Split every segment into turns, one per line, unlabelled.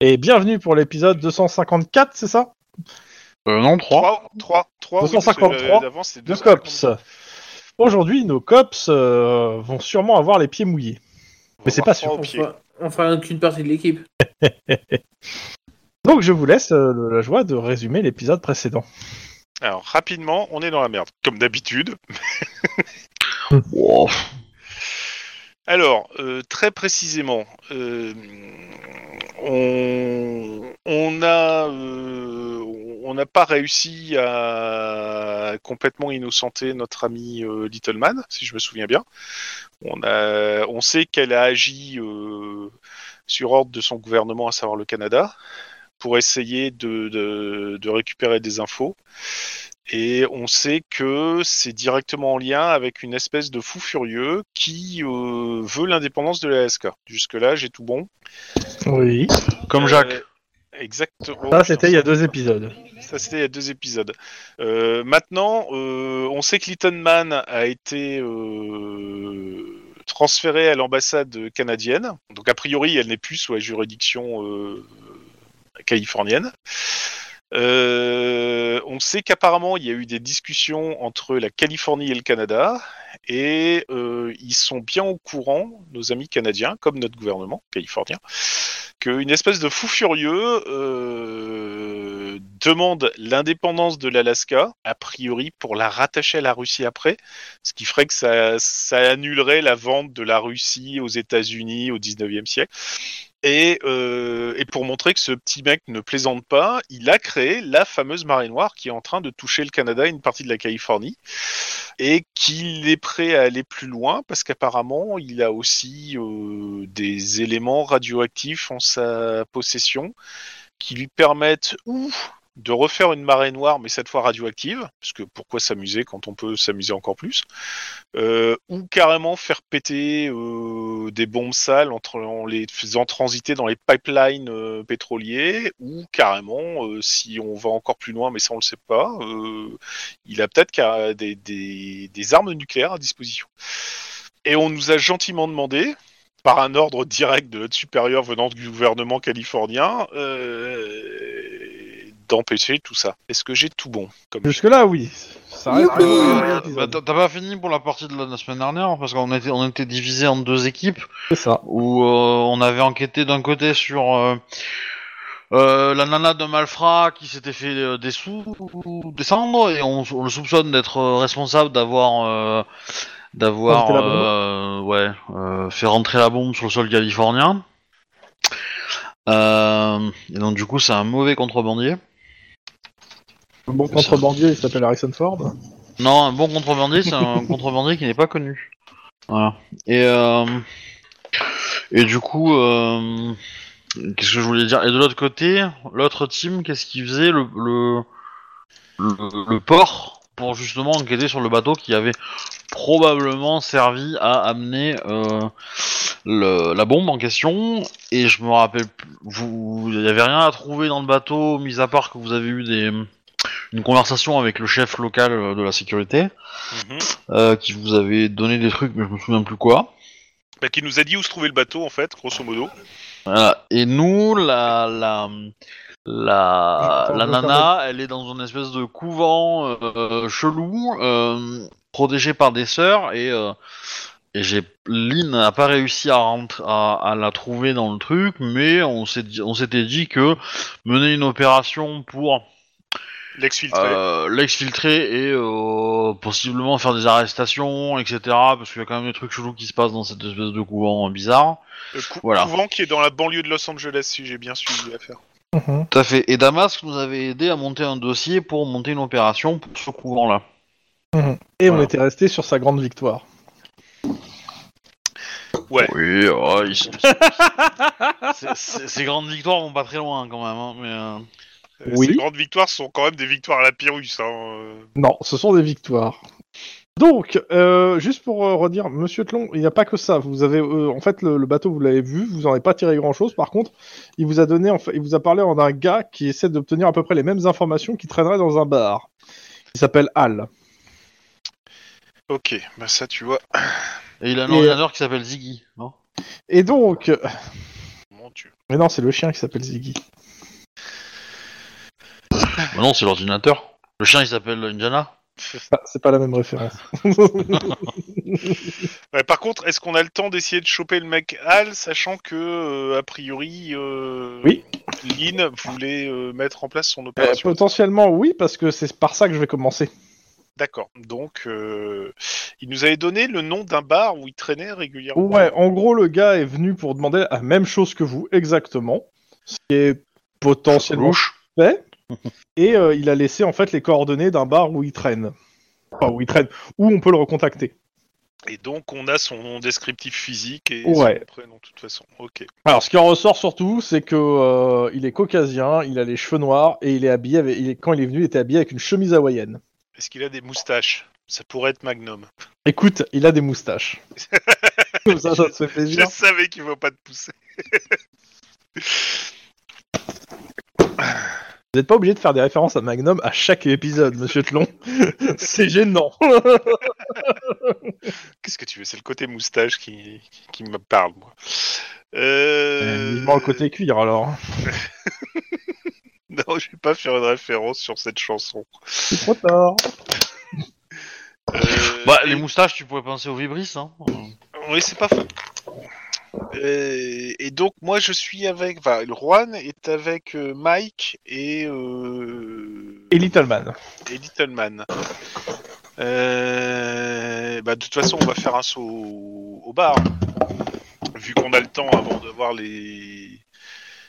Et bienvenue pour l'épisode 254, c'est ça
Euh, non, 3.
3, 3, 3,
253
d'avant, euh, c'est
De
250.
cops. Aujourd'hui, nos cops euh, vont sûrement avoir les pieds mouillés.
On
Mais c'est
va
pas
voir trois
sûr.
au pied.
On fera, on fera qu'une partie de l'équipe.
Donc je vous laisse euh, le- la joie de résumer l'épisode précédent.
Alors, rapidement, on est dans la merde, comme d'habitude.
Ah, Wow.
Alors, euh, très précisément, euh, on, on a, euh, on n'a pas réussi à complètement innocenter notre amie euh, Little Man, si je me souviens bien. On a, on sait qu'elle a agi euh, sur ordre de son gouvernement, à savoir le Canada, pour essayer de, de- de récupérer des infos. Et on sait que c'est directement en lien avec une espèce de fou furieux qui euh, veut l'indépendance de l'Alaska. Jusque-là, j'ai tout bon.
Oui.
Comme Jacques.
Euh, exactement.
Ça, c'était il y a deux épisodes.
Ça, c'était il y a deux épisodes. Euh, maintenant, euh, on sait que Little Man a été euh, transféré à l'ambassade canadienne. Donc, a priori, elle n'est plus sous la juridiction euh, californienne. Euh, on sait qu'apparemment, il y a eu des discussions entre la Californie et le Canada. Et euh, ils sont bien au courant, nos amis canadiens, comme notre gouvernement californien, qu'une espèce de fou furieux euh, demande l'indépendance de l'Alaska, a priori pour la rattacher à la Russie après, ce qui ferait que ça, ça annulerait la vente de la Russie aux États-Unis au 19e siècle. Et, euh, et pour montrer que ce petit mec ne plaisante pas, il a créé la fameuse marée noire qui est en train de toucher le Canada et une partie de la Californie, et qu'il est prêt à aller plus loin parce qu'apparemment il a aussi euh, des éléments radioactifs en sa possession qui lui permettent ou de refaire une marée noire, mais cette fois radioactive, parce que pourquoi s'amuser quand on peut s'amuser encore plus, euh, ou carrément faire péter euh, des bombes sales entre, en les faisant transiter dans les pipelines euh, pétroliers, ou carrément, euh, si on va encore plus loin, mais ça on le sait pas, euh, il a peut-être qu'à- des, des- des armes nucléaires à disposition. Et on nous a gentiment demandé, par un ordre direct de notre supérieur venant du gouvernement californien, euh, d'empêcher tout ça. Est-ce que j'ai tout bon comme
Jusque-là, oui. Ça reste
Youpi
le premier
Euh, bah,
épisode.
T'as t'as pas fini pour la partie de la, la semaine dernière hein, parce qu'on était, on était divisé en deux équipes
C'est ça.
où euh, on avait enquêté d'un côté sur euh, euh, la nana de malfrat qui s'était fait euh, des sous descendre et on, on le soupçonne d'être euh, responsable d'avoir euh, d'avoir
Planté la bombe.
euh, ouais euh, fait rentrer la bombe sur le sol californien. Euh, et donc du coup c'est un mauvais contrebandier.
Le bon contrebandier, il s'appelle Harrison Ford.
Non, un bon contrebandier, c'est un contrebandier qui n'est pas connu. Voilà. Et, euh, et du coup, euh, qu'est-ce que je voulais dire Et de l'autre côté, l'autre team, qu'est-ce qu'il faisait le, le, le, le port pour justement enquêter sur le bateau qui avait probablement servi à amener euh, le- la bombe en question. Et je me rappelle, plus- vous, il n'y avait rien à trouver dans le bateau, mis à part que vous avez eu des une conversation avec le chef local euh, de la sécurité
Mhm.
euh, qui vous avait donné des trucs, mais je me souviens plus quoi.
Bah, qui nous a dit où se trouvait le bateau, en fait, grosso modo.
Voilà. Et nous, la la la,
Je
la
t'en veux
nana, elle est dans une espèce de couvent euh, euh, chelou, euh, protégée par des sœurs et euh, et j'ai Lynn n'a pas réussi à, rentrer, à à la trouver dans le truc, mais on s'est dit- on s'était dit que mener une opération pour
L'exfiltré.
euh, l'exfiltrer et euh, possiblement faire des arrestations, etc. Parce qu'il y a quand même des trucs chelous qui se passent dans cette espèce de couvent euh, bizarre.
Le cou-
voilà.
couvent qui est dans la banlieue de Los Angeles, si j'ai bien suivi l'affaire.
Mhm.
Tout à fait. Et Damasque nous avait aidé à monter un dossier pour monter une opération pour ce couvent-là.
Et on
Voilà.
était resté sur sa grande victoire.
Ouais.
Oui, oh, ils sont- C'est- c'est- ces grandes victoires vont pas très loin quand même. hein, mais, euh,
Euh,
Oui.
Ces grandes victoires sont quand même des victoires à la Pyrrhus. Hein. euh.
Non, ce sont des victoires. Donc, euh, juste pour euh, redire, Monsieur Tlon, il n'y a pas que ça. Vous avez, euh, en fait, le, le bateau, vous l'avez vu, vous n'en avez pas tiré grand-chose. Par contre, il vous a donné, en fait- il vous a parlé en d'un gars qui essaie d'obtenir à peu près les mêmes informations qui traînerait dans un bar. Il s'appelle Al.
Ok, bah ça tu vois.
Et il a un
Et-
ordinateur qui s'appelle Ziggy. Non
Et donc,
Mon mon dieu.
Mais non, c'est le chien qui s'appelle Ziggy.
Bah non, c'est l'ordinateur. Le chien, il s'appelle Indiana.
Ah, c'est pas la même référence.
Ouais, par contre, est-ce qu'on a le temps d'essayer de choper le mec Hal, sachant que, euh, a priori, euh,
Oui.
Lynn voulait euh, mettre en place son
Euh,
opération
potentiellement, oui, parce que c'est par ça que je vais commencer.
D'accord. Donc, euh, il nous avait donné le nom d'un bar où il traînait régulièrement.
Ouais, en gros, le gars est venu pour demander la même chose que vous, exactement. Ce qui est potentiellement
Louche.
fait. Et euh, il a laissé en fait les coordonnées d'un bar où il traîne. Enfin, où il traîne, où on peut le recontacter.
Et donc, on a son descriptif physique et
Ouais.
son prénom, de toute façon. Ok.
Alors, ce qui en ressort surtout, c'est que euh, il est caucasien, il a les cheveux noirs et il est habillé. Avec, il est- quand il est venu, il était habillé avec une chemise hawaïenne.
Est-ce qu'il a des moustaches Ça pourrait être Magnum.
Écoute, il a des moustaches. Comme ça, ça te fait
Je
plaisir.
savais qu'il ne va pas te pousser.
Vous n'êtes pas obligé de faire des références à Magnum à chaque épisode, monsieur Tlon. c'est gênant.
Qu'est-ce que tu veux C'est le côté moustache qui, qui, qui me parle, moi. Euh...
Vivement le côté cuir alors.
Non, je vais pas faire une référence sur cette chanson.
C'est trop tard.
Euh,
Bah,
et-
les moustaches, tu pourrais penser au Vibris, hein.
Oui, c'est pas faux. Euh, et donc, moi, je suis avec. Enfin, Juan est avec euh, Mike et. euh,
Et Little Man.
et Littleman. Euh, bah, de toute façon, on va faire un saut au, au bar. Vu qu'on a le temps avant d'avoir les,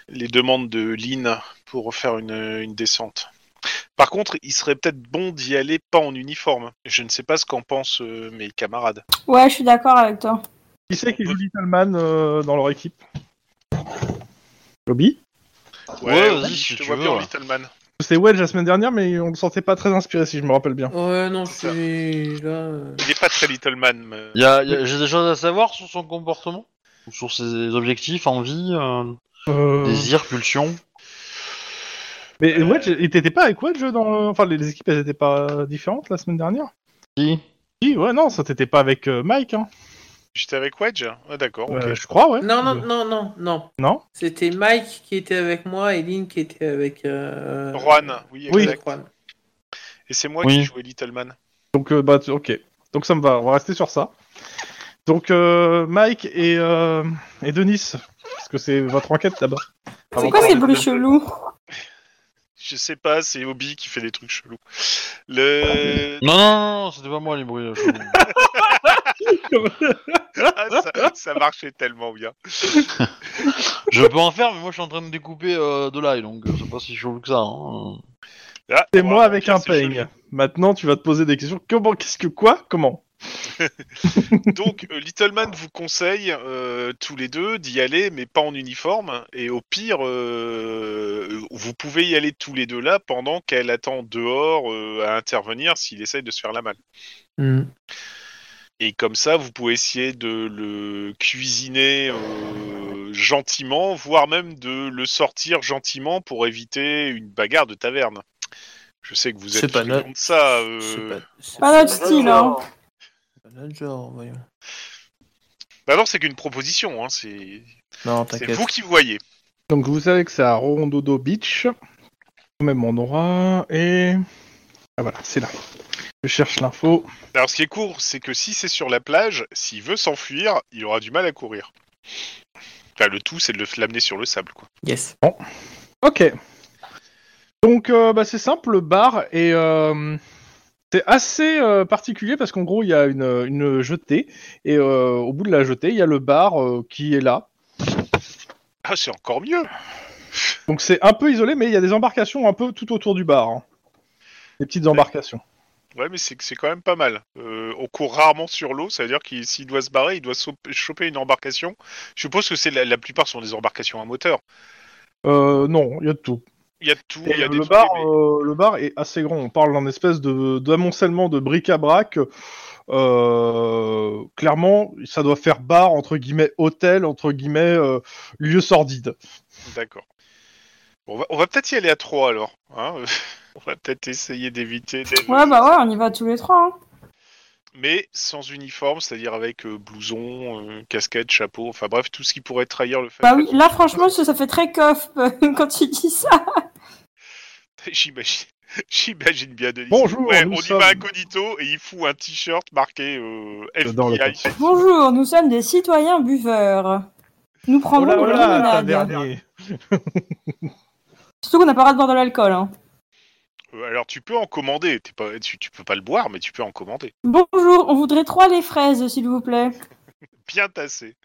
les demandes de Lynn pour faire une, une descente. Par contre, il serait peut-être bon d'y aller pas en uniforme. Je ne sais pas ce qu'en pensent euh, mes camarades.
Ouais, je suis d'accord avec toi.
Qui c'est qui joue Little Man euh, dans leur équipe Lobby
Ouais, vas-y,
oui,
si
je te
tu
vois
veux,
bien,
ouais.
Littleman.
C'était Wedge la semaine dernière, mais on le sentait pas très inspiré si je me rappelle bien.
Ouais, non, je suis là. euh.
Il n'est pas très Littleman. mais-
Y a- y a- J'ai des choses à savoir sur son comportement, ou sur ses objectifs, envie, euh,
Euh,
désir, pulsion.
Mais Wedge, il t'était pas avec Wedge dans. le- Enfin, les- les équipes elles étaient pas euh, différentes la semaine dernière
Si.
Si, ouais, non, ça t'était pas avec euh, Mike, hein.
J'étais avec Wedge Ah, d'accord, ok.
Euh, je crois, ouais.
Non, non, non, non, non.
Non
C'était Mike qui était avec moi et Lynn qui était avec. Euh...
Juan, oui,
Oui.
exact.
Juan.
Et c'est moi
Oui.
qui jouais Littleman.
Donc, euh, bah, tu- ok. Donc, ça me va, on va rester sur ça. Donc, euh, Mike et, euh, et Denis, parce que c'est votre enquête là-bas.
C'est quoi ces bruits chelous
Je sais pas, c'est Obi qui fait des trucs chelous. Le...
Non, non, non, non, c'était pas moi les bruits. là, je-
Ah, ça, ça marchait tellement bien.
je peux en faire, mais moi je suis en train de découper euh, de l'ail, donc euh, c'est pas si chaud que ça. hein.
Ah,
C'est moi
voilà,
avec un
c'est
peigne. Maintenant, tu vas te poser des questions. Comment Qu'est-ce que quoi Comment
chelou. Donc, euh, Littleman vous conseille euh, tous les deux d'y aller, mais pas en uniforme. Et au pire, euh, vous pouvez y aller tous les deux là pendant qu'elle attend dehors euh, à intervenir s'il essaye de se faire la malle.
Hmm.
Et comme ça, vous pouvez essayer de le cuisiner euh, gentiment, voire même de le sortir gentiment pour éviter une bagarre de taverne. Je sais que vous
C'est
êtes
pas
friands
notre-
de ça. euh,
C'est pas, c'est
Pas notre style, hein.
pas notre genre, voyons.
Bah non, c'est qu'une proposition. Hein. C'est
Non,
c'est
t'inquiète.
vous qui voyez.
Donc, vous savez que c'est à Rondodo Beach, au même endroit, et ah voilà, c'est là. Je cherche l'info.
Alors, ce qui est court, c'est que si c'est sur la plage, s'il veut s'enfuir, il aura du mal à courir. Enfin, le tout, c'est de le- l'amener sur le sable. Quoi.
Yes.
Ok. Donc, euh, bah, c'est simple, le bar et euh, c'est assez euh, particulier parce qu'en gros, il y a une, une jetée et euh, au bout de la jetée, il y a le bar euh, qui est là.
Ah, c'est encore mieux.
Donc, c'est un peu isolé, mais il y a des embarcations un peu tout autour du bar. hein. Des petites embarcations.
Ouais, mais c'est c'est quand même pas mal. Euh, on court rarement sur l'eau, ça veut dire qu'il s'il doit se barrer, il doit sau- choper une embarcation. Je suppose que c'est la, la plupart sont des embarcations à moteur.
Euh, non, il y a de tout.
Il y a de tout,
Et
il y a des
le,
trucs,
bar,
mais-
euh, le bar est assez grand. On parle d'un espèce de d'amoncellement de bric-à-brac. Euh, clairement, ça doit faire bar entre guillemets hôtel entre guillemets euh, lieu sordide. euh,
D'accord. Bon, on va, on va peut-être y aller à trois alors. hein. on va peut-être essayer d'éviter. de-
bah. Ouais, bah ouais, on y va tous les trois. hein.
mais sans uniforme, c'est-à-dire avec euh, blouson, euh, casquette, chapeau, enfin bref, tout ce qui pourrait trahir le fait.
Bah oui, là franchement, ça, ça fait très coff euh, quand tu dis ça.
J'imagine. J'imagine bien Denis.
Bonjour,
Ouais,
nous
on
sommes-
y va incognito et il fout un t-shirt marqué euh, FBI.
Dans le
Bonjour, nous sommes des citoyens buveurs. Nous
Oh
prendrons
là
de la
là,
limonade.
tavernier.
Surtout qu'on n'a pas le droit de boire de l'alcool. Hein.
Euh, alors tu peux en commander, t'es pas, tu, tu peux pas le boire, mais tu peux en commander.
Bonjour, on voudrait trois les fraises, s'il vous plaît.
Bien tassé.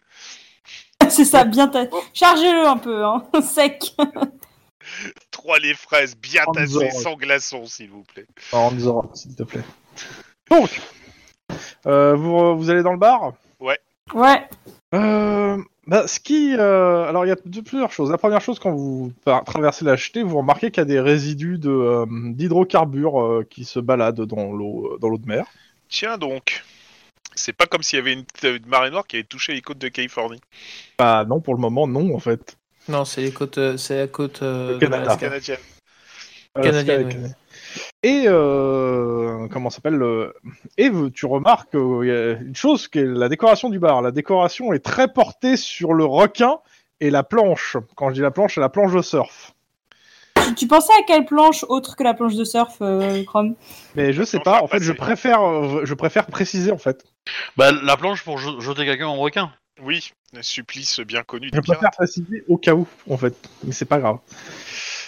C'est ça, bien ta... Chargez-le un peu, hein, sec.
Trois les fraises bien
Prends-en.
tassées, sans glaçons s'il vous plaît.
Ranzor, s'il te plaît. Donc, euh, vous, vous allez dans le bar
Ouais.
Euh, bah, ce qui, euh, alors il y a deux- plusieurs choses. La première chose, quand vous par- traversez la jetée, vous remarquez qu'il y a des résidus de euh, d'hydrocarbures euh, qui se baladent dans l'eau euh, dans l'eau de mer.
Tiens donc, c'est pas comme s'il y avait une, une marée noire qui avait touché les côtes de Californie.
Bah non, pour le moment, non en fait.
Non, c'est les côtes, euh, c'est la côte euh,
Le Canada.
d'Alaska.
Canadienne.
Euh,
Canadienne,
c'est avec-
oui.
Et euh, comment ça s'appelle euh, Et euh, tu remarques euh, il y a une chose qui est la décoration du bar. La décoration est très portée sur le requin et la planche. Quand je dis la planche, c'est la planche de surf.
Tu, tu pensais à quelle planche autre que la planche de surf, euh, Chrome
Mais je sais
Planche
pas.
à
En fait, je
passer.
préfère euh, je préfère préciser en fait.
Bah, la planche pour je- jeter quelqu'un en requin.
Oui, un supplice bien connu
Je
des pirates.
préfère préciser au cas où, en fait. Mais c'est pas grave.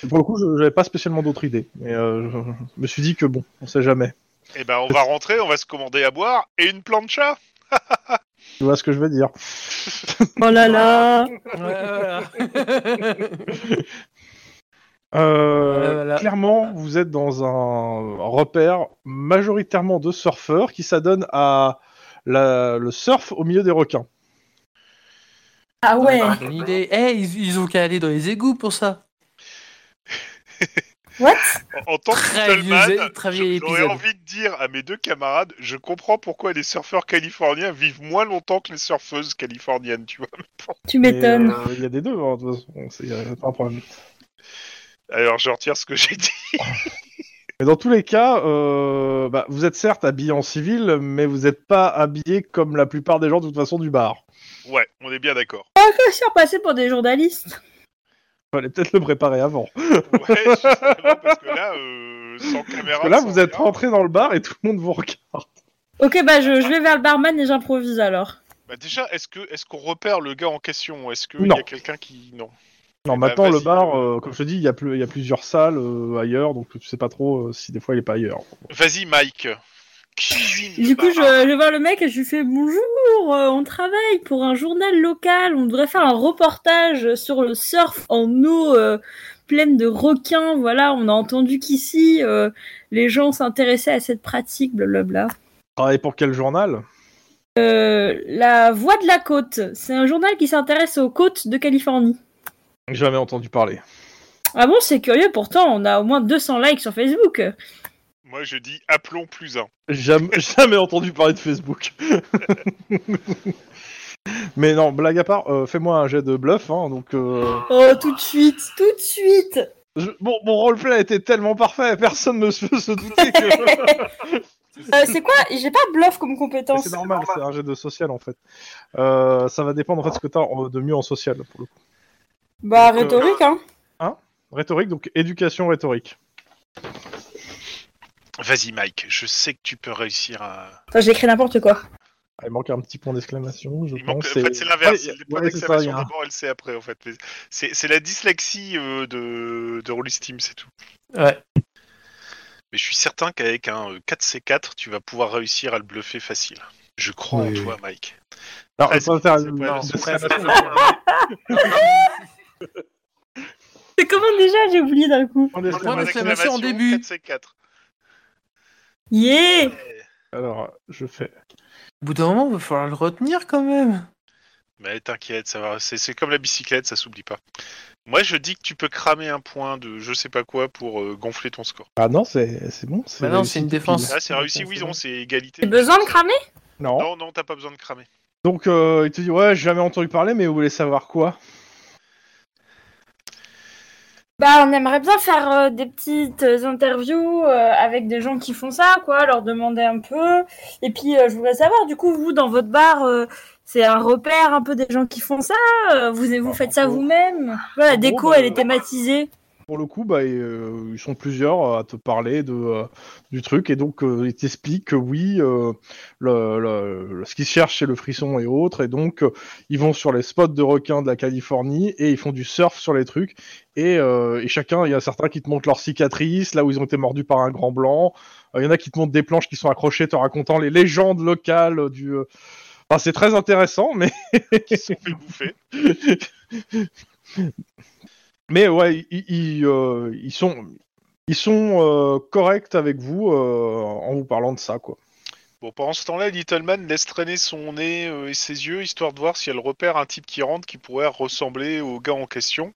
Pour le coup, je j'avais pas spécialement d'autres idées. Mais euh, je, je me suis dit que bon, on sait jamais.
Eh ben on va rentrer, on va se commander à boire et une plancha.
Tu vois ce que je veux dire.
Oh là là
Euh,
Ouais, voilà.
Clairement, vous êtes dans un repère majoritairement de surfeurs qui s'adonnent à la- le surf au milieu des requins.
Ah ouais
Ah, bonne idée. Eh, ils, ils ont qu'à aller dans les égouts pour ça.
En en tant que
Très
Stallman,
vieux- très vieux
je- j'aurais
épisode.
envie de dire à mes deux camarades, je comprends pourquoi les surfeurs californiens vivent moins longtemps que les surfeuses californiennes, tu vois.
Tu
Mais,
m'étonnes.
euh, Il y a des deux, hein, de toute façon, c'est euh, pas un problème.
Alors je retire ce que j'ai dit.
Mais dans tous les cas, euh, bah, vous êtes certes habillé en civil, mais vous n'êtes pas habillé comme la plupart des gens de toute façon du bar.
Ouais, on est bien d'accord.
Je suis passé pour des journalistes.
Fallait peut-être le préparer avant.
Ouais, justement, parce que là, euh, sans caméra.
Parce que là,
sans
vous êtes
rien,
rentré dans le bar et tout le monde vous regarde.
Ok, bah je, je vais vers le barman et j'improvise alors.
Bah déjà, est-ce que est-ce qu'on repère le gars en question Est-ce qu'il y
Non.
a quelqu'un qui non
Non,
Eh bah,
maintenant, le
vas-y,
bar,
euh,
euh, comme je te dis, il y, a plus- il y a plusieurs salles euh, ailleurs, donc tu sais pas trop euh, si des fois il est pas ailleurs.
Vas-y, Mike. Cuisine le
Du coup, je,
marin.
je vais voir le mec et je lui fais bonjour, euh, on travaille pour un journal local, on devrait faire un reportage sur le surf en eau euh, pleine de requins. Voilà, on a entendu qu'ici euh, les gens s'intéressaient à cette pratique, blablabla.
Travailler pour quel journal
Euh, la Voix de la Côte, c'est un journal qui s'intéresse aux côtes de Californie.
Jamais entendu parler.
Ah bon, c'est curieux, pourtant on a au moins 200 likes sur Facebook.
Moi, je dis appelons plus un.
Jamais, jamais entendu parler de Facebook. Mais non, blague à part, euh, fais-moi un jet de bluff. hein, donc, euh,
Oh, tout de suite, tout de suite
je- bon, mon roleplay était tellement parfait, personne ne se, se doutait que.
Euh, C'est quoi J'ai pas bluff comme compétence.
c'est normal, c'est un jet de social en fait. Euh, ça va dépendre en fait ce que t'as en- de mieux en social pour le coup.
Bah,
euh,
rhétorique, hein.
Rhétorique, donc éducation rhétorique.
Vas-y, Mike. Je sais que tu peux réussir à.
Attends, j'ai écrit n'importe quoi.
Ah, il manque un petit point d'exclamation, je
Il manque-
pense.
En fait, c'est l'inverse.
Ouais,
c'est le point
ouais, c'est ça, il y
d'exclamation
a un-
d'abord, elle sait après, en fait. Mais C'est c'est la dyslexie euh, de, de Rollisteam, c'est tout.
Ouais.
Mais je suis certain qu'avec un euh, 4C4, tu vas pouvoir réussir à le bluffer facile. Je crois en
Oui.
toi, Mike.
Alors,
Ouais,
ça va faire
c'est-
une-
c'est pas-
une-
c'est
une-
C'est comment déjà J'ai oublié d'un coup.
une- une-
Point
une-
d'exclamation en début.
4C4.
Eh.
Yeah
Alors, je fais.
Au bout d'un moment, il va falloir le retenir quand même.
Mais t'inquiète, ça va. C'est c'est comme la bicyclette, ça s'oublie pas. Moi, je dis que tu peux cramer un point de je sais pas quoi pour euh, gonfler ton score.
Ah non, c'est c'est bon.
Bah non, c'est une défense.
Là, c'est réussi, oui, non, c'est égalité.
J'ai besoin de cramer
Non.
Non, non, t'as pas besoin de cramer.
Donc, euh, il te dit Ouais, j'ai jamais entendu parler, mais vous voulez savoir quoi
Bah, on aimerait bien faire euh, des petites interviews euh, avec des gens qui font ça, quoi, leur demander un peu. Et puis, euh, je voudrais savoir, du coup, vous, dans votre bar, euh, c'est un repère un peu des gens qui font ça euh, Vous, vous faites ça
Bah, en gros-
vous-même Voilà,
en
la
gros,
déco,
bah,
elle est thématisée.
Pour le coup, bah, et, euh, ils sont plusieurs euh, à te parler de, euh, du truc et donc euh, ils t'expliquent que oui, euh, le, le- le- ce qu'ils cherchent c'est le frisson et autres et donc euh, ils vont sur les spots de requins de la Californie et ils font du surf sur les trucs et, euh, et chacun, il y a certains qui te montrent leurs cicatrices, là où ils ont été mordus par un grand blanc, Euh, il y en a qui te montrent des planches qui sont accrochées te racontant les légendes locales euh, du... euh, Enfin, c'est très intéressant, mais
Qui se sont fait bouffer.
Mais ouais, ils, ils, euh, ils sont, ils sont euh, corrects avec vous euh, en vous parlant de ça, quoi.
Bon, pendant ce temps-là, Little Man laisse traîner son nez euh, et ses yeux, histoire de voir si elle repère un type qui rentre qui pourrait ressembler au gars en question.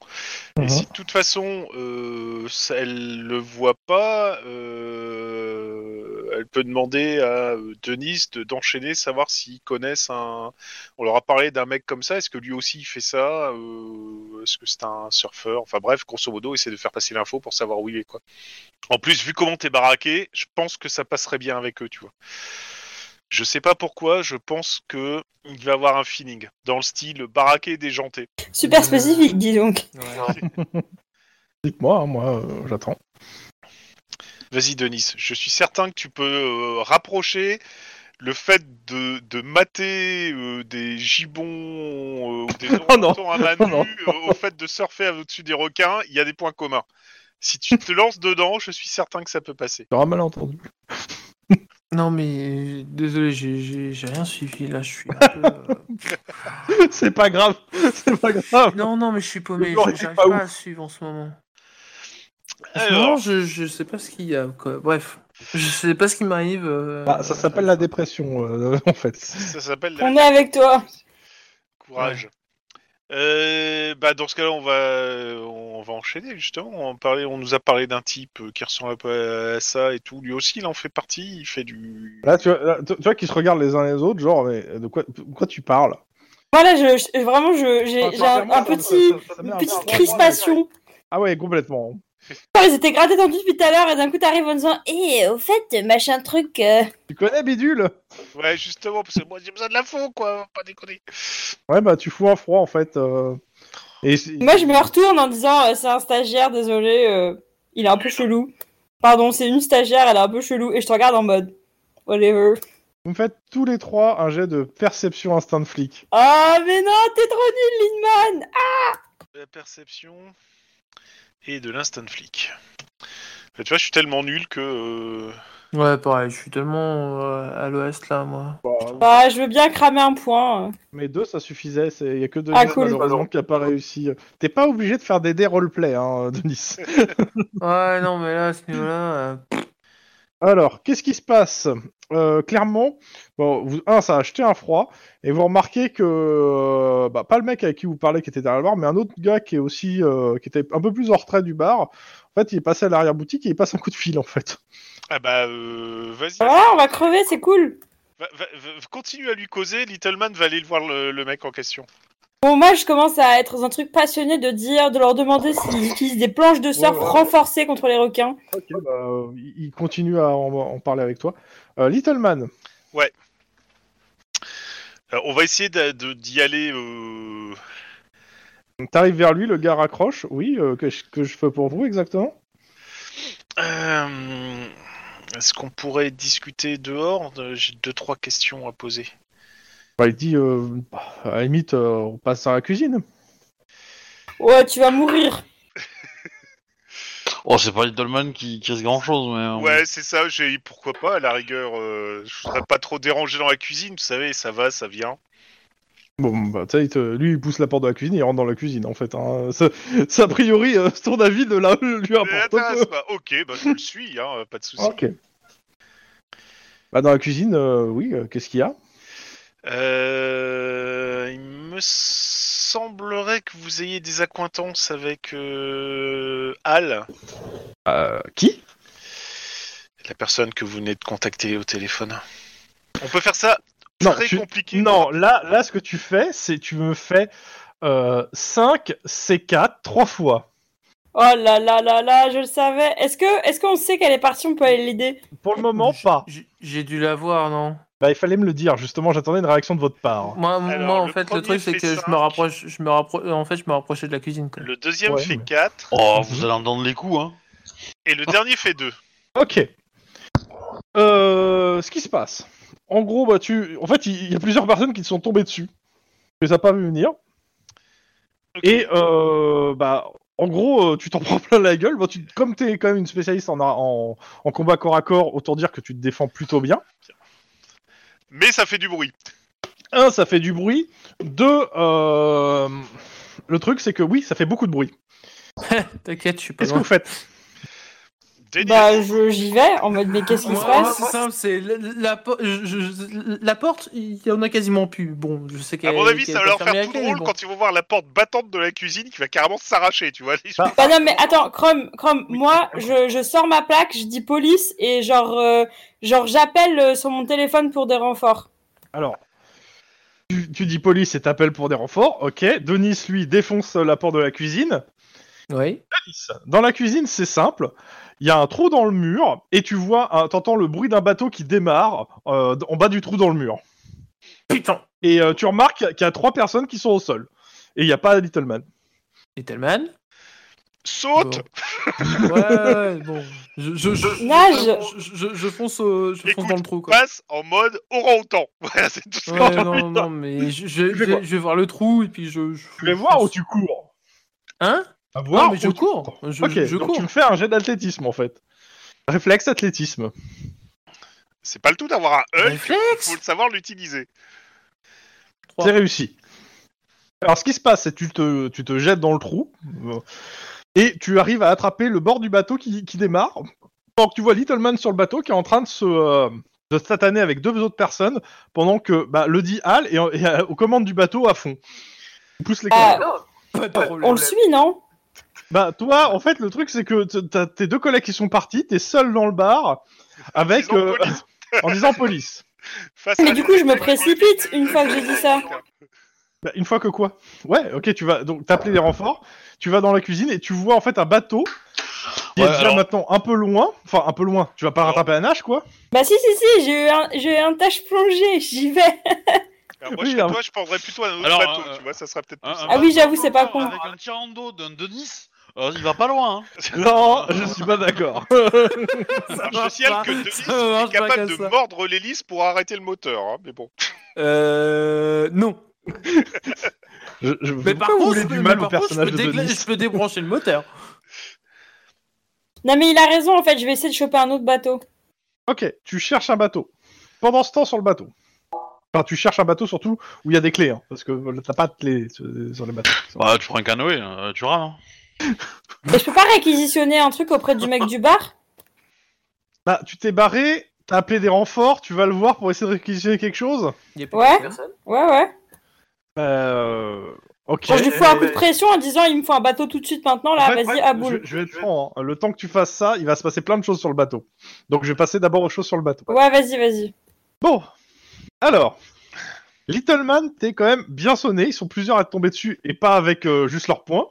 Et
Mhm.
si de toute façon, euh, ça- elle le voit pas, euh, elle peut demander à euh, Denise de- d'enchaîner, savoir s'ils connaissent un... On leur a parlé d'un mec comme ça, est-ce que lui aussi il fait ça Euh, Est-ce que c'est un surfeur Enfin bref, grosso modo, essayer de faire passer l'info pour savoir où il est, quoi. En plus, vu comment t'es baraqué, je pense que ça passerait bien avec eux, tu vois. Je sais pas pourquoi, je pense que il va avoir un feeling dans le style baraqué déjanté.
Euh,
Super spécifique, dis donc.
Dites-moi, hein, moi, euh, j'attends.
Vas-y Denis, je suis certain que tu peux euh, rapprocher le fait de, de mater euh, des gibbons euh, ou des
Oh non.
orangutans à main nue,
non.
euh, au fait de surfer au-dessus des requins, il y a des points communs. Si tu te lances dedans, je suis certain que ça peut passer.
Tu auras mal entendu.
Non, mais euh, désolé, j'ai- j'ai j'ai rien suivi là, je suis un peu. euh,
c'est pas grave, c'est pas grave.
Non, non, mais je suis
Le
paumé,
genre,
je-
il est
j'arrive
pas
pas, à suivre en ce moment. En ce
Alors.
moment, je, je sais pas ce qu'il y a. quoi. Bref, je sais pas ce qui m'arrive. euh,
Bah,
Ah, ça s'appelle la dépression, euh, en fait.
Ça s'appelle
bah,
la-
On est avec toi.
Courage. Euh, bah dans ce cas-là, on va on va enchaîner justement. On, parlait, on nous a parlé d'un type euh, qui ressemble un peu à ça et tout. Lui aussi, il en fait partie. Il fait du.
Là, tu vois, là, tu- tu vois qu'ils se regardent les uns les autres, genre, mais euh, de quoi, de quoi tu parles
Voilà, je, je- vraiment, je- j'ai j'ai un, un petit, une petite crispation.
Ah ouais, complètement.
Putain, Ils étaient grattés tendus depuis tout à l'heure et d'un coup t'arrives en disant Eh, au fait, machin truc. euh,
Tu connais Bidule
Ouais, justement, parce que moi j'ai besoin de l'info, quoi. Pas déconner.
Ouais, bah tu fous un froid, en fait. euh, Et c'est-
Moi, je me retourne en disant euh, C'est un stagiaire, désolé, euh, il est un peu chelou. Pardon, c'est une stagiaire, elle est un peu chelou. Et je te regarde en mode Whatever.
vous me faites tous les trois un jet de perception instinct de flic.
Ah, mais non, t'es trop nul, Lindman
De la perception et de l'instant flic. Bah, tu vois, je suis tellement nul que. euh,
Ouais, pareil, je suis tellement euh, à l'ouest là, moi.
Bah, je veux bien cramer un point. euh.
Mais deux, ça suffisait. c'est- Il y a que deux
Ah,
gars,
cool.
malheureusement, qui a pas réussi. T'es pas obligé de faire des dés roleplay, hein, Denis.
Ouais, non, mais là, à ce niveau-là. euh,
Alors, qu'est-ce qui se passe Euh, Clairement, bon, vous- un, ça a acheté un froid, et vous remarquez que, euh, bah, pas le mec avec qui vous parlez qui était derrière le bar, mais un autre gars qui est aussi, euh, qui était un peu plus en retrait du bar. En fait, il est passé à l'arrière-boutique et il passe un coup de fil, en fait.
Ah bah euh, vas-y.
Voilà, on va crever, c'est cool.
Va- va- va- continue à lui causer. Little Man va aller le voir le- le mec en question.
Bon, moi, je commence à être dans un truc passionné de dire, de leur demander s'ils utilisent des planches de surf
Ouais, ouais.
renforcées contre les requins.
Ok, bah, euh, il il continue à en, en parler avec toi. Euh, Little Man,
Euh, on va essayer d'a- de- d'y aller. euh,
t'arrives vers lui, le gars raccroche. Oui, euh, que, je- que je fais pour vous exactement
euh, Est-ce qu'on pourrait discuter dehors De- J'ai deux trois questions à poser.
Bah, il dit, euh, bah, à la limite, euh, on passe à la cuisine.
Ouais, tu vas mourir.
Oh, c'est pas Little Man qui, qui risque grand chose, mais. euh,
Ouais, c'est ça. J'ai pourquoi pas à la rigueur. euh, je voudrais pas trop déranger dans la cuisine. Vous savez, ça va, ça vient.
Bon, bah, tu sais, il te- lui, il pousse la porte de la cuisine, il rentre dans la cuisine, en fait. Hein. Ça, ça, a priori, euh, ton avis de la lui
Mais
importe
intéresse
peu.
pas. Ok, bah je le suis. Hein, pas de souci.
Ok. Bah, dans la cuisine, euh, oui, euh, qu'est-ce qu'il y a Ah.
Euh, il me semblerait que vous ayez des acquaintances avec euh, Al,
Euh, Qui
la personne que vous venez de contacter au téléphone. On peut faire ça.
Non,
très
tu-
compliqué.
Non, là, là, ce que tu euh, fais, c'est tu me fais 5 C4 trois fois.
Oh là là là là, je le savais. Est-ce que, est-ce qu'on sait qu'elle est partie On peut aller l'aider.
Pour le moment,
J-
pas.
j- J'ai dû la voir, non
Bah, il fallait me le dire, justement, j'attendais une réaction de votre part.
Moi, moi,
Alors,
en
le
fait, le
premier
truc, c'est
fait
que je
cinq.
me rapproche, je me rapproche, en fait, je me rapprochais de la cuisine. Quoi.
Le deuxième
Ouais,
fait
mais- Ah.
4
Oh, vous allez entendre les coups, hein.
et le dernier fait 2.
Ok. Euh, ce qui se passe. En gros, bah, tu... en fait, il il y a plusieurs personnes qui te sont tombées dessus. Tu les as pas vu venir. Et euh, bah, en gros, euh, tu t'en prends plein la gueule. Bon, tu, comme tu es quand même une spécialiste en, a- en, en combat corps à corps, autant dire que tu te défends plutôt bien.
Mais ça fait du bruit.
Un, ça fait du bruit. Deux, euh, le truc, c'est que oui, ça fait beaucoup de bruit.
T'inquiète, je suis pas
Qu'est-ce que
loin.
vous faites
Denis,
Bah, je, j'y vais en mode, mais qu'est-ce qui
Moi,
se
moi,
passe
c'est simple, c'est la, la por- je- je- la porte, il y en a quasiment plus. Bon, je sais qu'elle
à mon avis,
qu'elle
ça va
est
leur
pas fermée
faire tout
à clé,
drôle
mais bon.
quand ils vont voir la porte battante de la cuisine qui va carrément s'arracher, tu vois. les-
Bah,
Bah non, mais attends, Chrome, Chrome, moi, je, je sors ma plaque, je dis police et genre, euh, genre j'appelle euh, sur mon téléphone pour des renforts.
Alors, tu, tu dis police et t'appelles pour des renforts. Ok. Denis, lui, défonce la porte de la cuisine.
Oui.
Dans la cuisine, c'est simple. Il y a un trou dans le mur et tu vois, un- t'entends le bruit d'un bateau qui démarre euh, en bas du trou dans le mur.
Putain.
Et euh, tu remarques qu'il y a- qu'il y a trois personnes qui sont au sol. Et il n'y a pas Little Man.
Littleman.
Saute
Ouais, ouais, bon. Je, je, je,
Nage.
je, je- je fonce, au- je fonce
Écoute,
dans le trou, quoi.
Passe en mode orang-outan. Voilà, c'est tout ce qu'on
Ouais, non, non, mais je, je,
Tu fais
je-
quoi
je vais voir le trou et puis je. je
Tu vas voir ou tu cours
Hein
À
Non,
voir
mais je
ou tu-
cours. Je,
Ok,
je
donc
cours.
tu me fais un jet d'athlétisme en fait. Réflexe athlétisme.
C'est pas le tout d'avoir un
Bah,
Hulk, faut
Réflexe
le savoir l'utiliser.
Trois.
C'est réussi. Alors ce qui se passe, c'est que tu te, tu te jettes dans le trou euh, et tu arrives à attraper le bord du bateau qui, qui démarre. Pendant que tu vois Little Man sur le bateau qui est en train de se euh, de se sataner avec deux autres personnes pendant que bah, Lodi Hall est, en- est, euh, aux commandes du bateau à fond. Il pousse les
Ah,
Pas de problème.
on le suit, non
Bah toi, en fait, le truc c'est que t- t'as tes deux collègues qui sont partis, t'es seul dans le bar avec
Disons
euh,
police.
en disant police.
Face
Mais
à-
du coup, je me précipite une fois que j'ai dit ça.
Bah, une fois que quoi Ouais, ok, tu vas donc t'appeler les renforts, tu vas dans la cuisine et tu vois en fait un bateau qui est
Ouais,
déjà
alors-
maintenant un peu loin, enfin un peu loin. Tu vas pas
Alors-
rattraper un nage quoi
Bah si, si, si, j'ai eu un, j'ai eu un tâche plongée, j'y vais.
Alors, moi,
Oui,
je serais
alors-
toi, je prendrais plutôt un autre
Alors,
bateau,
euh,
tu vois, ça sera peut-être plus
Un- un
simple.
Ah oui,
bateau
j'avoue, c'est pas
encore
con.
bah, Avec un tirant d'eau d'un Denis, euh, il va pas loin, hein.
Non, je suis pas d'accord.
Ça
Alors, je te
marche
signale
pas.
que
Ça
Denis
marche
est
pas
capable
comme
de
ça.
mordre l'hélice pour arrêter le moteur, hein, mais bon.
Euh. Non.
Je, je- pourquoi
Mais par
vous
contre,
voulez
mais
du mal au
par contre, je
personnage
peux
de
dégla-
Denis.
je peux débrancher le moteur.
Non mais il a raison, en fait, je vais essayer de choper un autre bateau.
Ok, tu cherches un bateau. Pendant ce temps sur le bateau. Enfin, tu cherches un bateau surtout où il y a des clés, hein, parce que t'as pas de clés sur sur les bateaux.
Bah, tu prends un canoë, euh, tu rames. hein.
Et je peux pas réquisitionner un truc auprès du mec du bar
Bah, tu t'es barré, t'as appelé des renforts, tu vas le voir pour essayer de réquisitionner quelque chose
Y a plus
Ouais.
personne.
Ouais, ouais.
Euh... Ok.
Genre, je lui fous un coup de pression en disant, il me faut un bateau tout de suite maintenant, là,
En fait,
Ah, vas-y,
ouais,
à boule.
Je, je vais te prendre. hein. Le temps que tu fasses ça, il va se passer plein de choses sur le bateau. Donc je vais passer d'abord aux choses sur le bateau.
Ouais, vas-y, vas-y.
Bon. Alors, Little Man, t'es quand même bien sonné. Ils sont plusieurs à te tomber dessus et pas avec euh, juste leurs poings.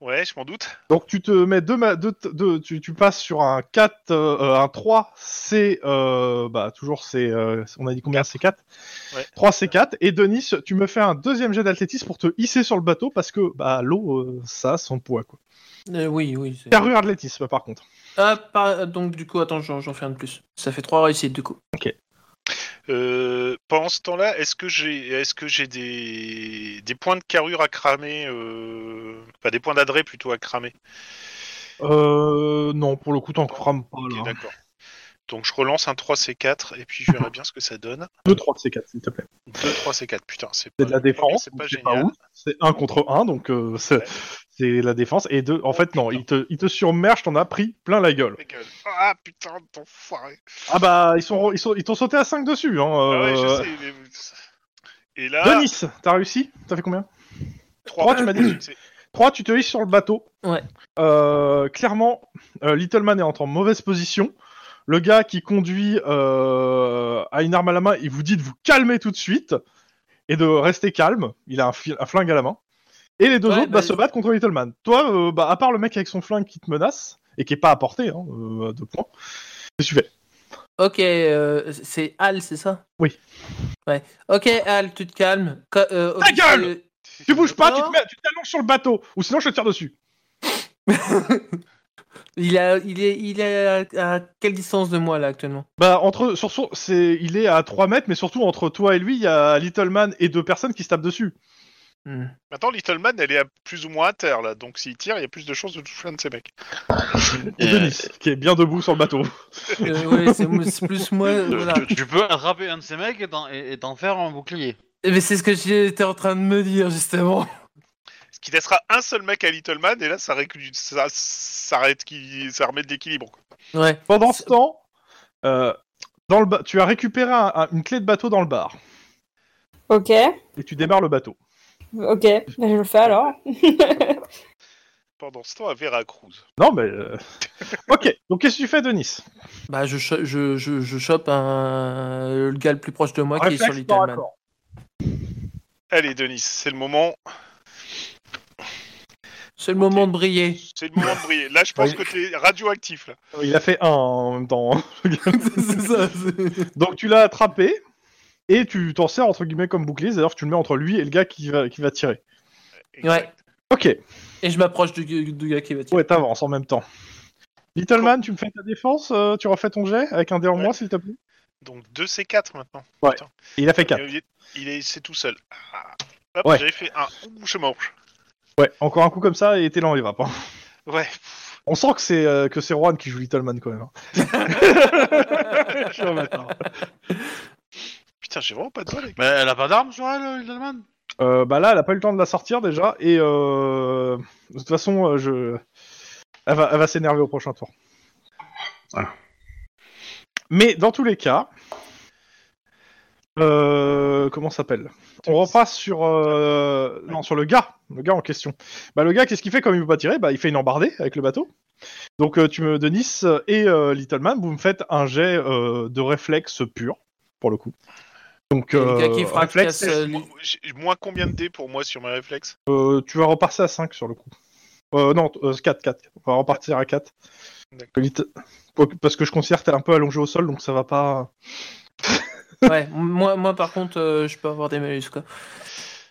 Ouais, je m'en doute.
Donc tu te mets deux, ma- deux, deux- tu, tu passes sur un 4, euh, un 3, C, euh, bah toujours c'est, euh, on a dit combien C4
Ouais.
3 C4 et Denis, tu me fais un deuxième jet d'athlétisme pour te hisser sur le bateau parce que bah l'eau euh, ça a son poids quoi.
Euh, oui, oui. c'est-
Carrure athlétisme par contre.
Ah, par- donc du coup, attends, j'en j'en fais un de plus. Ça fait trois réussites du coup.
Euh, pendant ce temps-là, est-ce que j'ai, est-ce que j'ai des, des points de carrure à cramer, euh... enfin, des points d'adré plutôt à cramer
Euh, non, pour le coup, t'en crames pas
Ok,
là.
d'accord. Donc je relance un 3C4 et puis je verrai bien ce que ça donne.
2, 3, c'est 4, s'il te plaît.
2, 3C4, putain, c'est pas,
C'est de la défense,
c'est pas
donc c'est
génial.
pas ouf. C'est 1 contre 1, donc euh, c'est
Ouais.
c'est la défense. Et 2, en fait, non, il te, il te surmerge, t'en as pris plein la gueule.
Ta gueule. Ah putain, d'enfoiré.
Ah bah, ils sont, ils sont, ils t'ont sauté à 5 dessus. Hein,
Ah ouais, je
euh,
sais. mais- Et là,
Denis, t'as réussi T'as fait combien trois, tu m'as dit.
C'est-
3, tu te hisses sur le bateau.
Ouais.
Euh, clairement, euh, Little Man est en mauvaise position. Le gars qui conduit euh, a une arme à la main, il vous dit de vous calmer tout de suite et de rester calme. Il a un, fi- un flingue à la main. Et les deux
Ouais,
autres bah,
bah,
se battent contre Little Man. Toi, euh, bah, à part le mec avec son flingue qui te menace, et qui est pas à portée, hein, euh, de points, qu'est-ce que tu fais
Ok, euh, c'est Al, c'est ça
Oui.
Ouais. Ok, Al, tu te calmes. Co- euh,
Ta gueule
euh,
Tu bouges pas, tu
Non.
te mets- tu t'allonges sur le bateau, ou sinon je te tire dessus.
il, a, il est, il est à, à quelle distance de moi là actuellement
Bah, entre, sur, sur- c'est, il est à 3 mètres, mais surtout entre toi et lui, il y a Little Man et deux personnes qui se tapent dessus.
Hmm.
Maintenant, Little Man, elle est à plus ou moins à terre, là. Donc, s'il tire, il y a plus de chances de toucher un de ces mecs.
Et
Et-
Denis, qui est bien debout sur le bateau.
Euh, ouais, c'est c'est plus moi. euh, Voilà.
Tu, tu peux attraper un de ces mecs et t'en- et et t'en faire un bouclier.
Eh, Mais c'est ce que j'étais en train de me dire justement.
Ce qui laissera un seul mec à Little Man, et là, ça, récu- ça, ça, arrête qui- ça remet de l'équilibre. quoi.
Ouais.
Pendant ce temps, euh, dans le ba- tu as récupéré un- un- une clé de bateau dans le bar,
Ok,
et tu démarres le bateau.
ok, bah, je le fais alors.
Pendant ce temps, à Veracruz.
Non, mais. euh, ok, donc qu'est-ce que tu fais, Denis
Bah, je, cho- je, je, je chope un... le gars le plus proche de moi qui est sur
Réflexe
Little
par
Man.
accord.
Allez, Denis, c'est le moment.
C'est le moment de briller.
C'est le moment de briller. Là, je pense
Oui.
que t'es radioactif, là.
Il a fait un en même temps. hein.
c'est ça. c'est-
Donc tu l'as attrapé et tu t'en sers entre guillemets comme bouclier, c'est-à-dire que tu le mets entre lui et le gars qui va, qui va tirer.
Ouais.
Ok,
Et je m'approche du, gu- du gars qui va tirer.
ouais, t'avances en même temps. Little Man, tu me fais ta défense, euh, tu refais ton jet avec un dé en
Ouais.
moins s'il te plaît.
Donc, 2C4 maintenant.
Ouais.
Putain.
Et il a fait 4.
Il est, il est- c'est tout seul. Ah. Hop,
Ouais.
j'avais fait un. Ouh, je mange.
Ouais, encore un coup comme ça et t'es lent, il va pas.
Ouais.
On sent que c'est euh, que c'est Juan qui joue Little Man quand même. hein. Je suis un bâtard.
Putain, j'ai vraiment pas de bol. avec-
Mais elle a pas d'arme sur elle, euh, Little Man
Euh, bah là, elle a pas eu le temps de la sortir déjà et euh, de toute façon, euh, je, elle va, elle va s'énerver au prochain tour.
Voilà.
Mais dans tous les cas, euh, comment ça s'appelle On repasse sur euh, non sur le gars, le gars en question. Bah le gars, qu'est-ce qu'il fait comme il veut pas tirer Bah il fait une embardée avec le bateau. Donc euh, tu me Denis et euh, Little Man, vous me faites un jet euh, de réflexe pur pour le coup. Donc
Et le gars qui
euh,
frappe
réflexe,
casse, euh,
Moi, j'ai- Moins combien de dés pour moi sur mes réflexes
euh, tu vas repasser à 5 sur le coup. Euh, non, 4, 4. On va repartir à 4.
D'accord.
Parce que je considère que t'es un peu allongé au sol, donc ça va pas.
Ouais, moi, moi par contre, euh, je peux avoir des malus quoi.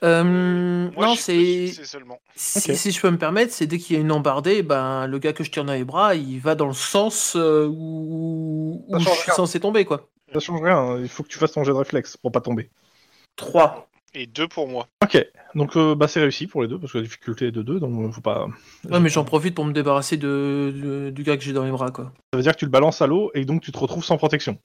Euh,
Moi,
non,
j'ai
c'est
deux succès seulement.
si,
Ok.
si je peux me permettre, c'est dès qu'il y a une embardée, ben le gars que je tire dans les bras, il va dans le sens euh, où, où
Ça
je
change
suis
rien.
censé tomber quoi.
Ça change rien, hein. il faut que tu fasses ton jet de réflexe pour pas tomber.
3.
Et deux pour moi.
Ok, donc euh, bah, c'est réussi pour les deux, parce que la difficulté est de 2, donc euh, faut pas.
Ouais, mais j'en profite pour me débarrasser de, de- du gars que j'ai dans les bras quoi.
Ça veut dire que tu le balances à l'eau et donc tu te retrouves sans protection.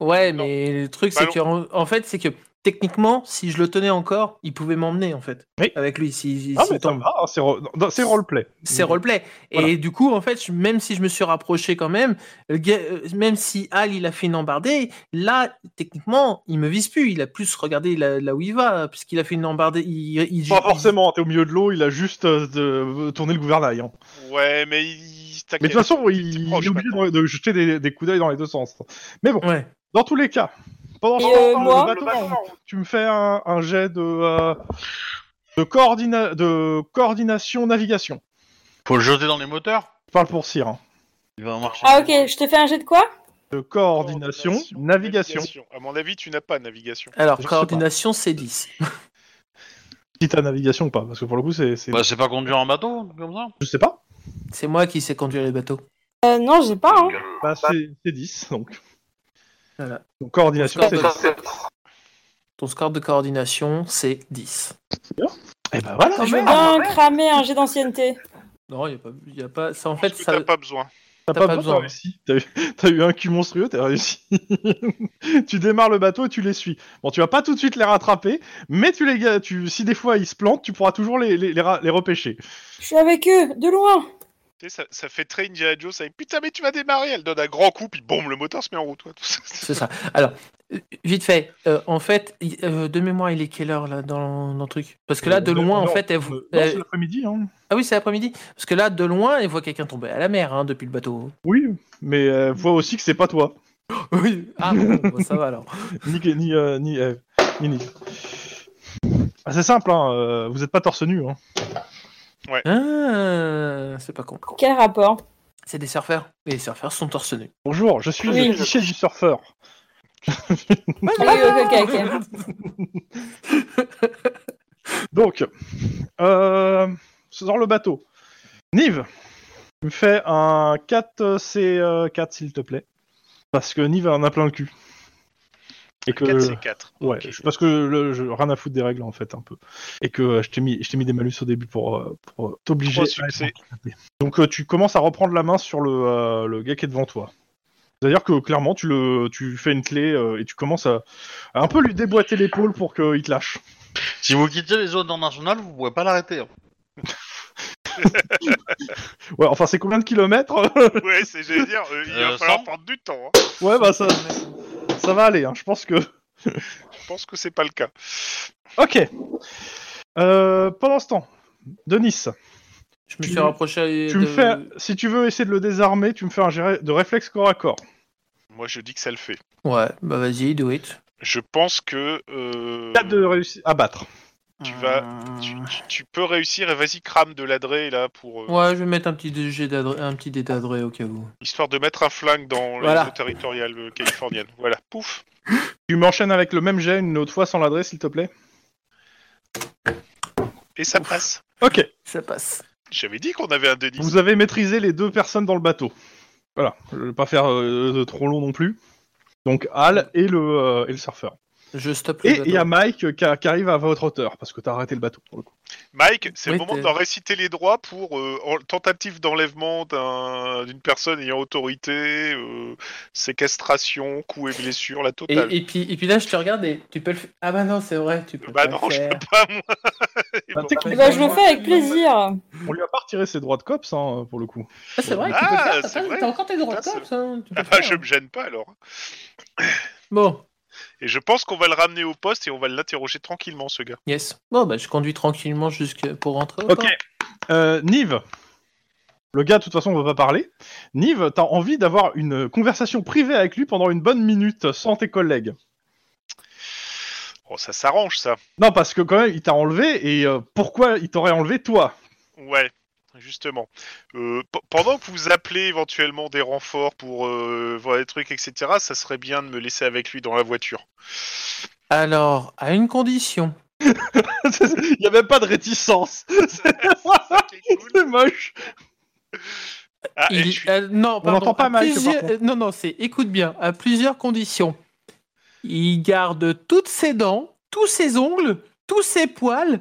Ouais,
Non. Bah,
mais le truc c'est
Ballon.
que en, en fait, c'est que techniquement, si je le tenais encore, il pouvait m'emmener en fait.
Oui.
Avec lui si, si-
ah,
s'il
mais ça
tombe.
va, hein, c'est ro- non, c'est roleplay.
c'est roleplay.
Voilà.
Et du coup, en fait, je- même si je me suis rapproché quand même, le gars- euh, même si Al il a fait une embardée, là techniquement il me vise plus. Il a plus regardé là, là où il va puisqu'il a fait une embardée. Il, il-
Pas
il-
forcément, t'es au milieu de l'eau, il a juste euh, de- tourné le gouvernail. hein.
Ouais, mais il.
Mais de toute façon, il, il
proche,
est obligé de, de jeter des, des coups d'œil dans les deux sens. Mais bon,
Ouais.
dans tous les cas, pendant
Et,
ce temps,
euh,
le
moi
bateau avance. tu me fais un, un jet de, euh, de, coordina- de coordination navigation.
Faut le jeter dans les moteurs
Je parle pour Cyr. hein.
Il va marcher.
Ah ok, je te fais un jet de quoi
De coordination, navigation.
À mon avis, tu n'as pas navigation.
Alors
Je sais
coordination c'est 10.
Si t'as navigation ou pas, parce que pour le coup, c'est. c'est-
Bah, c'est pas conduire un bateau, un truc comme ça
Je sais pas.
C'est moi qui sais conduire les bateaux.
euh, Non, j'ai pas. Hein.
Bah, c'est c'est 10, donc.
Voilà.
Donc, coordination,
Ton
c'est
score
10.
de- Ton score de coordination c'est 10.
Et bah voilà.
Je veux bien cramer un jet d'ancienneté.
Non, il y a pas, il y a pas. Ça en
En fait,
fait, ça,
t'as pas besoin.
T'as pas, besoin, t'as réussi. T'as eu, t'as eu un cul monstrueux, t'as réussi. tu démarres le bateau et tu les suis. Bon, tu vas pas tout de suite les rattraper, mais tu les, ga- tu, si des fois ils se plantent, tu pourras toujours les, les, les ra- les repêcher.
Je suis avec eux, de loin.
Tu sais, ça, ça fait très Indiana Jones. Ça fait, Putain, mais tu vas démarrer. Elle donne un grand coup, puis boum, le moteur se met en route. ouais.
C'est ça. Alors, euh, vite fait, euh, en fait, il- euh, de mémoire, il est quelle heure là dans, dans le truc Parce que là, de loin, en
Non,
fait, elle,
euh,
vou-
non,
elle-
c'est l'après-midi, hein.
ah oui, c'est l'après-midi. Parce que là, de loin, elle voit quelqu'un tomber à la mer hein, depuis le bateau.
Oui, mais euh, vois aussi que c'est pas toi,
Oui. Ah bon, bah, ça va alors.
ni ni euh, ni Eve, ni Nick. Ah, c'est simple, hein, euh, vous êtes pas torse nu. Hein.
Ah, c'est pas con.
Quel rapport
C'est des surfeurs. Et les surfeurs sont torse nu.
Bonjour, je suis
Oui.
le cliché du surfeur.
ok, ok,
Donc, euh, dans le bateau. Nive, tu me fais un 4C4, s'il te plaît. Parce que Nive en a plein le cul. Et que,
4 c'est 4.
ouais, parce que le, je, rien à foutre des règles en fait un peu, et que euh, je t'ai mis, je t'ai mis des malus au début pour, euh, pour euh, t'obliger.
Trois
à être
succès.
handicapé. Donc euh, tu commences à reprendre la main sur le, euh, le gars qui est devant toi. C'est-à-dire que clairement tu le, tu fais une clé euh, et tu commences à, à un peu lui déboîter l'épaule pour qu'il te lâche.
Si vous quittez les zones internationales, vous pouvez pas l'arrêter. hein.
Ouais, enfin c'est combien de kilomètres euh,
Ouais, c'est j'allais dire, euh, il va
Euh,
falloir
cent.
prendre du temps. hein.
Ouais, bah ça, ça va aller, hein. je pense que.
Je pense que c'est pas le cas.
Ok. Euh, pendant ce temps, Denis,
Je me
Tu-
suis rapproché.
tu me
de-
fais, si tu veux essayer de le désarmer, tu me fais un géré de réflexe corps à corps.
Moi, je dis que ça le fait.
Ouais, bah vas-y, do it.
Je pense que euh,
4 de réussite à battre.
Tu vas-
Euh,
tu, tu- tu peux réussir et vas-y crame de l'adré là pour euh,
Ouais, je vais mettre un petit dé d'adré, un petit dé d'adré au cas où.
histoire de mettre un flingue dans
Voilà.
les eaux territoriales euh, californiennes. Voilà, pouf.
Tu m'enchaînes avec le même jet une autre fois sans l'adresse, s'il te plaît.
Et ça passe.
Ok.
Ça passe.
J'avais dit qu'on avait un Denis.
Vous avez maîtrisé les deux personnes dans le bateau. Voilà. Je vais pas faire euh, trop long non plus. Donc Al et le, euh, et le surfeur.
Je stoppe le
Et
bateau.
il y a Mike euh, qui, a- qui arrive à votre hauteur parce que t'as arrêté le bateau pour le coup.
Mike, c'est
Oui,
le moment
t'es-
d'en réciter les droits pour euh, en- tentative d'enlèvement d'un- d'une personne ayant autorité, euh, séquestration, coup et blessure, la
Et,
totale.
et puis, et puis là, je te regarde et tu peux le faire. Ah bah non, c'est vrai, tu peux
Bah
pas
non,
le
je
faire.
peux pas moi. Et
Bah,
bon.
techniquement,
ok. Bah, je le fais avec plaisir.
On lui a pas retiré ses droits de cops hein, pour le coup.
Ah, c'est vrai, tu
Ah,
peux le faire.
c'est
t'as pas-
vrai.
T'as encore tes droits de
Putain,
cops, hein, tu peux le
Ah,
faire.
je me gêne pas alors.
Bon,
Et je pense qu'on va le ramener au poste et on va l'interroger tranquillement, ce gars.
yes. Bon, bah je conduis tranquillement jusqu'à pour rentrer. au
Ok.
port.
Euh, Nive, le gars, de toute façon, on va pas parler. Nive, t'as envie d'avoir une conversation privée avec lui pendant une bonne minute sans tes collègues.
Oh, ça s'arrange ça.
Non, parce que quand même, il t'a enlevé et euh, pourquoi il t'aurait enlevé toi
Ouais, justement. Euh, pe- pendant que vous appelez éventuellement des renforts pour euh, voir des trucs, etc., ça serait bien de me laisser avec lui dans la voiture.
Alors, à une condition.
Il y a même pas de réticence.
Ok, cool.
C'est moche.
Ah, et
Il-
je suis-
euh, non, pardon,
n'entend pas
à
Mike, par
plusieurs-
contre.
euh, Non, non, c'est écoute bien. À plusieurs conditions. Il garde toutes ses dents, tous ses ongles, tous ses poils,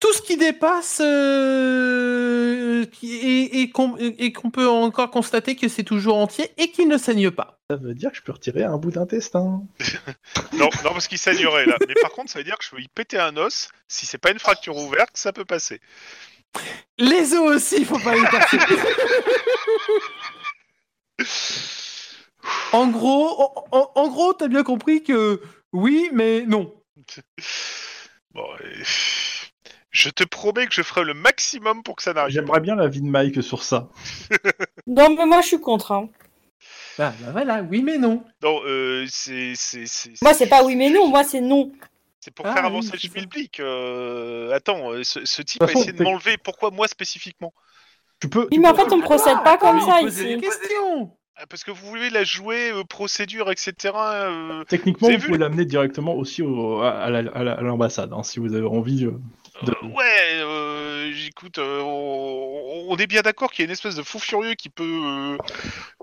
tout ce qui dépasse euh, qui- et, et qu'on et qu'on peut encore constater que c'est toujours entier et qu'il ne saigne pas.
Ça veut dire que je peux retirer un bout d'intestin.
Non, non, parce qu'il saignerait là. Mais par contre, ça veut dire que je peux y péter un os. Si c'est pas une fracture ouverte, ça peut passer.
Les os aussi, il faut pas les casser. en gros, en, en- en gros, t'as bien compris que oui, mais non.
Bon, et- je te promets que je ferai le maximum pour que ça n'arrive pas.
Ah, J'aimerais bien la vie de Mike sur ça.
Non, mais moi, je suis contre. hein.
Bah, bah voilà, oui, mais non.
Non, euh, c'est. c'est- c'est-
Moi, c'est pas oui, mais non. Moi, c'est non.
C'est pour
Ah,
faire
oui,
avancer
c'est
le
ça.
schmilblick. euh, attends, euh, ce, ce type
De
a
toute façon,
essayé de
t'es-
m'enlever. Pourquoi moi spécifiquement
Tu peux.
Oui, mais en fait, on procède pas comme
Ah,
ça
il posait
ici.
des questions.
Ah, Parce que vous voulez la jouer euh, procédure, etc. euh,
Techniquement,
J'ai
vous
vu.
pouvez l'amener directement aussi au- à, à la- à la- à l'ambassade hein, si vous avez envie. euh. De-
euh, ouais, euh, j'écoute. euh, on, on est bien d'accord qu'il y a une espèce de fou furieux qui peut euh,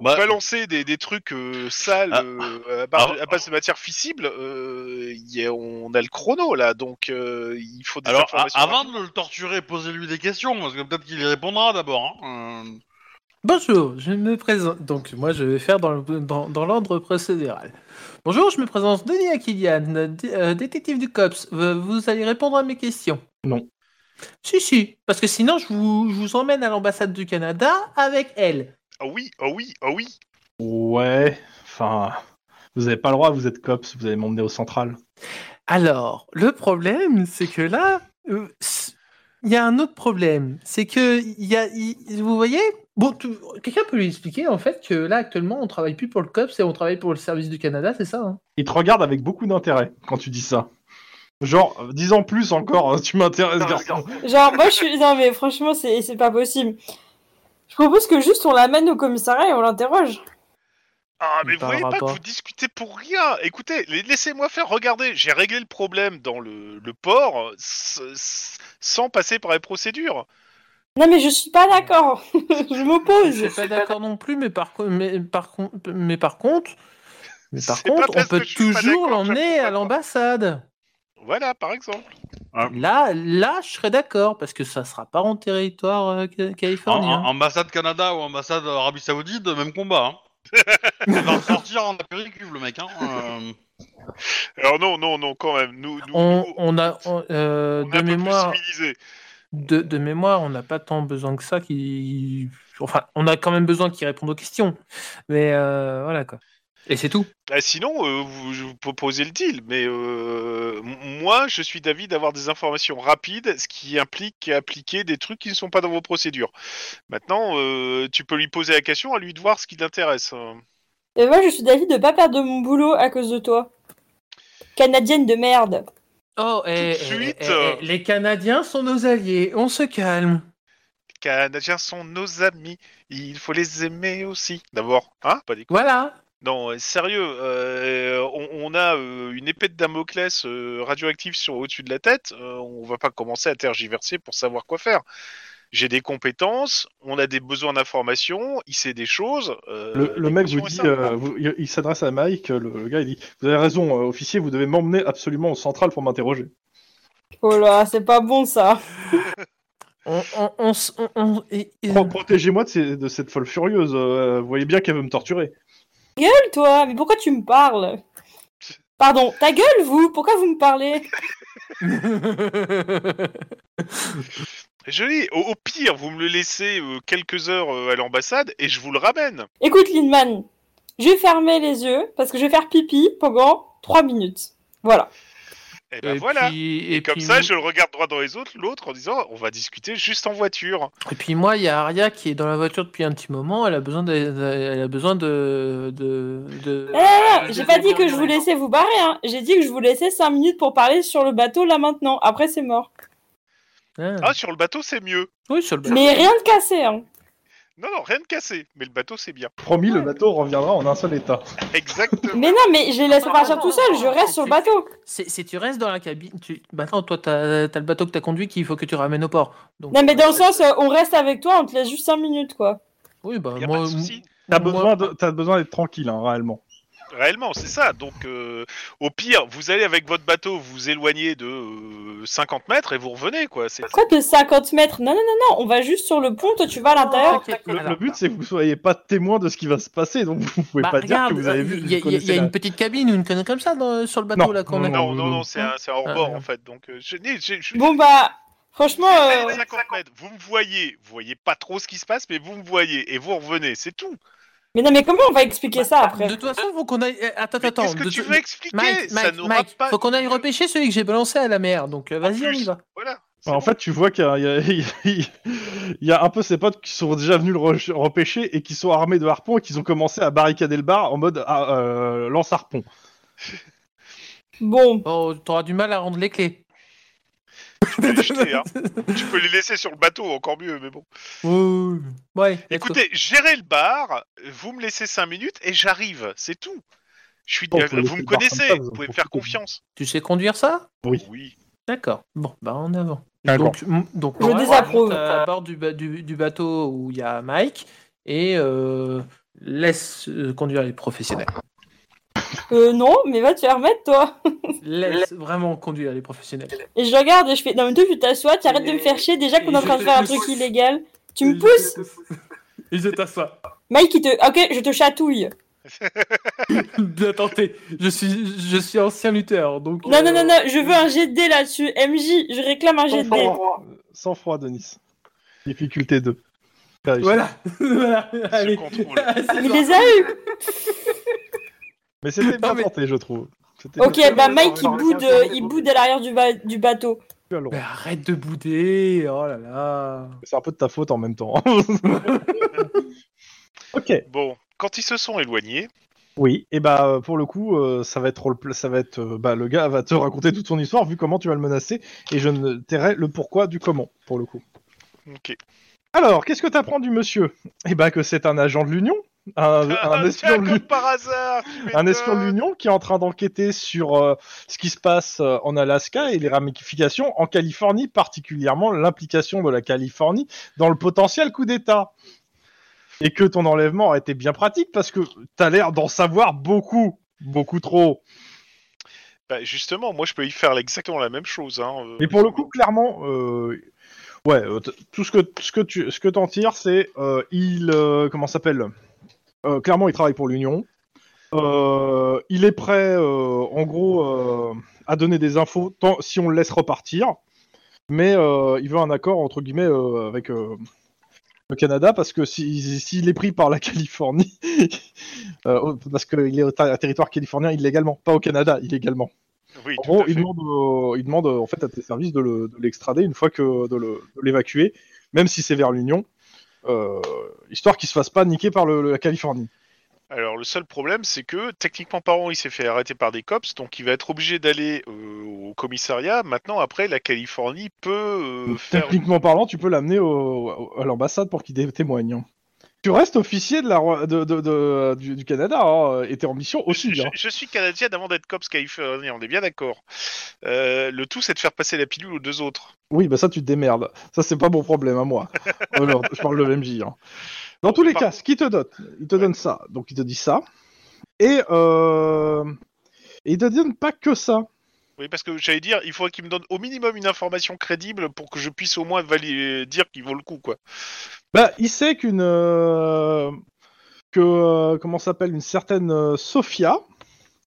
Bah,
balancer des, des trucs euh, sales
Ah.
euh, à, bar-
Ah.
à base de matière fissible. euh, il y a- on a le chrono là, donc euh, il faut des
alors, a-
informations.
avant de le torturer, posez-lui des questions, parce que peut-être qu'il y répondra d'abord. hein. Euh,
Bonjour, je me présente. Donc, moi, je vais faire dans le- dans- dans l'ordre procédural. Bonjour, je me présente Denis Akilian, euh, dé- euh, détective du COPS. Vous, vous allez répondre à mes questions
Non.
Si, si, parce que sinon, je vous, je vous emmène à l'ambassade du Canada avec elle.
Ah oui, ah oui, ah oui.
Ouais. Enfin, vous avez pas le droit. Vous êtes cops. Vous allez m'emmener au central.
Alors, le problème, c'est que là, euh, s- il y a un autre problème. C'est que, il y a, il- vous voyez, bon, tu- quelqu'un peut lui expliquer en fait que là, actuellement, on travaille plus pour le COPS et on travaille pour le service du Canada, c'est ça hein
Il te regarde avec beaucoup d'intérêt quand tu dis ça. Genre, 10 ans plus encore, hein, tu m'intéresses, garçon.
Genre, moi, je suis. Non, mais franchement, c'est c'est pas possible. Je propose que juste on l'amène au commissariat et on l'interroge.
Ah,
Il
mais vous voyez
parlera
pas que
pas.
vous discutez pour rien. Écoutez, la- laissez-moi faire. Regardez, j'ai réglé le problème dans le, le port euh, s- s- sans passer par les procédures.
Non, mais je suis pas d'accord. je
Je
m'oppose.
suis pas d'accord non plus, mais par, co- mais par, con- mais par contre, mais par
C'est pas
contre, on
parce
peut
que je suis pas
toujours
d'accord que
l'emmener
j'approuve
à
pas.
l'ambassade.
Voilà, par exemple.
Là, là, je serais d'accord parce que ça sera pas en territoire euh, ca-
En-
californien.
en- ambassade Canada ou ambassade Arabie Saoudite, même combat. Hein. Il va sortir en apéricube, le mec. Hein. Euh,
Alors non, non, non, quand même. Nous, nous,
On,
nous,
on a on- euh,
on est
de
un peu plus
mémoire,
civilisés.
de, de mémoire, on n'a pas tant besoin que ça. Qui, enfin, on a quand même besoin qu'il réponde aux questions. Mais euh, voilà quoi. Et c'est tout.
Ah, sinon, euh, vous, je vous proposez le deal, mais euh, m- moi, je suis d'avis d'avoir des informations rapides, ce qui implique appliquer des trucs qui ne sont pas dans vos procédures. Maintenant, euh, tu peux lui poser la question, à lui de voir ce qui l'intéresse. hein.
Et moi, je suis d'avis de pas perdre mon boulot à cause de toi. Canadienne de merde.
Oh, et,
Tout de
et-
suite,
et-
euh.
et- eh, les Canadiens sont nos alliés. On se calme.
Canadiens sont nos amis, il faut les aimer aussi. D'abord, hein Pas des coups.
Voilà.
Non, euh, sérieux, euh, on, on a euh, une épée de Damoclès euh, radioactive sur au-dessus de la tête. euh, on va pas commencer à tergiverser pour savoir quoi faire. J'ai des compétences, on a des besoins d'information, il sait des choses. euh,
Le, le
la
mec
question
vous
est
dit,
simple.
euh, vous- il, il s'adresse à Mike, le, le gars il dit Vous avez raison, euh, officier, vous devez m'emmener absolument au central pour m'interroger.
Oh là, c'est pas bon ça.
On, on, on, s- on- on- et- et-
Pro- Protégez-moi de, ces- de cette folle furieuse, euh, vous voyez bien qu'elle veut me torturer.
Gueule, toi, mais pourquoi tu me parles Pardon, ta gueule, vous Pourquoi vous me parlez
Je dis, au, au pire, vous me le laissez euh, quelques heures euh, à l'ambassade et je vous le ramène.
Écoute, Lindman, je vais fermer les yeux parce que je vais faire pipi pendant 3 minutes. Voilà.
Et ben
et
voilà.
puis-
et,
et
comme
puis-
ça, je le regarde droit dans les autres, l'autre en disant, on va discuter juste en voiture.
Et puis moi, il y a Aria qui est dans la voiture depuis un petit moment. Elle a besoin de. Elle a besoin de. de, de-
Ah.
Eh, eh, eh,
de-
j'ai
de-
pas dit que je vous laissais vous barrer, hein. J'ai dit que je vous laissais 5 minutes pour parler sur le bateau là maintenant. Après, c'est mort.
Ah.
Ah, sur le bateau, c'est mieux.
Oui, sur le
Ah,
bateau.
Mais rien de cassé, hein.
Non, non, rien de cassé, mais le bateau, c'est bien.
Promis, le bateau reviendra en un seul état.
Exactement.
Mais non, mais je les laisse partir tout seul, je reste sur le bateau.
C'est- Si tu restes dans la cabine. Tu... Maintenant, toi, t'as t'as le bateau que t'as conduit qu'il faut que tu ramènes au port. Donc,
Non, mais dans le sens, euh, on reste avec toi, on te laisse juste 5 minutes, quoi.
Oui, bah
Il a
moi.
pas de souci.
T'as
Moi-
besoin de- t'as besoin d'être tranquille, hein, réellement.
Réellement, c'est ça. Donc, euh, au pire, vous allez avec votre bateau, vous vous éloignez de euh, 50 mètres et vous revenez, quoi. C'est-
Quoi de 50 mètres Non, non, non, non, on va juste sur le pont, toi tu vas à l'intérieur.
T'inquiète,
Le,
alors.
le but c'est que vous soyez pas témoin de ce qui va se passer, donc vous pouvez
Bah,
pas
regarde,
dire que vous avez vu.
Il
vous
y, a- il y a- il y
connaissez
a
la-
une petite cabine ou une connerie comme ça dans- sur le bateau
Non,
là qu'on
non,
est.
Non, non, non, c'est un, c'est un
Ah,
hors-bord,
ouais.
en fait. Donc, euh, je, je- je-
Bon bah, franchement,
vous allez
euh,
à 50 mètres, vous me voyez. Vous voyez pas trop ce qui se passe, mais vous me voyez. Et vous revenez, c'est tout.
mais non, mais comment on va expliquer ça après
Bah, De toute façon, faut qu'on aille. eh, Attends,
Mais
attends.
Qu'est-ce que
de
tu
tout-
veux expliquer
Mike,
Ça
Mike,
n'aura
Mike,
pas...
faut qu'on aille repêcher celui que j'ai balancé à la mer. Donc euh, vas-y, on y
plus.
va.
Voilà. c'est
Enfin, Bah, en
bon.
fait, tu vois qu'il y, a- il y a- il y a un peu ses potes qui sont déjà venus le re- repêcher et qui sont armés de harpons et qui ont commencé à barricader le bar en mode ah, euh, lance-harpon.
Bon,
Oh, t'auras du mal à rendre les clés.
tu peux les jeter, hein. Tu peux les laisser sur le bateau, encore mieux, mais bon.
Ouh. Ouais. let's go.
Écoutez, gérez le bar, vous me laissez 5 minutes et j'arrive, c'est tout. Je suis...
Bon,
euh,
faut laisser
vous me
le bar comme
connaissez,
ça, vous
vous
en
pouvez
profitez.
me faire confiance.
tu sais conduire ça
Oui.
D'accord. Bon, bah en avant.
D'accord.
Donc, m- donc
Je
on va-
désapprouve.
monte À bord du, ba- du- du bateau où il y a Mike et euh, laisse euh, conduire les professionnels.
euh, non, mais va te faire mettre toi.
Laisse vraiment conduire les professionnels.
Et je regarde et je fais, non mais toi tu t'assois, tu arrêtes de me faire chier déjà qu'on est en train de faire un truc illégal. Tu me pousses
Et je t'assois.
Mike il te, ok, je te chatouille.
Bien tenté. Je suis, je suis ancien lutteur, donc.
Non, non,
euh,
non, non, je veux un jet de dés là-dessus, MJ, je réclame un jet de dés.
Sans froid, Denis. Difficulté 2. T'as réussi.
Voilà. voilà.
Se
Allez.
contrôle.
Mais il les a eu
Mais c'était bien
mais-
tenté, je trouve. C'était
Ok,
bien-
bah Mike il boude, euh, il boude à l'arrière du, ba- du bateau.
tu as le droit.
Mais arrête de bouder. Oh là là.
C'est un peu de ta faute en même temps. ok.
Bon, quand ils se sont éloignés,
Oui, et bah pour le coup, euh, ça va être roleplay- ça va être euh, bah, le gars va te raconter toute son histoire vu comment tu vas le menacer et je ne tairai le pourquoi du comment pour le coup.
Ok.
Alors, qu'est-ce que t'apprends du monsieur Eh bah que c'est un agent de l'Union, un, un espion de
comme
l'Union.
par hasard tu
Un
m'étonnes.
espion de l'Union qui est en train d'enquêter sur euh, ce qui se passe euh, en Alaska et les ramifications en Californie, particulièrement l'implication de la Californie dans le potentiel coup d'État. Et que ton enlèvement a été bien pratique parce que t'as l'air d'en savoir beaucoup, beaucoup trop.
Bah, justement, moi je peux y faire exactement la même chose. Hein. euh,
Mais pour le coup, clairement, euh, ouais, euh, t- tout ce que ce que tu ce que t'en tires, c'est euh, il euh, comment ça s'appelle Euh, Clairement, il travaille pour l'Union. Euh, il est prêt, euh, en gros, euh, à donner des infos tant si on le laisse repartir. Mais euh, il veut un accord entre guillemets euh, avec euh, le Canada parce que si- s'il est pris par la Californie, euh, parce qu'il est au ter- territoire californien illégalement, pas au Canada illégalement.
Oui,
En
tout
gros,
à
il
fait.
demande, euh, il demande euh, en fait à tes services de le- de l'extrader une fois que de le- de l'évacuer, même si c'est vers l'Union, euh, histoire qu'il se fasse pas niquer par le- le- la Californie.
Alors le seul problème, c'est que techniquement parlant, il s'est fait arrêter par des cops, donc il va être obligé d'aller euh, au commissariat. Maintenant, après, la Californie peut euh, faire.
Techniquement parlant, tu peux l'amener au- au- à l'ambassade pour qu'il dé- témoigne. hein. Tu restes officier de la roi- de- de- de- du, du Canada hein, et t'es en mission au
Je,
sud. hein.
je suis canadienne avant d'être cops californien, on est bien d'accord. Euh, le tout, c'est de faire passer la pilule aux deux autres.
Oui, bah ça tu te démerdes. Ça c'est pas mon problème à moi. Alors, je parle de MJ. hein. Dans
Bon,
tous les
par-
cas, ce qu'il te donne, il te donne ça. Donc il te dit ça. Et, euh... et il te donne pas que ça.
Oui, parce que j'allais dire, il faudrait qu'il me donne au minimum une information crédible pour que je puisse au moins vali- dire qu'il vaut le coup, quoi.
Bah, il sait qu'une euh, que euh, comment ça s'appelle une certaine euh, Sophia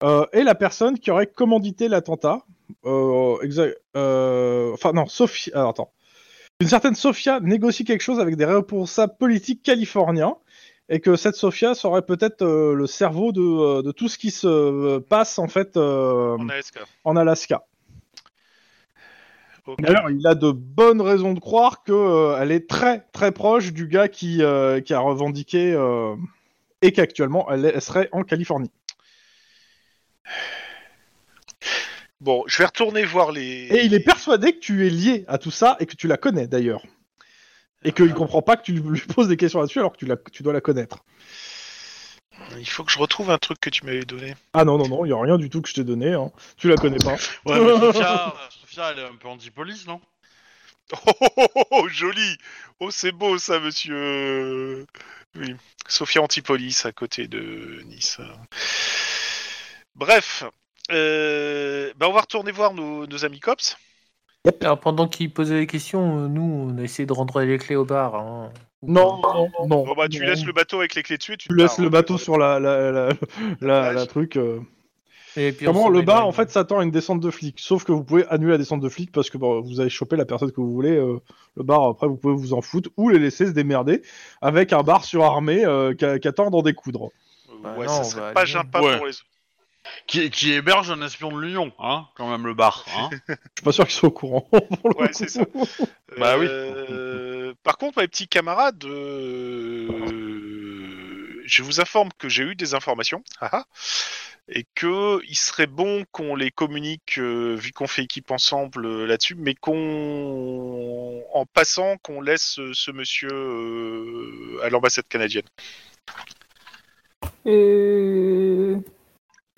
euh, est la personne qui aurait commandité l'attentat. Euh, exa- euh, enfin non, Sophia. alors, attends. Une certaine Sophia négocie quelque chose avec des responsables politiques californiens et que cette Sophia serait peut-être euh, le cerveau de, euh, de tout ce qui se euh, passe en fait euh,
En ASK.
en Alaska.
Ok.
D'ailleurs, il a de bonnes raisons de croire que euh, elle est très très proche du gars qui, euh, qui a revendiqué euh, et qu'actuellement elle, est- elle serait en Californie.
Bon, je vais retourner voir les.
Et il est persuadé que tu es lié à tout ça et que tu la connais d'ailleurs. Et qu'il comprend pas que tu lui lui poses des questions là-dessus alors que tu, la- tu dois la connaître.
Il faut que je retrouve un truc que tu m'avais donné.
Ah non, non, non, il n'y a rien du tout que je t'ai donné. hein. Tu la connais pas.
Ouais, mais Sophia, Sophia, elle est un peu anti-police, non
Oh, oh, oh, oh, oh, joli Oh, c'est beau ça, monsieur Oui, Sophia Antipolis à côté de Nice. Bref, euh, bah, on va retourner voir nos, nos amis cops.
Alors, pendant qu'il posait les questions, euh, nous, on a essayé de rendre les clés au bar. hein.
Non, non, non.
Bon, bah, tu
non.
laisses le bateau avec les clés dessus, tu,
Tu
te
laisses
barres,
le
hein.
bateau sur la, la, la, la- la truc. euh.
Et puis, on
Comment
s'en
le
met
bar
dans
en fait s'attend à une descente de flic, sauf que vous pouvez annuler la descente de flic parce que bon, vous avez chopé la personne que vous voulez. euh, le bar après vous pouvez vous en foutre ou les laisser se démerder avec un bar surarmé euh, qui, qui attend d'en découdre.
Euh,
Bah
ouais,
non,
ça
on
serait
va
pas
aller.
sympa
Ouais.
pour les autres.
qui, qui héberge un espion de l'Union, hein Quand même, le bar, hein
Je suis pas sûr qu'ils soient au courant. pour le
Ouais,
coup.
c'est ça.
Bah oui.
Euh, Par contre, mes petits camarades, euh, je vous informe que j'ai eu des informations ah ah, et que il serait bon qu'on les communique, euh, vu qu'on fait équipe ensemble euh, là-dessus, mais qu'on, en passant, qu'on laisse euh, ce monsieur euh, à l'ambassade canadienne.
Euh...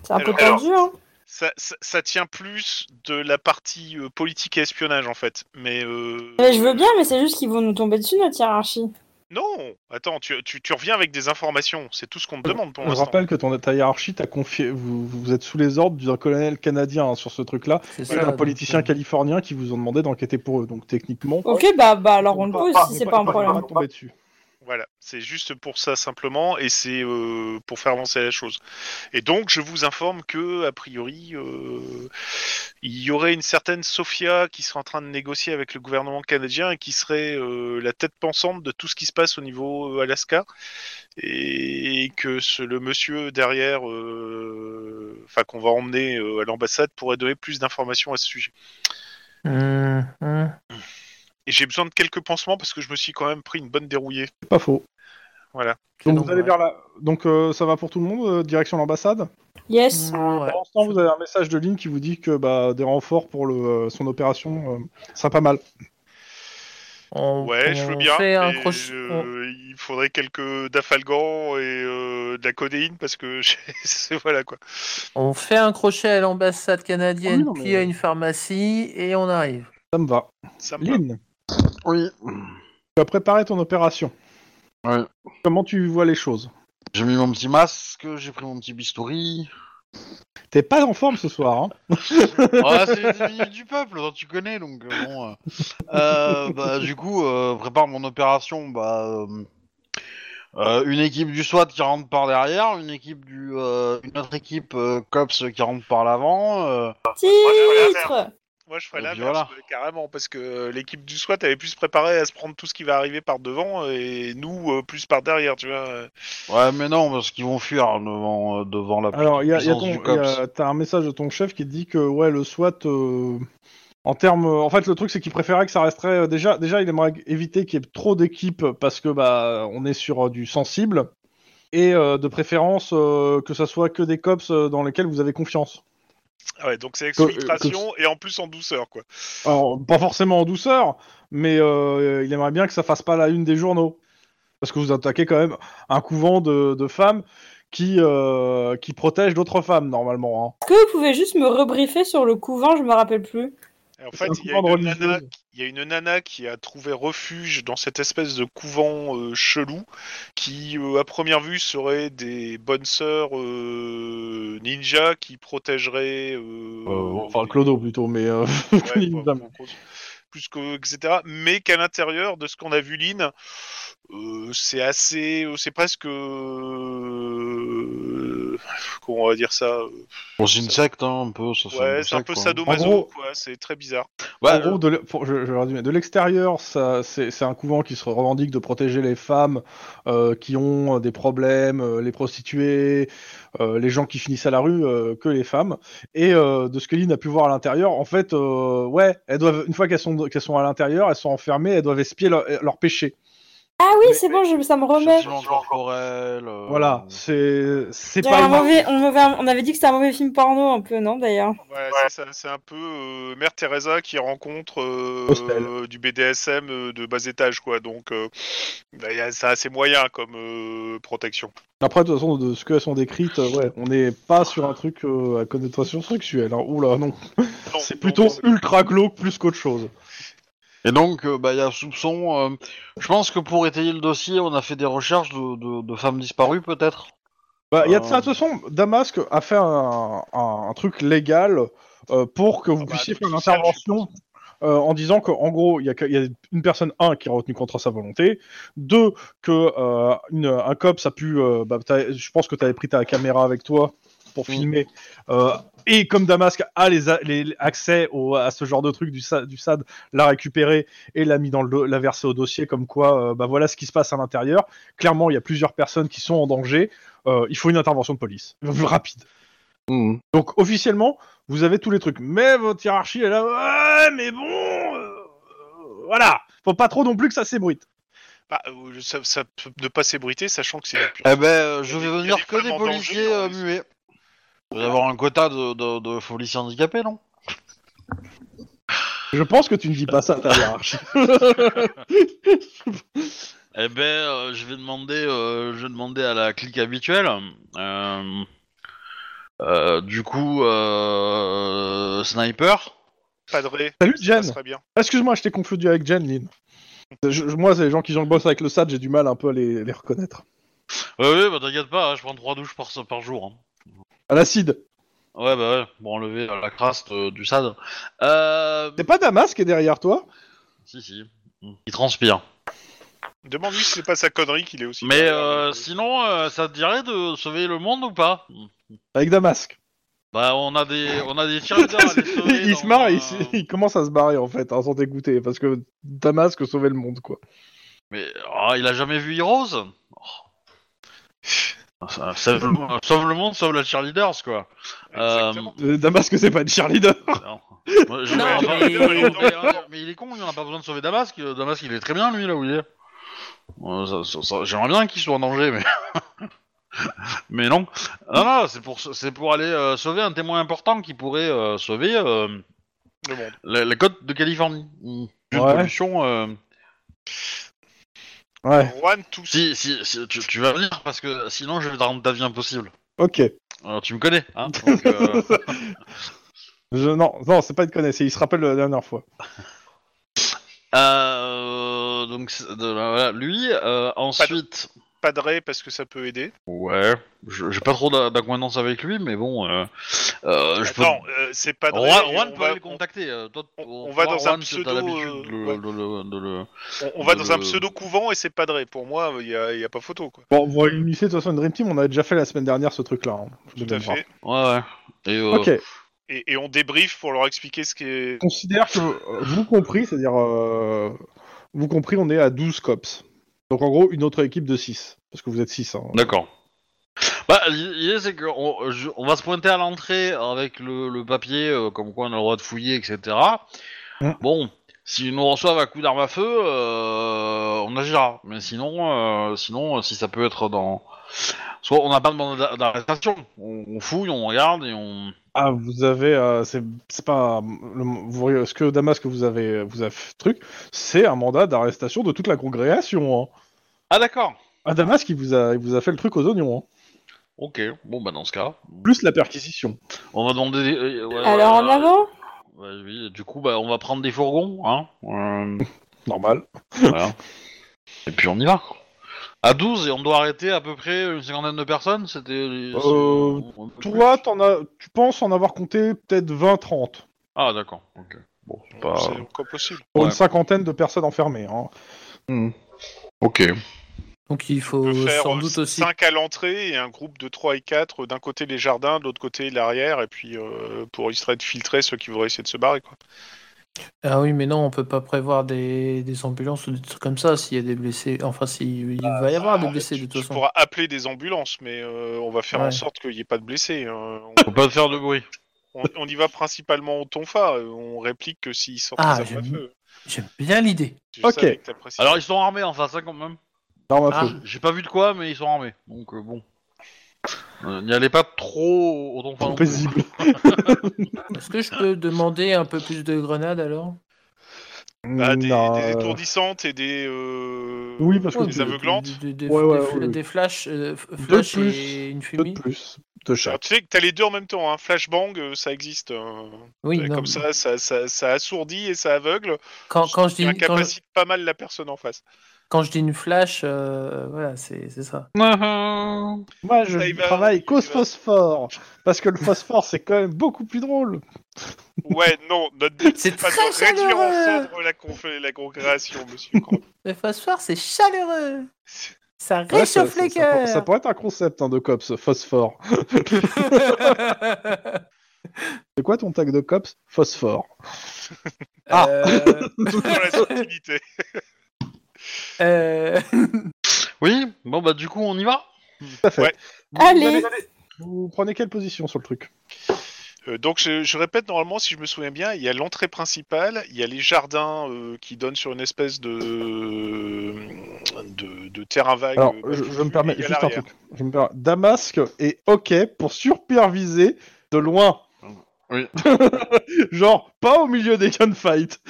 C'est un peu
Alors,
tendu, hein.
Ça, ça- ça tient plus de la partie euh, politique et espionnage en fait, mais. euh,
Mais je veux bien, mais c'est juste qu'ils vont nous tomber dessus, notre hiérarchie.
Non, attends, tu, tu, tu reviens avec des informations, c'est tout ce qu'on te demande pour
Je
l'instant.
rappelle que ton, ta hiérarchie t'a confié, vous, vous êtes sous les ordres d'un colonel canadien hein, sur ce truc-là,
C'est
et
ça,
d'un
donc,
politicien
euh,
californien qui vous ont demandé d'enquêter pour eux. Donc techniquement,
Ok, bah, bah alors on le pose si
on
c'est
peut-
pas
on
un
peut
problème.
tomber dessus.
Voilà, c'est juste pour ça simplement, et c'est euh, pour faire avancer la chose. Et donc, je vous informe que, a priori, euh, il y aurait une certaine Sophia qui serait en train de négocier avec le gouvernement canadien et qui serait euh, la tête pensante de tout ce qui se passe au niveau euh, Alaska, et que ce- le monsieur derrière, euh, enfin qu'on va emmener euh, à l'ambassade, pourrait donner plus d'informations à ce sujet.
hum, hum.
Et j'ai besoin de quelques pansements parce que je me suis quand même pris une bonne dérouillée.
C'est Pas faux.
Voilà.
Donc,
Non,
vous allez
ouais.
vers la... Donc euh, ça va pour tout le monde, euh, direction l'ambassade.
Yes.
Ouais.
Pour l'instant, vous avez un message de ligne qui vous dit que bah, des renforts pour le, euh, son opération, euh, ça pas mal.
On,
Ouais, je
on
veux bien.
fait un
mais,
croche- on-
euh, Il faudrait quelques dafalgans et euh, de la codéine parce que j'ai- c'est- voilà quoi.
On fait un crochet à l'ambassade canadienne,
Ah Oui, non, mais-
puis à une pharmacie, et on arrive.
Ça me va.
Ça me va.
Lynn,
Oui.
tu as préparé ton opération.
Ouais.
Comment tu vois les choses
J'ai mis mon petit masque, j'ai pris mon petit bistouri.
T'es pas en forme ce soir. Hein
Ah, c'est les ennemis du peuple, hein, tu connais, donc euh, bon. euh. Euh, bah, du coup, euh, prépare mon opération. Bah, euh, euh, une équipe du SWAT qui rentre par derrière, une équipe du, euh, une autre équipe euh, cops qui rentre par l'avant. euh.
Titre.
Moi, je ferais
Et
l'inverse
puis voilà.
euh, carrément parce que euh, l'équipe du SWAT avait plus se préparer à se prendre tout ce qui va arriver par devant et nous euh, plus par derrière, tu vois. euh.
Ouais, mais non, parce qu'ils vont fuir devant, euh, devant la
Alors, il y a, il y a
puissance
ton-
du
il y
cops.
a- t'as un message de ton chef qui te dit que ouais, le SWAT, euh, en termes, euh, en fait, le truc c'est qu'il préférait que ça resterait euh, déjà, déjà, il aimerait éviter qu'il y ait trop d'équipes parce que bah, on est sur euh, du sensible et euh, de préférence euh, que ça soit que des cops euh, dans lesquels vous avez confiance.
Ah ouais, donc c'est
Que- euh,
exfiltration et en plus en douceur quoi.
Alors, pas forcément en douceur, mais euh, il aimerait bien que ça fasse pas la une des journaux. Parce que vous attaquez quand même un couvent de, de femmes qui, euh, qui protègent d'autres femmes, normalement. hein.
Est-ce que vous pouvez juste me rebriefer sur le couvent Je me rappelle plus.
Et en
C'est
fait,
un
il y, a
couvent de
une nana,
religieuses.
il y a une nana qui a trouvé refuge dans cette espèce de couvent euh, chelou qui, euh, à première vue, serait des bonnes sœurs euh, ninja qui protégeraient. euh,
hein. enfin,
des-
Clodo plutôt, mais. euh,
ouais,
que les
pas-
dames.
pas- plus que etc. Mais qu'à l'intérieur de ce qu'on a vu, Lynn, euh, c'est assez, c'est presque, euh, comment on va dire ça euh,
Bon, c'est une secte, hein, un peu. Ça,
Ouais, c'est un peu sadomaso,
En gros-
quoi. C'est très bizarre.
en gros, de l'e- pour- je- je vais résumer. de l'extérieur, ça- c'est c'est un couvent qui se revendique de protéger les femmes euh, qui ont euh, des problèmes, euh, les prostituées, euh, les gens qui finissent à la rue, euh, que les femmes. Et euh, de ce que Lynn a pu voir à l'intérieur, en fait, euh, ouais, elles doivent, une fois qu'elles sont, qu'elles sont à l'intérieur, elles sont enfermées, elles doivent espier leur, leur péché.
Ah oui, c'est bon, je- ça me remet.
Châtiment corporel. euh,
Voilà, c'est c'est
J'avais un
pas. une-
mauvais- on, m'avait- on avait dit que c'était un mauvais film porno un peu, non d'ailleurs
Ouais, c'est ça, c'est un peu euh, Mère Teresa qui rencontre euh,
Hostel.
euh, du BDSM euh, de bas étage, quoi. Donc, euh, bah, y a- c'est assez moyen comme euh, protection.
Après, de toute façon, de ce qu'elles sont décrites, euh, ouais, on n'est pas sur un truc euh, à connotation sexuelle. Hein. Oula, non.
Non,
C'est
non,
plutôt
c'est-
ultra glauque plus qu'autre chose.
Et donc, euh, bah, il y a soupçon. euh, je pense que pour étayer le dossier, on a fait des recherches de, de- de femmes disparues, peut-être.
Bah, il y a de
Euh.
ça. De toute façon, Damasque a fait un, un- un truc légal euh, pour que vous
Ah bah,
puissiez
un
faire
truc
une
fiscal,
intervention euh, en disant qu'en gros, il y, a que- il y a une personne, un, qui est retenue contre sa volonté, deux, que euh, une- un cops a pu. euh, bah, t'as- je pense que tu avais pris ta caméra avec toi pour filmer. euh, et comme Damasque a les, a- les- les accès au- à ce genre de truc du, sa- du SAD, l'a récupéré et l'a mis dans le, do- l'a versé au dossier comme quoi, euh, bah voilà ce qui se passe à l'intérieur. Clairement, il y a plusieurs personnes qui sont en danger. Euh, il faut une intervention de police Euh, rapide. Donc officiellement, vous avez tous les trucs, mais votre hiérarchie est là. Ouais, mais bon, euh, voilà, faut pas trop non plus que ça s'ébruite.
Bah, euh, ça, ça peut ne pas s'ébriter, sachant que c'est
Ah
du pur-
Eh ben, euh, je
Il y a
vais
des- il y a
venir
des
que
femmes
des
en
policiers
danger,
euh,
en plus.
muets. Vous allez avoir un quota de, de, de policiers handicapés, non
Je pense que tu ne dis pas ça à ta hiérarchie.
Eh ben, euh, je vais demander, euh, je vais demander à la clique habituelle. euh, euh, du coup, euh, sniper.
padré.
Salut
Ça
Jen.
serait bien.
Excuse-moi, je t'ai confondu avec Jen Lynn. Je- je- moi, c'est les gens qui bossent avec le SAD, j'ai du mal un peu à les, les reconnaître.
Ouais, ouais, bah t'inquiète pas, hein, je prends trois douches par, par jour. hein.
À l'acide.
Ouais, bah ouais, pour enlever euh, la crasse euh, du SAD. Euh...
C'est pas Damas qui est derrière toi
Si, si. Il transpire.
Demande-lui si c'est pas sa connerie qu'il est aussi.
Mais euh, sinon, euh, ça te dirait de sauver le monde ou pas
Mm. Avec Damasque.
Bah, on a des, on a des cheerleaders à les sauver.
il se
dans,
marre, et
euh,
il, se- il commence à se barrer en fait, hein, sans t'écouter, parce que Damasque sauvait le monde quoi.
Mais ah, il a jamais vu Heroes Oh. Ça- ça- Sauve le monde, sauve la cheerleaders, quoi.
Exactement.
Euh, Damasque, c'est pas une cheerleader.
Non. Moi, je-
Non,
ouais,
mais-
non, mais... mais il est con, il en a pas besoin de sauver Damasque. Damasque, il est très bien, lui, là où il est. Euh, ça- ça- ça- J'aimerais bien qu'il soit en danger, mais. mais non. Non, non, c'est pour, c'est pour aller euh, sauver un témoin important qui pourrait euh, sauver euh,
Le monde.
la, la côte de Californie. Une
Ouais.
pollution. euh,
Ouais,
Juan tous.
Si, si, si, tu, tu vas venir parce que sinon je vais te rendre ta vie impossible.
ok.
Alors, tu me connais, hein donc, euh,
Je- non, non, c'est pas une connaisse, il se rappelle la dernière fois.
euh, donc, c'est- de- voilà, lui, euh, ensuite.
Padré parce que ça peut aider.
Ouais, je- j'ai pas trop d'a- d'acquaintance avec lui, mais bon. Euh, euh, je peux...
Attends, euh, c'est Padré.
Juan,
et
Juan
on
peut
va-
aller le contacter. euh, toi,
on-
toi,
on va dans un
Juan, si t'as
pseudo,
l'habitude de le-
euh, ouais.
de le- de le-
on, on va dans un
Euh,
pseudo couvent et c'est Padré. Pour moi, il n'y a, il y a pas photo. Quoi.
Bon, vous réunissez de toute façon une Dream Team, on a déjà fait la semaine dernière ce truc-là. hein. Je
Tout
vous
à
demandera.
fait.
Ouais, ouais. Et, euh,
Ok,
Et, et on débrief pour leur expliquer ce qui est.
considère que euh, vous compris, c'est-à-dire euh, vous compris, on est à 12 cops. Donc en gros, une autre équipe de 6. Parce que vous êtes hein. 6.
D'accord. Bah, l'idée c'est qu'on on va se pointer à l'entrée avec le, le papier euh, comme quoi on a le droit de fouiller, etc.
Mm.
Bon, s'ils nous reçoivent à coups d'arme à feu, euh, on agira. Mais sinon, euh, sinon, euh, si ça peut être dans, soit on n'a pas de mandat d'a- d'arrestation, on, on fouille, on regarde et on.
Ah, vous avez. euh, c'est c'est pas. euh, le- vous- ce que Damas, que vous avez. Vous avez fait truc, c'est un mandat d'arrestation de toute la congrégation. Hein.
Ah d'accord.
Ah, Damas, qui vous a, il vous a fait le truc aux oignons. hein.
Ok. Bon bah dans ce cas,
Plus la perquisition.
on va demander. des- euh, ouais,
Alors
ouais,
en avant
ouais, oui, du coup, bah on va prendre des fourgons, hein. euh,
Normal.
Voilà. Et puis on y va. À 12, et on doit arrêter à peu près une cinquantaine de personnes C'était.
Euh, Toi, t'en as, tu penses en avoir compté peut-être 20-30.
Ah, d'accord. ok. Bon, c'est pas.
C'est encore possible.
Pour
Ouais.
une cinquantaine de personnes enfermées. Hein.
Ok.
Donc il
On
faut
peut faire
Euh, sans doute aussi.
5 à l'entrée et un groupe de 3 et 4 d'un côté les jardins, de l'autre côté l'arrière, et puis euh, pour essayer de filtrer ceux qui voudraient essayer de se barrer. Quoi.
Ah oui, mais non, on peut pas prévoir des, des ambulances ou des trucs comme ça s'il y a des blessés. Enfin, s'il il va y avoir des blessés de
Bah, ah, tu,
toute
tu
façon.
pourras appeler des ambulances, mais euh, on va faire en
Ouais.
sorte qu'il n'y ait pas de blessés. euh,
Faut pas faire de bruit.
on, on- on y va principalement au tonfa, euh, on réplique que s'ils sortent
Ah,
des euh, armes à
j'aime.
feu.
J'aime bien l'idée.
Je
Ok.
savais que t'apprécies.
Alors, ils sont armés en face, hein, quand même.
Arme à
Ah.
feu.
J'ai pas vu de quoi, mais ils sont armés. Donc, euh, bon. Euh, N'y allez pas trop au ton
Trop paisible.
Est-ce que je peux demander un peu plus de grenades alors
Ah, des,
Non,
des
euh,
étourdissantes et des. euh,
Oui, parce que
des
tu-
aveuglantes.
Des, des- des-
Ouais, ouais,
des fl-
ouais, ouais.
des flashs, euh, f- flash
plus.
et une
deux de
fumée.
plus. De
Alors,
chaque.
tu sais que t'as les deux en même temps, hein. flashbang, euh, ça existe. hein.
Oui,
Ouais,
non,
comme ça ça, ça, ça assourdit et ça aveugle.
Quand, quand je
Ça
dis, quand, je-
incapacite pas mal la personne en face.
quand je dis une flash, euh, voilà, c'est c'est ça.
Moi, je
Ça y va,
travaille
il
qu'au
va.
phosphore. Parce que le phosphore, c'est quand même beaucoup plus drôle.
Ouais, non, notre but
C'est
c'est pas
très
de réduire en
chaleureux.
cendres la, conf- la congrégation, monsieur. Croc.
Le phosphore, c'est chaleureux. Ça
Ouais, ça,
réchauffe
ça-
les
ça pour-
cœurs.
ça pourrait être un concept hein, de cops, phosphore. C'est quoi ton tag de cops Phosphore. Ah.
Euh,
Dans la subtilité.
euh,
Oui, bon, bah, du coup, on y va.
Tout à fait.
Ouais.
Allez
Vous prenez quelle position sur le truc
Euh, donc je, je répète normalement, si je me souviens bien, il y a l'entrée principale, il y a les jardins euh, qui donnent sur une espèce de de, de terrain vague.
Alors,
euh,
je, je
confus,
me permets
et il y a
juste un
l'arrière.
truc. Je me permets. Damasque est OK pour superviser de loin.
Oui.
Genre, pas au milieu des gunfights.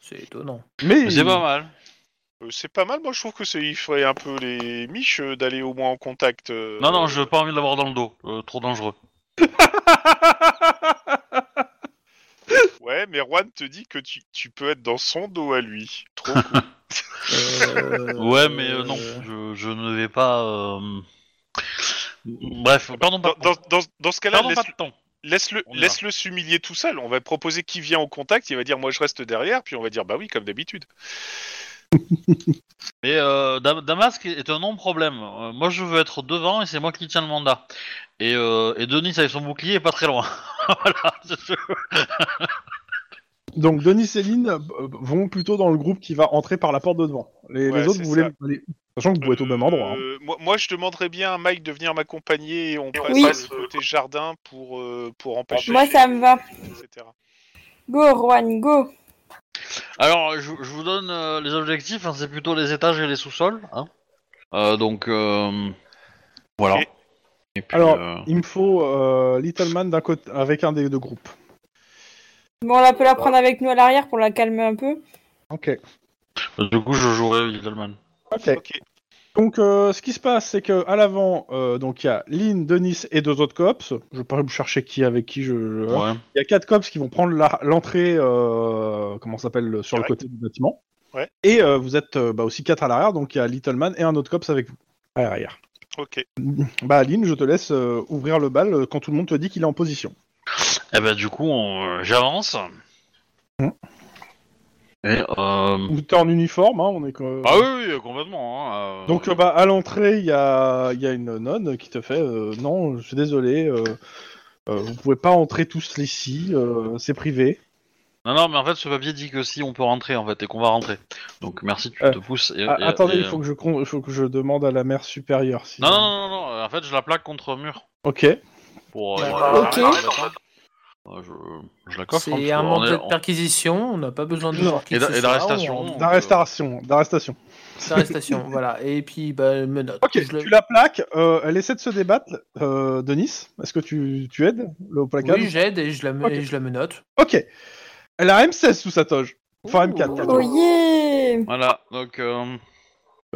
C'est étonnant.
Mais
C'est pas mal.
Euh, c'est pas mal, moi je trouve que c'est il ferait un peu les miches euh, d'aller au moins en contact. euh,
Non, non, j'ai pas envie de l'avoir dans le dos. Euh, trop dangereux.
Ouais, mais Juan te dit que tu, tu peux être dans son dos à lui. Trop cool.
Euh,
Ouais, mais euh, non, je, je ne vais pas. euh, Bref, pardon,
dans,
pas,
dans, dans- dans ce cas-là,
pardon, pas de temps.
laisse,
On y
le laisse-le s'humilier tout seul. On va proposer qui vient au contact, il va dire moi je reste derrière, puis on va dire bah oui, comme d'habitude.
Mais euh, Dam- Damasque est un non-problème. Euh, moi, je veux être devant et c'est moi qui tiens le mandat. Et, euh, et Denis avec son bouclier est pas très loin. voilà.
Donc Denis et Lynn euh, vont plutôt dans le groupe qui va entrer par la porte de devant. Les,
Ouais,
les autres,
c'est
vous voulez...
ça.
aller- Sachant que vous êtes au même endroit. hein.
Euh, moi, moi, je demanderais bien à Mike de venir m'accompagner et on passe
Oui.
euh, côté jardin pour, euh, pour empêcher.
Moi ça me va.
etc.
Go Juan, go
Alors, je, je vous donne euh, les objectifs. hein, c'est plutôt les étages et les sous-sols. hein. Euh, donc, euh, voilà.
Et-
Et puis,
Alors,
euh,
il me faut euh, Little Man d'un côté, avec un des deux groupes.
Bon, on la peut la prendre avec nous à l'arrière pour la calmer un peu.
Ok.
du coup, je jouerai Little
Ok.
Ok.
Donc, euh, ce qui se passe, c'est que à l'avant, euh, donc il y a Lynn, Denis et deux autres cops. Je vais pas vous chercher qui avec qui. Je. je-
Ouais.
Il y a quatre cops qui vont prendre la- l'entrée, euh, comment ça s'appelle, le- sur le
Ouais.
côté du bâtiment.
Ouais.
Et euh, vous êtes euh, bah, aussi quatre à l'arrière, donc il y a Little Man et un autre cops avec vous. À l'arrière.
Ok.
Bah, Lynn, je te laisse euh, ouvrir le bal euh, quand tout le monde te dit qu'il est en position.
Eh ben, du coup, on- euh, j'avance.
Hmm.
Et, euh,
Ou T'es en uniforme, hein, on est. que-
Ah oui, oui, complètement. hein, euh,
Donc euh, bah, à l'entrée, il y a, il y a une nonne qui te fait euh, Non, je suis désolé, euh, euh, vous pouvez pas entrer tous ici, euh, c'est privé.
Non, non, mais en fait, ce papier dit que si on peut rentrer, en fait, et qu'on va rentrer. Donc, merci, tu
Euh,
te pousses. et-
Ah,
et-
attendez,
et- euh,
il faut que, je con- il faut que je demande à la mère supérieure. Si
Non, non, non, non, non, euh, en fait, je la plaque contre un mur.
Ok.
Pour,
Ah,
D'accord.
pour-
Ok.
Euh, je, je la coffre. hein,
C'est
parce qu'on
un manque
est-
de
on-
perquisition, on n'a pas besoin de
Non.
voir
Et
qui que
d'a-
ce
et
soit,
d'arrestation.
on-
euh,
D'arrestation, d'arrestation.
D'arrestation, voilà. Et puis, bah, menottes.
Ok,
Je le-
tu la plaques, euh, elle essaie de se débattre, euh, Denis, est-ce que tu, tu aides le placard
Oui, j'aide et je la, me-
Ok.
et je la menote.
Ok, elle a M16 sous sa toge, enfin
Ouh.
M4. quatre.
Oh yeah
Voilà, donc. euh,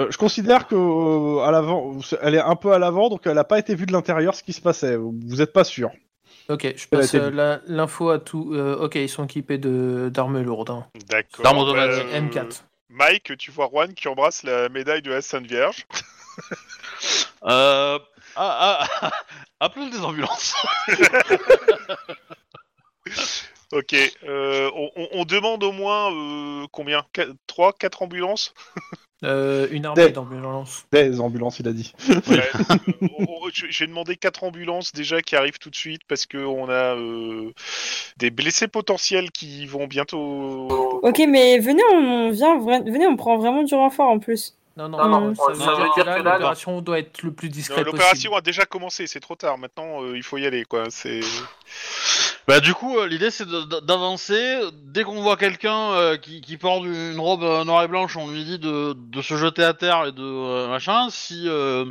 Euh, je considère que euh, à l'avant, elle est un peu à l'avant, donc elle n'a pas été vue de l'intérieur ce qui se passait, vous êtes pas sûr.
Ok, je
Elle a
passe
été
euh, la- l'info à tout. euh, ok, ils sont équipés de d'armes lourdes. hein.
D'accord.
D'armes automatiques,
Bah, euh,
M4.
Mike, tu vois Juan qui embrasse la médaille de la Sainte Vierge.
euh, ah, ah, appelle des ambulances.
Ok. euh, on, on- on demande au moins euh, combien 3, 4 ambulances
Euh, une armée
Des-
d'ambulance.
Des ambulances, il a dit.
Ouais, euh, on- on- je- J'ai demandé 4 ambulances déjà qui arrivent tout de suite parce qu'on a euh, des blessés potentiels qui vont bientôt.
Ok, mais venez, on vient, vra- venez, on prend vraiment du renfort en plus.
Non, non,
Non,
non,
non,
ça veut
ça
dire que là,
que là,
l'opération doit être le plus
Non,
discrète possible.
L'opération a déjà commencé, c'est trop tard. Maintenant, euh, il faut y aller, quoi. C'est.
Bah du coup, euh, l'idée c'est de- de- d'avancer. Dès qu'on voit quelqu'un euh, qui, qui porte une robe euh, noire et blanche, on lui dit de, de se jeter à terre et de euh, machin. Si euh,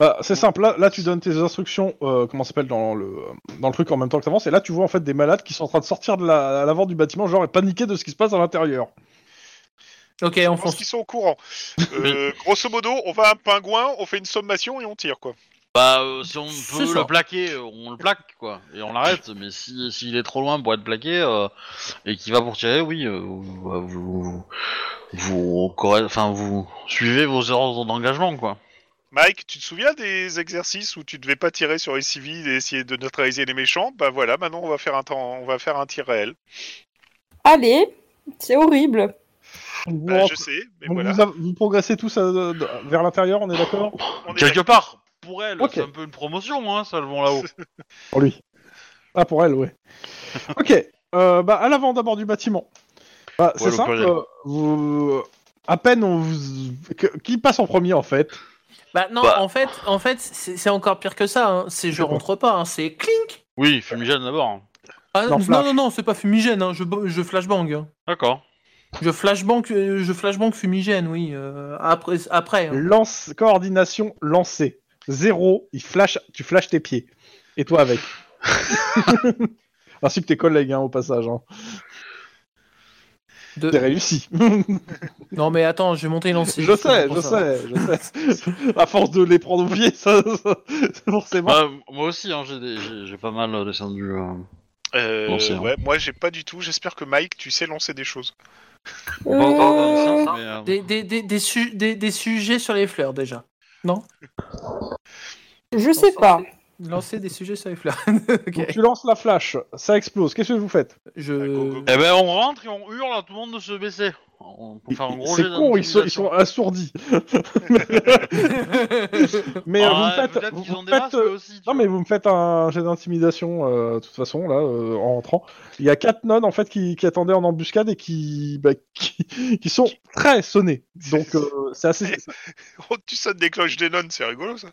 Bah, c'est simple, là, là, tu donnes tes instructions, euh, comment ça s'appelle, dans le, dans le truc en même temps que t'avances, et là tu vois en fait des malades qui sont en train de sortir de la- à l'avant du bâtiment, genre et paniqués de ce qui se passe à l'intérieur.
Ok,
Je
on
pense
fonce.
qu'ils sont au courant. Euh, grosso modo, on va à un pingouin, on fait une sommation et on tire, quoi.
bah euh, si on
Ce
peut
soir.
le plaquer, euh, on le plaque quoi et on l'arrête. Mais si s'il est trop loin pour être plaqué euh, et qu'il va pour tirer, oui, euh, vous bah, vous vous corre- enfin vous suivez vos ordres d'engagement quoi.
Mike, tu te souviens des exercices où tu devais pas tirer sur les civils et essayer de neutraliser les méchants Bah voilà, maintenant on va faire un temps, on va faire un tir réel.
Allez, c'est horrible.
Donc, vous,
Bah,
rentrez-
je sais, mais
donc,
voilà.
vous av- vous progressez tous à- à- vers l'intérieur, on est d'accord
On est
Quelque part pour elle,
Ok.
c'est un peu une promotion hein, ça le vont là-haut.
Pour lui. Ah, pour elle, ouais. ok, euh, bah, à l'avant d'abord du bâtiment. Bah, c'est
le
simple,
pluriel.
euh, vous... à peine on vous... que- qui passe en premier en fait
Bah non,
Bah.
en fait, en fait c'est c'est encore pire que ça. hein. C'est je
C'est quoi
rentre pas, hein. c'est clink.
Oui, fumigène d'abord.
Ah,
Non,
non,
flash.
non, non, c'est pas fumigène. hein. Je, bo- je flashbang. hein.
D'accord.
Je flashbang, euh, je flashbang fumigène, oui. euh, après, après. hein.
Lance, coordination lancée. Zéro, il flash, tu flashes tes pieds. Et toi avec. Ainsi que tes collègues, hein, au passage. Hein.
De-
T'es réussi.
Non mais attends, j'ai monté lancé.
je sais, je sais, je sais. À force de les prendre au pied, ça, ça- forcément.
Bah, moi aussi, hein, j'ai des- j'ai j'ai pas mal euh, descendu. euh.
Euh,
Bon, c'est vrai.
ouais, moi j'ai pas du tout. J'espère que Mike, tu sais lancer des choses.
Pas encore dans le sens,
Euh,
mais, euh,
Des, des, des, des, su- des- des sujets sur les fleurs déjà.
je sais pas.
Lancer des sujets sur les fleurs. Ok.
Donc, tu lances la flash, ça explose. Qu'est-ce que vous faites
go,
Je...
go,
Eh ben, on rentre et on hurle à tout le monde de se baisser. On on fait un gros
C'est
jet
con, ils sont, ils
d'intimidation.
sont assourdis. Mais euh, vous me
Ah,
faites,
peut-être
vous
qu'ils ont
me
des
faites,
masques
euh,
aussi. tu
non mais vous me faites un jet d'intimidation euh, de toute façon là euh, en rentrant. Il y a quatre nonnes en fait qui, qui attendaient en embuscade et qui bah, qui, qui sont très sonnées.
Eh,
Donc euh, c'est assez.
Oh, tu sonnes des cloches des nonnes, c'est rigolo ça.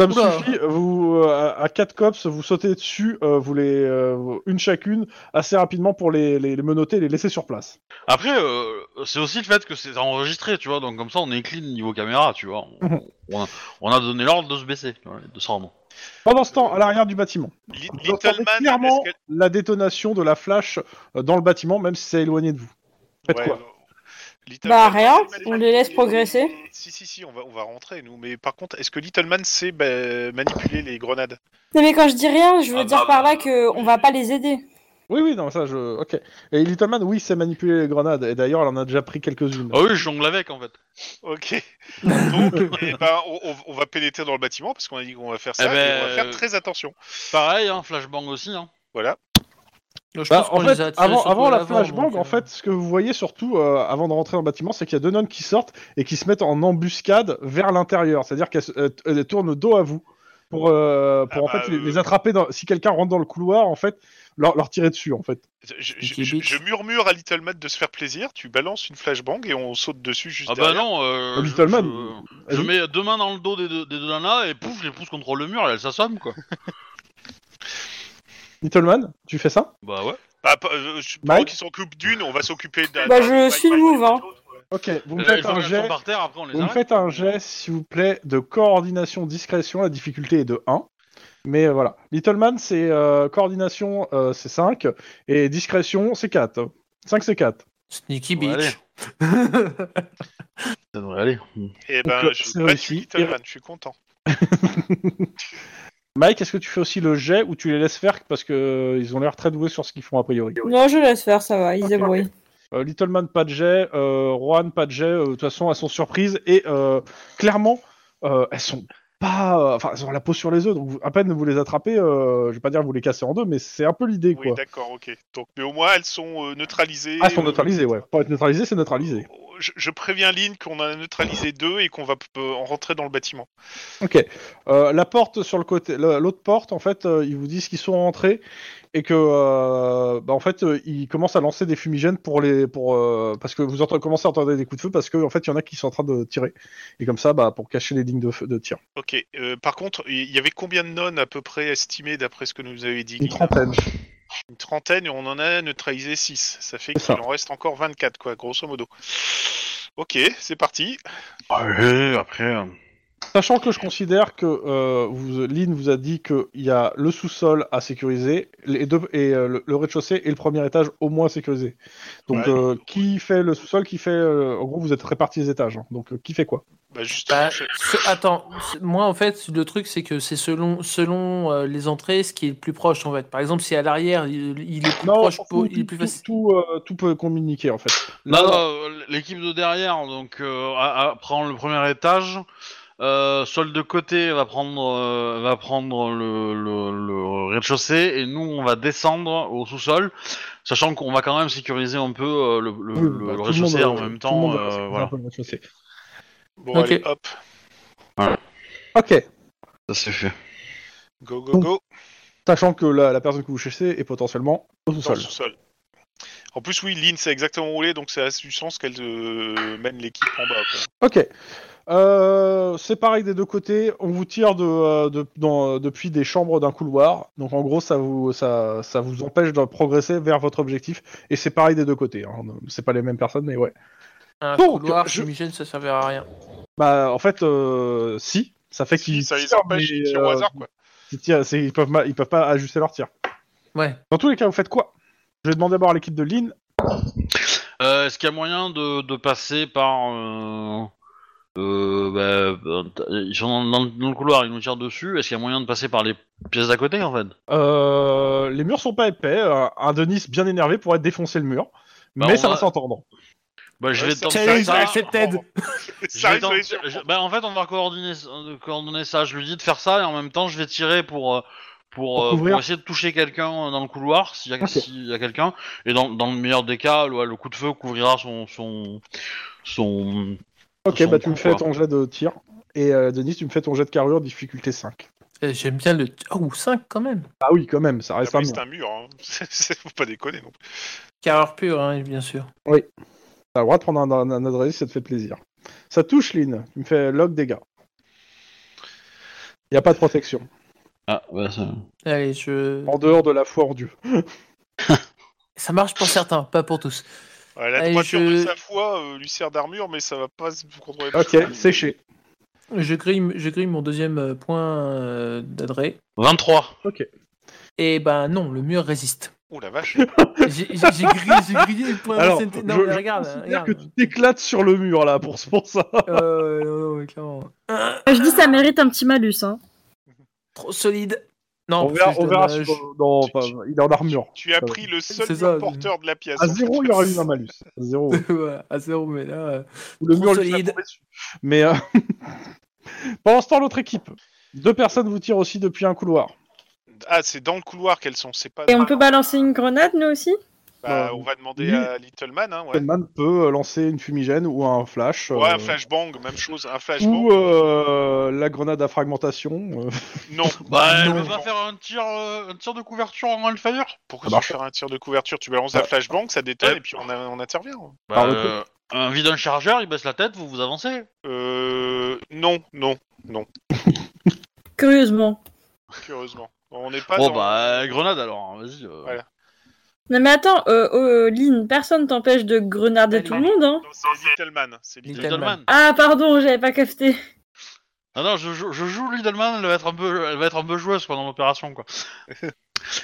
Ça me
Oula.
suffit, vous, euh, à- à 4 cops, vous sautez dessus, euh, vous les, euh, une chacune, assez rapidement pour les, les, les menotter et les laisser sur place.
Après, euh, c'est aussi le fait que c'est enregistré, tu vois, donc comme ça on est clean niveau caméra, tu vois. On, on a, on a donné l'ordre de se baisser, tu vois, et de se rendre.
Pendant ce temps, à l'arrière du bâtiment,
Li-
vous entendez
Little Man,
clairement
est-ce
la détonation de la flash euh, dans le bâtiment, même si c'est éloigné de vous.
que-
Faites
Ouais,
quoi
euh, Little
Bah,
Man-
rien,
Little
on
Man-
les laisse progresser.
Si, si, si, on va, on va rentrer, nous. Mais par contre, est-ce que Little Man sait bah, manipuler les grenades
Non mais quand je dis rien, je veux
Ah
dire
bah,
par là que on va pas les aider.
Oui, oui, non, ça, je... Ok. Et Littleman, oui, sait manipuler les grenades, et d'ailleurs, elle en a déjà pris
Oh,
quelques-unes.
Ah oui, je jongle avec en fait.
Ok. Donc, eh ben, on, on- on va pénétrer dans le bâtiment parce qu'on a dit qu'on va faire ça.
Eh ben,
et on va faire
euh,
très attention.
Pareil, hein, flashbang aussi. Hein.
Je
Bah,
pense
en
qu'on
fait,
les a attirés
avant,
surtout
avant
à
la
l'avant,
flashbang,
donc,
en
euh,
fait, ce que vous voyez surtout euh, avant de rentrer dans le bâtiment, c'est qu'il y a deux nonnes qui sortent et qui se mettent en embuscade vers l'intérieur. C'est-à-dire qu'elles se- euh, t- elles tournent dos à vous pour, euh, pour
Ah
en
bah,
fait les,
euh.
les attraper. dans- si quelqu'un rentre dans le couloir, en fait, leur, leur tirer dessus, en fait.
Je, je-
Sneaky
je-
bitch.
je murmure à Little Man de se faire plaisir. Tu balances une flashbang et on saute dessus juste
Ah bah
derrière.
non, euh,
Oh,
je,
Little Man.
je- je
Vas-y.
mets deux mains dans le dos des deux, des deux nanas et pouf, je les pousse contre le mur et elles s'assomment quoi.
Littleman, tu fais ça
bah ouais.
Bah, pa- euh, je-
Mike
pendant qu'ils s'occupent d'une, on va s'occuper de.
Bah, je suis le move, hein.
Ok, vous
Euh,
me
Là, une
faites
fois
un
qu'elles sont
jet.
par terre, après on les
Vous me
arrête.
faites un jet, s'il vous plaît, de coordination discrétion. La difficulté est de 1. Mais euh, voilà. Littleman, c'est euh, coordination, euh, c'est 5. Et discrétion, c'est 4. 5, c'est 4.
Sneaky
Ouais,
bitch.
Ça devrait aller.
Et
Donc,
ben,
euh,
je
c'est
bats
réussi. Et-
Little Man, je suis content.
Mike, est-ce que tu fais aussi le jet ou tu les laisses faire parce que euh, ils ont l'air très doués sur ce qu'ils font a priori
Non, je laisse faire, ça va, ils
Ok.
débrouillent.
Euh, Littleman, pas de jet. Euh, Juan, pas de jet. euh, De toute façon, elles sont surprises et euh, clairement, euh, elles sont pas. euh, Enfin, elles ont la peau sur les œufs. Donc, vous- à peine vous les attrapez, euh, je vais pas dire vous les cassez en deux, mais c'est un peu l'idée
Oui,
quoi.
d'accord, ok. Donc, mais au moins, elles sont euh, neutralisées.
Ah, elles sont
euh,
neutralisées, ouais. Pour être neutralisées, c'est neutralisé.
Je, je préviens Lynn qu'on en a neutralisé deux et qu'on va p- en rentrer dans le bâtiment.
Ok. Euh, la porte sur le côté, la- l'autre porte, en fait, euh, ils vous disent qu'ils sont rentrés et que, euh, bah, en fait, euh, ils commencent à lancer des fumigènes pour les, pour, euh, parce que vous entendez, commencez à entendre des coups de feu parce que, en fait, il y en a qui sont en train de tirer et comme ça, bah, pour cacher les lignes de, feu- de tir.
Ok. euh, par contre, il y avait combien de nonnes à peu près estimées d'après ce que nous avez dit
Une
Lynn
trentaine.
Une trentaine et on en a neutralisé 6. Ça fait
C'est ça.
qu'il en reste encore 24, quoi, grosso modo. Ok, c'est parti.
Ouais, après. euh,
Sachant que je considère que euh, vous, Lynn vous a dit qu'il y a le sous-sol à sécuriser, les deux, et euh, le, le rez-de-chaussée et le premier étage au moins sécurisé. Donc,
Ouais.
euh, qui fait le sous-sol, qui fait, euh, en gros, vous êtes répartis les étages. hein. donc, euh, qui fait quoi
Bah, justement,
Bah,
je-
ce- attends, ce- moi en fait, le truc c'est que c'est selon, selon euh, les entrées ce qui est le plus proche en fait. Par exemple, si à l'arrière il, il est plus proche, pour- il est plus
tout,
facile.
tout, euh, tout peut communiquer en fait.
Non,
Là,
non, euh, l'équipe de derrière donc euh, à- à- prend le premier étage. Euh, seul de côté va prendre euh, va prendre le, le- le rez-de-chaussée et nous on va descendre au sous-sol, sachant qu'on va quand même sécuriser un peu euh, le, le-
oui,
le-
bah,
le
tout le
rez-de-chaussée en
monde, euh,
même
tout le
temps.
monde,
euh,
c'est un
voilà,
peu le rez-de-chaussée.
bon,
Ok.
allez, hop,
Ok,
ça c'est fait.
go, go, go,
sachant que la, la personne que vous cherchez est potentiellement au
dans le
sous-sol.
sous-sol. En plus, oui, Lynn sait exactement où elle est, donc ça a du sens qu'elle euh, mène l'équipe en bas. quoi.
Ok, Euh, c'est pareil des deux côtés. On vous tire de, euh, de- dans, euh, depuis des chambres d'un couloir. Donc en gros, ça vous ça, ça vous empêche de progresser vers votre objectif. Et c'est pareil des deux côtés. hein. C'est pas les mêmes personnes, mais ouais.
Un
Donc,
couloir,
je-
fumigène, ça servira à rien.
Bah en fait, euh, si. Ça fait qu'ils
Si, ça les
tirent,
empêche,
mais,
ils tirent au
euh,
hasard, quoi.
ils tirent, c'est- ils peuvent ma- ils peuvent pas ajuster leur tir.
Ouais.
Dans tous les cas, vous faites quoi Je vais demander d'abord à l'équipe de Lynn.
Euh, Est-ce qu'il y a moyen de, de passer par euh, euh, bah, bah, ils sont dans, dans le- dans le couloir, ils nous tirent dessus. Est-ce qu'il y a moyen de passer par les pièces d'à côté en fait
Euh, les murs sont pas épais. euh, Un Denis bien énervé pourrait défoncer le mur.
Bah,
mais
on
ça va
va-
s'entendre.
Bah, je
Ouais,
vais
ça-
tenter
Challenge
ça.
accepted.
Je
Ça
vais
risque de
tenter-
les surprendre.
je- bah, en fait, on va coordonner, euh, coordonner ça. Je lui dis de faire ça et en même temps, je vais tirer pour, euh, pour,
Pour
euh,
couvrir.
pour essayer de toucher quelqu'un euh, dans le couloir, s'il y a,
Ok.
s'il y a quelqu'un. Et dans, dans le meilleur des cas, le, le coup de feu couvrira son. son, son...
Ok,
Ils sont
bah tu me
cons,
fais
quoi.
ton jet de tir. Et euh, Denis, tu me fais ton jet de carrure difficulté 5.
Euh, J'aime bien le. Oh, 5 quand même.
Ah oui, quand même, ça reste un
Après,
mur.
C'est un mur, hein. C'est- faut pas déconner non plus.
Carreur pure, hein, bien sûr.
T'as le droit de prendre un, un, un adresse, ça te fait plaisir. Ça touche Lynn. Tu me fais log dégâts. Il n'y a pas de protection.
Ah, bah ça.
Allez, je.
En dehors de la foi en Dieu.
Ça marche pour certains, pas pour tous.
Ouais, la
Allez,
droiture
je-
de sa foi euh, lui sert d'armure, mais ça va pas se contrôler.
Ok, séché.
Je grime, je grime mon deuxième euh, point euh, d'adresse.
23.
Et ben non, le mur résiste.
Oh la vache.
J'ai j'ai- j'ai grillé, j'ai grillé le point
Alors,
d'ancienneté.
je,
Non, mais
je
regarde.
considère
regarde.
que tu t'éclates sur le mur là pour, pour ça.
Euh, non, non, mais clairement.
Je dis ça mérite un petit malus. Hein.
Trop solide. Non,
on
parce
verra,
que je
on
donne,
verra
euh,
sur-
je-
Non, pas- il est en armure.
Tu as pris le seul
C'est
mur
ça. euh,
porteur de la pièce.
À
en
zéro,
fait.
il y aurait eu un malus. À zéro.
voilà, à zéro, mais là. euh,
Ou le
Trop
mur lui serait
solide.
tombé dessus. Mais euh, pendant ce temps, l'autre équipe. Deux personnes vous tirent aussi depuis un couloir.
Ah, c'est dans le couloir qu'elles sont. C'est pas.
Et on peut balancer une grenade, nous aussi
Bah, on va demander
Oui.
à Little Man. Hein, ouais.
Batman peut euh, lancer une fumigène ou un flash.
Ouais, un
euh,
flashbang, même chose. Un flashbang.
Ou euh, la grenade à fragmentation. euh.
Non.
Bah, elle
Non.
veut pas faire un tir, euh, un tir de couverture en Hellfire
Pourquoi
Ça marche
tu fais un tir de couverture Tu balances la
Ah.
flashbang, ça détonne
Ouais.
et puis on, a- on intervient.
Par le
euh, Un vide un chargeur, il baisse la tête, vous vous avancez.
Euh. Non, non,
Curieusement.
curieusement. On n'est pas.
Bon,
dans-
bah, grenade alors, hein, vas-y. euh.
Voilà.
Non mais attends, euh, euh, Lynn, personne t'empêche de grenarder
Allez.
tout le monde, hein
Non, c'est Littleman. C'est
Little
Little Man.
Lidlman.
Ah pardon, j'avais pas capté.
Ah non, je, je- je joue Lidlman, elle va être un peu, elle va être un peu joueuse pendant l'opération, quoi.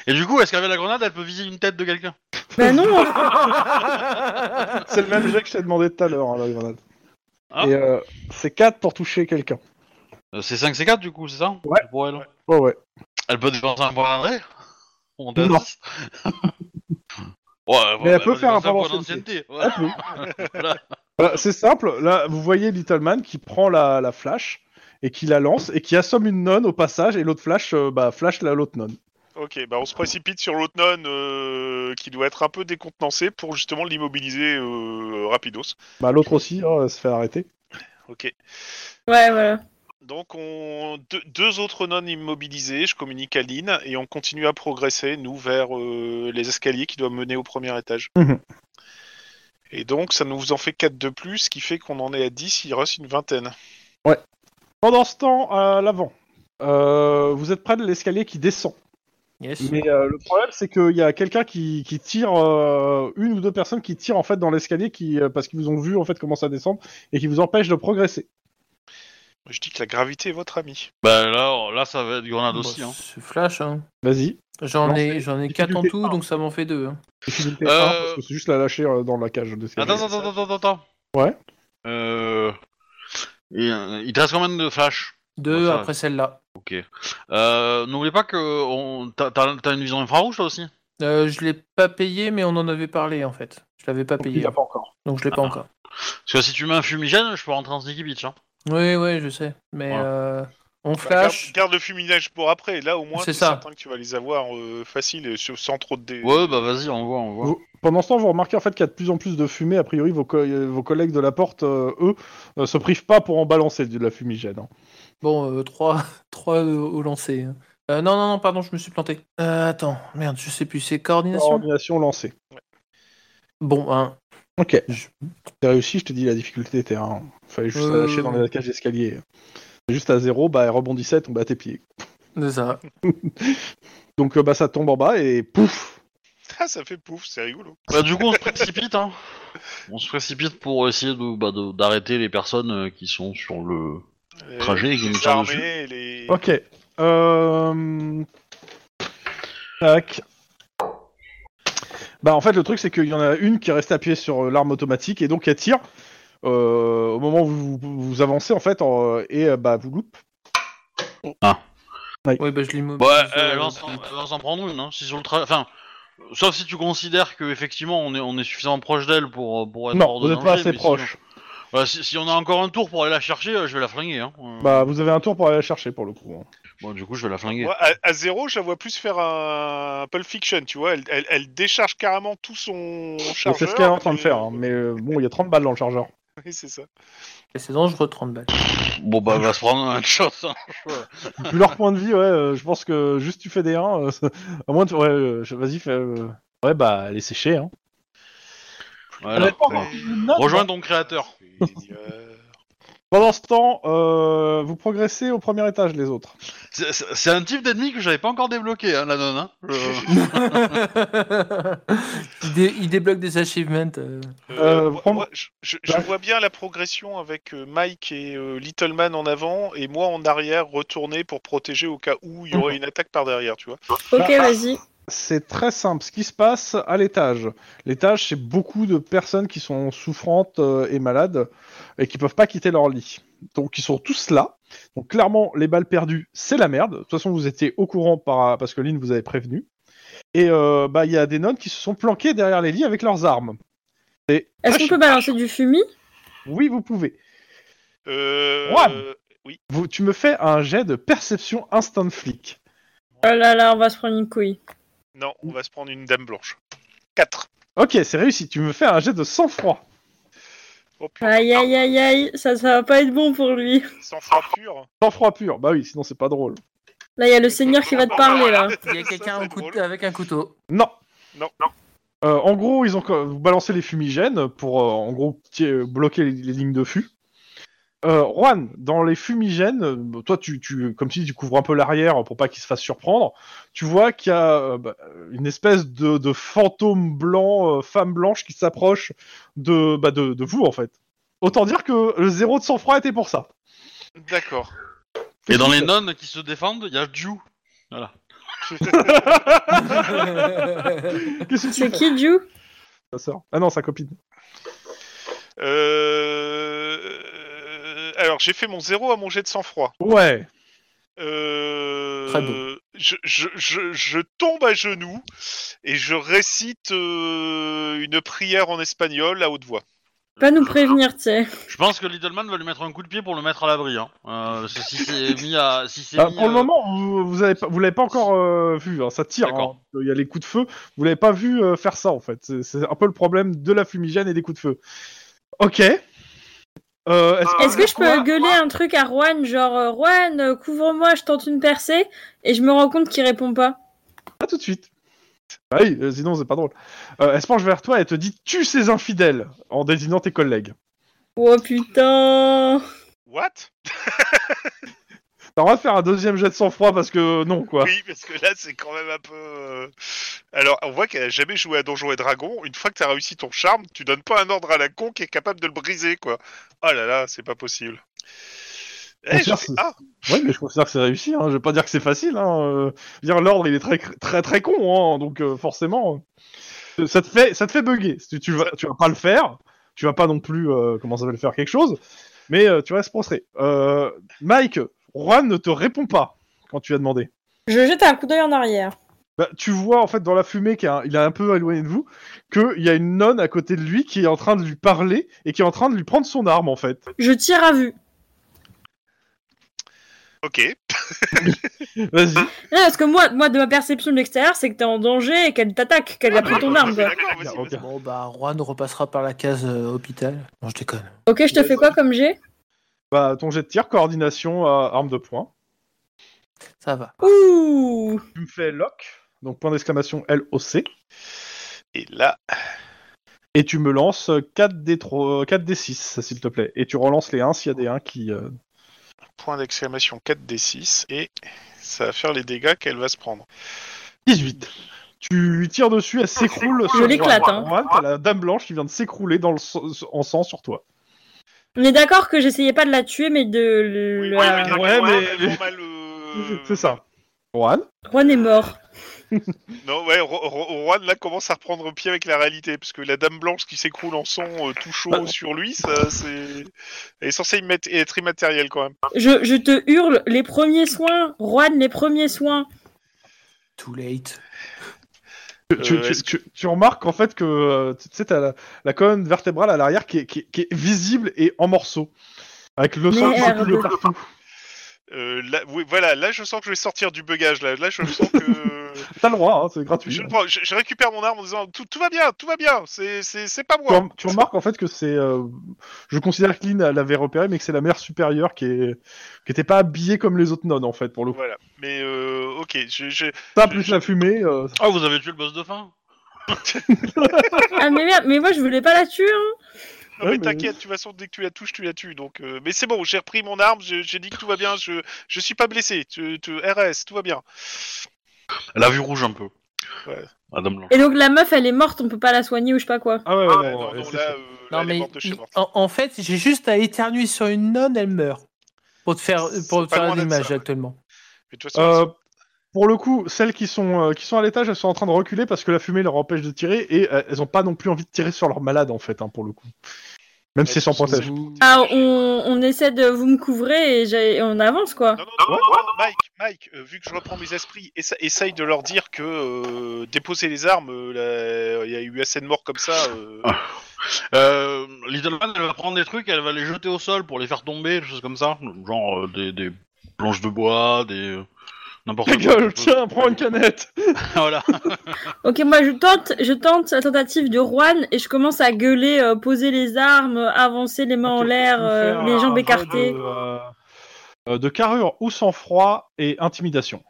Et du coup, est-ce qu'avec la grenade, elle peut viser une tête de quelqu'un
Bah non,
Euh, C'est le même jet que je t'ai demandé tout à l'heure, hein, la grenade.
Ah.
Et euh, c'est 4 pour toucher quelqu'un.
Euh, C'est 5 C4 du coup, c'est ça
Ouais.
Pour elle.
Ouais, ouais.
Elle peut dépenser un point d'André On
Non.
t'assiste Ouais,
Mais elle peut faire un
dépenser
point
point
d'ancienneté.
d'ancienneté. Ouais.
Hop, oui. Voilà, c'est simple. Là, vous voyez Littleman qui prend la, la flash et qui la lance et qui assomme une nonne au passage et l'autre flash, euh, bah, flash la- l'autre nonne.
Ok, bah on se précipite sur l'autre nonne euh, qui doit être un peu décontenancée pour justement l'immobiliser euh, rapidos.
Bah, l'autre aussi hein, elle se fait arrêter.
Ok.
ouais voilà.
Donc on deux, deux autres nonnes immobilisées, je communique à Lynn et on continue à progresser nous vers euh, les escaliers qui doivent mener au premier étage.
Mhm.
Et donc ça nous en fait 4 de plus, ce qui fait qu'on en est à 10, il reste une vingtaine.
Pendant ce temps, à l'avant, euh, vous êtes près de l'escalier qui descend.
Yes.
Mais euh, le problème, c'est qu'il y a quelqu'un qui, qui tire, euh, une ou deux personnes qui tirent en fait dans l'escalier qui, euh, parce qu'ils vous ont vu en fait comment ça descend et qui vous empêchent de progresser.
Je dis que la gravité est votre amie.
Bah là, là, ça va être grenade
Bah,
aussi. Hein.
C'est flash, hein.
Vas-y.
J'en
Non,
ai,
c'est-
j'en ai
c'est
4 en
difficulté
tout,
un.
donc ça m'en fait hein. 2.
Difficulté
Euh,
un, hein, parce que c'est juste la lâcher euh, dans la cage de l'escalier.
Attends, attends, attends, attends, attends.
Ouais.
Euh... Il, euh, il te reste combien de flash
2
ça va.
après celle-là.
Ok. Euh, N'oublie pas que on... t'as- t'as t'as une vision infrarouge toi aussi
Euh, je l'ai pas payé, mais on en avait parlé en fait. Je l'avais pas
Donc, il
payé,
y a pas encore.
donc je l'ai pas encore.
Parce que si tu mets un fumigène, je peux rentrer en sneaky bitch. Hein.
Oui, oui, je sais. Mais
Voilà.
euh, on
Bah, garde,
flash.
garde le fuminage pour après, là au moins
C'est
c'est
ça.
certain que tu vas les avoir euh, faciles et sur- sans trop de dé.
Ouais, bah vas-y, on voit, on voit.
Vous- pendant ce temps, vous remarquez en fait qu'il y a de plus en plus de fumée. A priori, vos, co- euh, vos collègues de la porte, euh, eux, euh, se privent pas pour en balancer de la fumigène. hein.
Bon, euh, 3, au lancer. Euh, non, non, non, pardon, je me suis planté. Euh, attends, merde, je sais plus, c'est coordination
Coordination lancée.
Bon, hein, un.
Ok.
Je-
T'as réussi, je te dis la difficulté était 1. Fallait juste la
Euh.
lâcher dans la cage d'escalier. Juste à 0, bah, elle rebondissait, elle tombait à tes pieds.
C'est ça.
Donc euh, bah ça tombe en bas et pouf.
Ah, ça fait pouf, c'est rigolo.
Bah du coup on se précipite hein. On se précipite pour essayer de bah, de- d'arrêter les personnes euh, qui sont sur le
Euh,
trajet et qui nous
les
tirent
armées,
dessus.
les...
Ok. Euh... Tac. Bah en fait le truc c'est qu'il y en a une qui reste appuyée sur euh, l'arme automatique et donc elle tire. Euh, au moment où vous, vous- vous avancez en fait en- et euh, bah vous loupe.
Oui, bah je l'immobilise.
Ouais,
euh,
elle va s'en- elle va s'en prendre une hein. Si sur le tra- enfin euh, sauf si tu considères que effectivement on est on est suffisamment proche d'elle pour euh, pour être
Non,
hors
vous
de
n'êtes pas
danger,
assez
mais
proche.
sinon- Voilà, si, si on a encore un tour pour aller la chercher, euh, je vais la flinguer hein. Euh,
Bah vous avez un tour pour aller la chercher pour le coup. hein.
Bon, du coup, je vais la flinguer.
Ouais, à, à zéro, je la vois plus faire un, un Pulp Fiction, tu vois. Elle, elle- elle décharge carrément tout son
Donc,
chargeur.
C'est ce qu'elle est en train de
et-
faire. hein, Mais euh, bon il y a 30 balles dans le chargeur.
Oui, c'est ça.
Et c'est dangereux, 30 balles.
Bon, bah, elle va se prendre un shot. hein.
Vu leur point de vue ouais euh, je pense que juste tu fais des 1. euh, à moins de... ouais, euh, je- vas-y fais. euh, Ouais bah elle est séchée. Hein.
Voilà.
Elle est pas-
Ah. Rejoins ton créateur.
Euh,
Meilleur.
Pendant ce temps, euh, vous progressez au premier étage, les autres.
C'est- C'est c'est un type d'ennemi que j'avais pas encore débloqué, hein, la nonne. hein. Je-
il, dé- il débloque des achievements. euh.
Euh,
moi,
prends-
moi, je, je- je
Bah.
vois bien la progression avec euh, Mike et euh, Little Man en avant et moi en arrière retourné pour protéger au cas où il y
Mhm.
aurait une attaque par derrière, tu vois.
Ok, vas-y.
C'est très simple. Ce qui se passe à l'étage. L'étage, c'est beaucoup de personnes qui sont souffrantes euh, et malades et qui peuvent pas quitter leur lit. Donc, ils sont tous là. Donc, clairement, les balles perdues, c'est la merde. De toute façon, vous étiez au courant par... parce que Lynn vous avait prévenu. Et euh, bah, il y a des nonnes qui se sont planquées derrière les lits avec leurs armes. Et-
Est-ce qu'on peut balancer du fumier
Oui, vous pouvez.
Euh,
Juan.
euh,
Vous, tu me fais un jet de perception instant flic.
Oh là là, on va se prendre une couille.
non, on va se prendre une dame blanche. 4.
Ok, c'est réussi. Tu me fais un jet de sang-froid.
Oh putain,
Aïe aïe aïe aïe, ça, ça va pas être bon pour lui.
sans frappure.
Sang-froid pur. Bah oui, sinon c'est pas drôle.
Là, il y a le seigneur qui va te parler là.
Il y a quelqu'un
Ça,
au
c'est
couteau-
drôle.
avec un couteau.
Non.
Non,
Euh, en gros, ils ont co- balancé les fumigènes pour euh, en gros qui- euh, bloquer les, les lignes de fût. Euh, Juan, dans les fumigènes, euh, toi, tu, tu, comme si tu couvres un peu l'arrière pour pas qu'il se fasse surprendre. Tu vois qu'il y a euh, bah, une espèce de, de fantôme blanc, euh, femme blanche qui s'approche de, bah, de, de vous en fait. Autant dire que le zéro de sang-froid était pour ça.
d'accord.
Et dans les
euh,
nonnes qui se défendent, il y a Ju. Voilà.
Qu'est-ce que tu
C'est
fais,
qui, Ju
ta sœur Ah non, sa copine.
Euh, Alors, j'ai fait mon zéro à mon jet de sang-froid.
Ouais.
Euh,
Très beau.
Je, je, je, je tombe à genoux et je récite euh, une prière en espagnol à haute voix.
Pas nous prévenir, tu sais.
Je pense que Littleman va lui mettre un coup de pied pour le mettre à l'abri. Hein. Euh, parce que si c'est mis à. Si c'est
Bah,
mis,
pour le
euh,
moment, vous, vous avez pas- vous l'avez pas encore euh, vu. hein, ça tire.
D'accord.
hein. Il y a les coups de feu. Vous l'avez pas vu euh, faire ça en fait. C'est- C'est un peu le problème de la fumigène et des coups de feu. Ok. Euh,
Ah.
Est-ce que je peux gueuler un truc à Juan, genre euh, Juan, euh, couvre-moi, je tente une percée, et je me rends compte qu'il répond pas
Pas tout de suite. Bah oui, euh, sinon c'est pas drôle. Euh, elle se penche vers toi et te dit tue ces infidèles en désignant tes collègues.
Oh putain
What
T'as le droit de faire un deuxième jet de sang-froid parce que non quoi.
Oui, parce que là, c'est quand même un peu. euh, Alors, on voit qu'elle a jamais joué à Donjons et Dragons. Une fois que t'as réussi ton charme, tu donnes pas un ordre à la con qui est capable de le briser, quoi. Oh là là, c'est pas possible. Eh,
Bien
je
sûr,
fais-
c'est-
Ah,
Ouais, mais je considère que c'est réussi. Hein. Je vais pas dire que c'est facile. Hein. Euh, je veux dire l'ordre, il est très très très con. Hein. Donc euh, forcément, euh, ça te fait ça te fait bugger. Tu, tu vas tu vas pas le faire. Tu vas pas non plus euh, comment ça va le faire quelque chose. Mais euh, tu vas se prostrer. Euh, Mike, Juan ne te répond pas quand tu as demandé.
Je jette un coup d'œil en arrière.
Bah, tu vois en fait dans la fumée qu'il a- il est un peu éloigné de vous qu'il y a une nonne à côté de lui qui est en train de lui parler et qui est en train de lui prendre son arme en fait.
Je tire à vue.
ok.
Vas-y.
Non, parce que moi, moi, de ma perception de l'extérieur, c'est que t'es en danger et qu'elle t'attaque, qu'elle a pris
Ah,
ton arme, quoi.
D'accord, vas-y, vas-y.
Bon, bah, Juan repassera par la case euh, hôpital. Non, je déconne.
Ok, je te fais quoi comme jet
Bah, ton jet de tir, coordination, euh, arme de poing.
Ça va.
Ouh
Tu me fais lock, donc point d'exclamation L-O-C,
Et là,
et tu me lances 4 des, 3, 4 des 6, s'il te plaît. Et tu relances les 1 s'il y a des 1 qui. euh,
point d'exclamation 4d6 et ça va faire les dégâts qu'elle va se prendre.
18. Tu lui tires dessus, elle s'écroule sur
l'éclate,
toi.
hein.
Juan, T'as la dame blanche qui vient de s'écrouler dans le sang- en sang sur toi.
On est d'accord que j'essayais pas de la tuer, mais de
Oui,
la...
oui, Ouais, mais-
elle prend mal, euh,
C'est ça. Juan
Juan est mort.
Non, ouais, Ro- Ro- Juan là commence à reprendre pied avec la réalité, parce que la dame blanche qui s'écroule en son euh, tout
Bah,
chaud sur lui, ça, c'est... elle est censée immat- être immatérielle quand même.
Je, je te hurle, les premiers soins, Juan, les premiers soins.
Too late.
Tu- tu,
Euh,
tu-
est-ce
tu- tu remarques en fait que euh, tu sais, t'as la, la colonne vertébrale à l'arrière qui est, qui est- qui est visible et en morceaux. Avec le sang qui
Merde.
coule de partout.
Euh, là, oui, voilà, là je sens que je vais sortir du bugage, là, là je sens que...
T'as le droit, hein, c'est gratuit.
je, le prends, je- je récupère mon arme en disant tout, tout va bien, tout va bien, c'est, c'est, c'est pas
tu,
moi.
rem- tu remarques en fait que c'est. euh, je considère que Lynn l'avait repéré, mais que c'est la mère supérieure qui est, qui était pas habillée comme les autres nonnes en fait pour le coup.
Voilà, mais euh, ok, je, je-
Ça plus la fumée. euh,
Ah, vous avez tué le boss de fin
Ah mais merde, mais moi je voulais pas la tuer, hein.
Non,
Ouais,
mais
mais-
t'inquiète, de toute façon, dès que tu la touches, tu la tues. Donc, euh, Mais c'est bon, j'ai repris mon arme, j'ai j'ai dit que tout va bien, je, je suis pas blessé. Tu, tu- RS, tout va bien.
Elle a vu rouge un peu.
Ouais.
Madame
Euh,
Blanc.
Et donc la meuf, elle est morte, on peut pas la soigner ou je sais pas quoi.
Ah ouais, ouais,
Ah,
ouais,
non,
ouais,
non,
c'est
là,
sûr.
euh, là,
Non,
elle est
mais
morte de chez morte.
en, en fait, j'ai juste à éternuer sur une nonne, elle meurt. Pour te faire, pour te
pas
faire
loin
une
d'être ça,
image
ouais.
actuellement.
Mais de toute façon,
Euh, pour le coup, celles qui sont, euh, qui sont à l'étage, elles sont en train de reculer parce que la fumée leur empêche de tirer et euh, elles ont pas non plus envie de tirer sur leur malade en fait, hein, pour le coup. Même si c'est sans protège.
Ah, on, on essaie de vous me couvrer et, j'ai- et on avance quoi.
Non, non, non, non, non, Mike, Mike, euh, vu que je reprends mes esprits, essa- essaye de leur dire que euh, déposer les armes, euh, la- il y a eu assez de morts comme ça. euh,
Ah,
Euh, Little Man, elle va prendre des trucs, elle va les jeter au sol pour les faire tomber, des choses comme ça. Genre euh, des, des planches de bois, des. euh, N'importe quoi.
Rigole, tiens, prends une canette
voilà.
Ok, moi je tente, je tente la tentative de Juan et je commence à gueuler, euh, poser les armes, euh, avancer les mains en l'air, euh,
Faire
les
un
jambes
jet
écartées.
De, euh, euh, de carrure ou sang-froid et intimidation.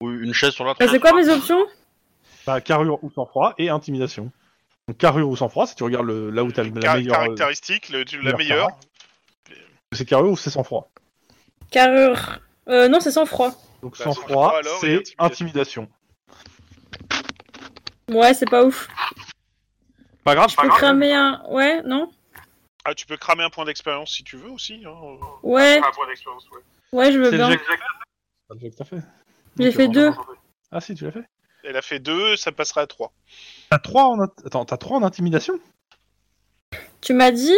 Ou une chaise sur la
Bah,
tête.
c'est quoi mes options
Bah, carrure ou sang-froid et intimidation. Donc, carrure ou sang-froid, si tu regardes le- là où t'as la
car-
meilleure. euh,
caractéristique, le- tu- la
meilleure
meilleure.
C'est carrure ou c'est sang-froid
Carrure. Euh, non, c'est sans froid.
Donc,
Bah,
sang-froid,
sang-froid, alors, et
c'est intimidation.
Ouais, c'est pas ouf.
Pas grave,
Je peux cramer un. Ouais, non
Ah, tu peux cramer un point d'expérience si tu veux aussi. hein.
Ouais,
point d'expérience, ouais.
ouais, je veux
C'est le
bien.
jet que- c'est le jet que t'as fait.
J'ai
Ok,
fait
bon,
deux.
Ah si, tu l'as fait.
Elle a fait deux, ça passera à trois.
T'as 3 en, int- Attends, t'as trois en intimidation
Tu m'as dit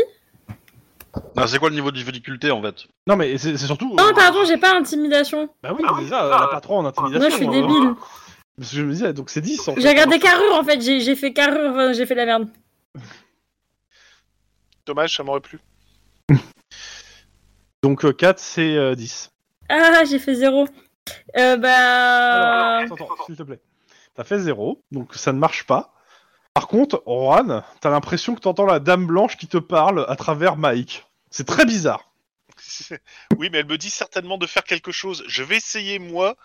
Ah, c'est quoi le niveau de difficulté en fait
Non, mais c'est c'est surtout.
Non,
euh,
pardon, j'ai pas intimidation.
Bah oui, déjà, elle a pas 3 en intimidation.
Moi, je suis
euh,
débile.
parce que je me disais, donc c'est hein. 10 en fait.
J'ai regardé carrure en fait, j'ai j'ai fait carrure, enfin, j'ai fait la merde.
Dommage, ça m'aurait plu.
Donc 4, c'est euh, 10.
Ah, j'ai fait zéro. Euh, bah.
Alors, attends, attends, s'il te plaît. T'as fait 0, donc ça ne marche pas. Par contre, Juan, t'as l'impression que t'entends la dame blanche qui te parle à travers Mike. C'est très bizarre.
oui, mais elle me dit certainement de faire quelque chose. Je vais essayer, moi,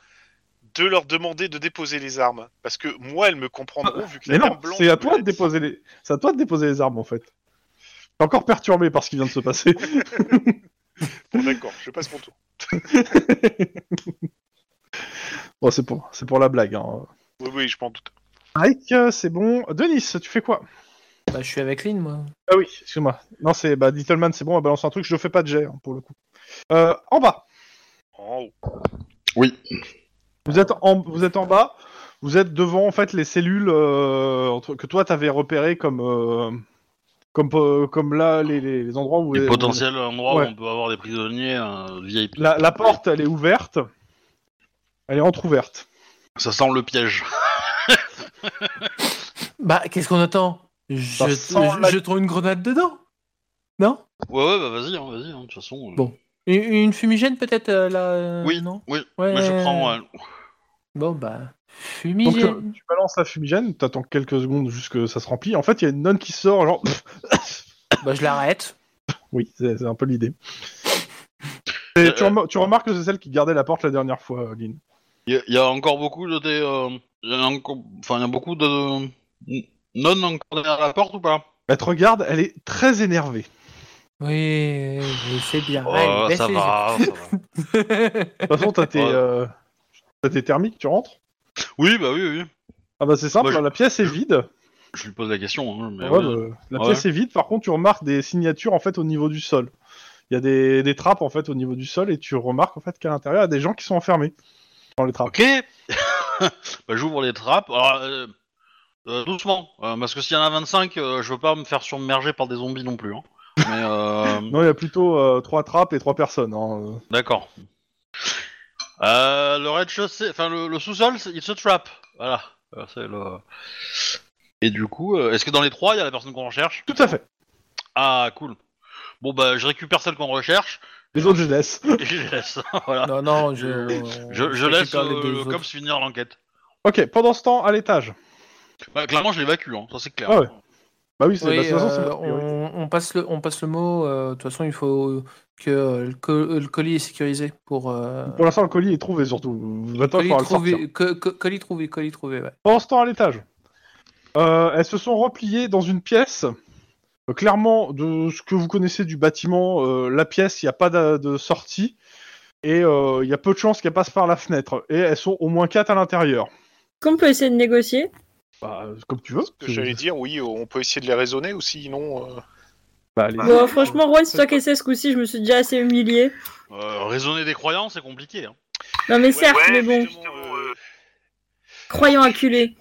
de leur demander de déposer les armes. Parce que moi, elles me comprendront vu que
Ah, Mais
la
non,
dame blanche
c'est à
me
toi
l'a
de
dit.
déposer les, c'est à toi de déposer les armes en fait. T'es encore perturbé par ce qui vient de se passer.
Bon, D'accord, je passe mon tour.
bon, c'est pour, c'est pour la blague. hein.
Oui, oui, je m'en doute.
Mike, euh, c'est bon. Denis, tu fais quoi
Bah, je suis avec Lynn, moi.
Ah oui, excuse-moi. Non, c'est bah, Littleman, c'est bon, on balance un truc, je fais pas de jet hein, pour le coup. Euh, en bas.
En haut.
Oui.
Vous êtes en, vous êtes en bas. Vous êtes devant en fait les cellules euh, entre- que toi t'avais repérées comme euh, comme euh, comme là les, les- les endroits où
Les
où-
potentiels endroits
Ouais.
où on peut avoir des prisonniers euh, VIP.
la, la porte elle est ouverte. Elle est entrouverte.
Ça sent le piège.
Bah, qu'est-ce qu'on attend
Ça
Bah,
Je-
sent la-
je- Jetons une grenade dedans Non
Ouais, ouais, bah vas-y, hein, vas-y, hein, de toute façon. euh.
Bon. Une, une fumigène, peut-être, euh, là euh,
Oui,
Non
oui.
Ouais.
Mais je prends. euh,
Bon, bah,
Donc
fumigène.
euh, tu balances la fumigène, t'attends quelques secondes jusque ça se remplit. En fait, il y a une nonne qui sort genre
Bah, je l'arrête.
oui, c'est c'est un peu l'idée. Et tu, remar- tu remarques que c'est celle qui gardait la porte la dernière fois, Lynn.
Il y, a- il y a encore beaucoup de tes. euh, il y en a encore- Enfin, il y a beaucoup de. Non encore derrière la porte ou pas
Elle te regarde, elle est très énervée.
Oui, oui, Ah c'est bien.
Oh,
Allez, baisse
ça
les
va, ça va.
yeux.
De toute façon, t'as tes,
Ouais.
euh, t'as tes thermiques, tu rentres.
Oui, bah oui, oui.
Ah bah c'est simple,
Moi, je-
la pièce est vide.
Je lui pose la question. hein, mais
Ouais,
oui.
bah, la
Ouais.
pièce est vide, par contre tu remarques des signatures en fait au niveau du sol. Il y a des, des trappes en fait au niveau du sol et tu remarques en fait qu'à l'intérieur il y a des gens qui sont enfermés dans les trappes.
Ok. bah, j'ouvre les trappes. Alors, euh, euh, doucement, euh, parce que s'il y en a 25, euh, je veux pas me faire submerger par des zombies non plus. hein. Mais euh,
Non, il y a plutôt euh, trois trappes et trois personnes. hein.
d'accord. Euh, le rez-de-chaussée, enfin le, le sous-sol, c'est- il se trappe. Voilà. Euh, c'est le- Et du coup, euh, est-ce que dans les trois, il y a la personne qu'on recherche
Tout à fait.
Ah, cool. Bon bah, je récupère celle qu'on recherche
Les autres je laisse.
et je les laisse. voilà.
non, non, je.
Je, je
récupère
laisse
les
euh,
deux
le
autres.
cops finir l'enquête.
Ok, pendant ce temps à l'étage.
Bah, clairement, je l'évacue, hein, ça c'est clair.
Ah ouais. Bah oui, c'est
Oui,
bah, de toute façon, c'est
euh,
ma priorité.
on, on passe le, on passe le mot. euh, de toute façon, il faut que euh, le, co- euh, le colis est sécurisé pour. euh,
Pour l'instant le colis est trouvé surtout. Maintenant, il
colis,
faudra le sortir.
trouvé, co- co- colis trouvé, colis trouvé, ouais.
Pendant ce temps à l'étage, euh, elles se sont repliées dans une pièce Euh, clairement, de ce que vous connaissez du bâtiment, euh, la pièce, il n'y a pas d'a- de, sortie. Et euh, il y a peu de chances qu'elle passe par la fenêtre. Et elles sont au moins quatre à l'intérieur.
Qu'on peut essayer de négocier.
Bah, euh, comme tu veux.
Ce que j'allais dire, oui, euh, on peut essayer de les raisonner ou sinon. euh,
Bah, allez.
Bon, franchement, Rouen, c'est toi qui essaies ce coup-ci, je me suis déjà assez humiliée.
Euh, raisonner des croyances, c'est compliqué. Hein.
Non, mais certes, mais bon, croyant acculé.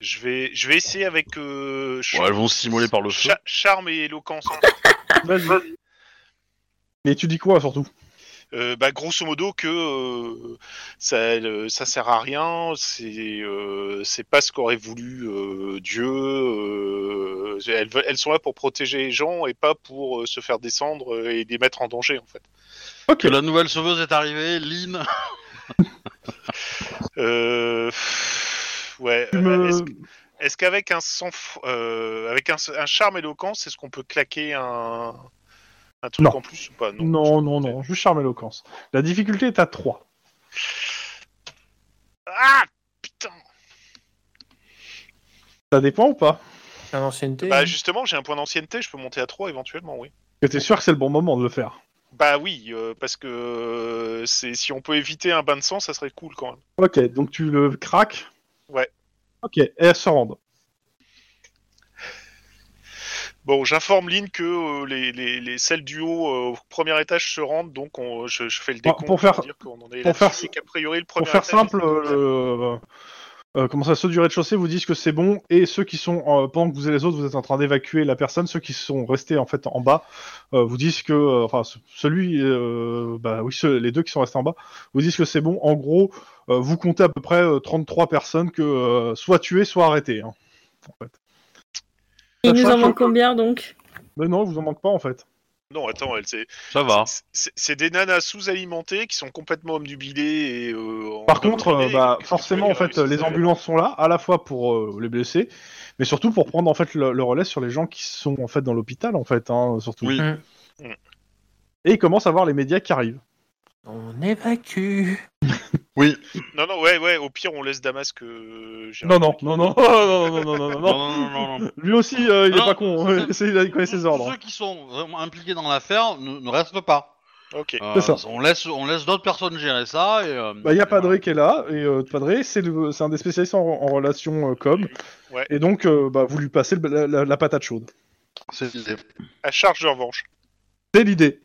Je vais, je vais essayer avec euh,
Ouais,
char-
elles vont se stimuler par le feu.
cha- charme et éloquence. hein.
Vas-y. Mais tu dis quoi surtout
Euh, bah, grosso modo que euh, ça, euh, ça sert à rien, c'est euh, c'est pas ce qu'aurait voulu euh, Dieu. euh, elles, veulent- elles sont là pour protéger les gens et pas pour euh, se faire descendre euh, et les mettre en danger en fait.
Que la nouvelle sauveuse est arrivée, Lynn.
Euh, pff, ouais.
Tu
euh,
me-
Est-ce est-ce qu'avec un sang, euh, avec un, un charme éloquent, c'est ce qu'on peut claquer un, un truc
Non.
en plus ou pas
Non, non, non, juste charme éloquence. La difficulté est à 3.
Ah putain.
Ça dépend ou pas
C'est un ancienneté.
Bah justement, j'ai un point d'ancienneté, je peux monter à 3 éventuellement, oui.
Que t'es sûr que c'est le bon moment de le faire.
Bah oui, euh, parce que euh, c'est si on peut éviter un bain de sang, ça serait cool quand même.
Ok, donc tu le craques
Ouais.
Ok, et elles se rendent.
Bon, j'informe Lynn que euh, les, les, les celles du haut euh, au premier étage se rendent, donc on- je, je fais le
Ah,
décompte
pour faire-
dire qu'on en est
pour
là-dessus
faire-
et qu'a priori le premier
Pour faire
étage,
simple,
c'est-
euh, euh, comment ça, ceux du rez-de-chaussée vous disent que c'est bon, et ceux qui sont, euh, pendant que vous et les autres, vous êtes en train d'évacuer la personne, ceux qui sont restés en fait en bas, euh, vous disent que, euh, enfin, ce- celui, euh, bah oui, ceux- les deux qui sont restés en bas, vous disent que c'est bon. En gros, euh, vous comptez à peu près euh, 33 personnes que euh, soit tuées, soit arrêtées. hein, en fait.
Il nous
Sachant
en
que-
manque combien donc
Mais non, vous en manque pas en fait.
Non, attends, elle c'est
Ça va.
c'est- c'est- c'est des nanas sous-alimentées qui sont complètement omnubilées et euh, en-
Par contre, euh,
et
bah,
donc,
forcément, en
euh,
fait,
ça-
les ambulances sont là, à la fois pour euh, les blessés, mais surtout pour prendre en fait le, le relais sur les gens qui sont en fait dans l'hôpital, en fait, hein, surtout.
Oui.
Mm.
Et ils commencent à voir les médias qui arrivent.
On évacue.
Oui.
Non, non, ouais, ouais, au pire, on laisse euh, Damas que. j'ai
Non,
un
non,
truc.
non, non, non, non, non, non, non,
Non,
non.
non, non, non. non.
Lui aussi, euh, il est
Non,
pas con, hein,
c'est ça.
c'est- il connaît ses ordres. hein.
Ceux qui sont vraiment impliqués dans l'affaire ne, ne restent pas.
Ok.
Euh,
C'est ça.
On laisse, on laisse d'autres personnes gérer ça. Et, euh,
Bah, il y a
et voilà.
Padré qui est là, et euh, Padré, c'est le- c'est un des spécialistes en, en relations euh, com.
Ouais.
Et donc, euh, bah, vous lui passez le- la, la- la patate chaude.
C'est l'idée.
À charge de revanche.
C'est l'idée.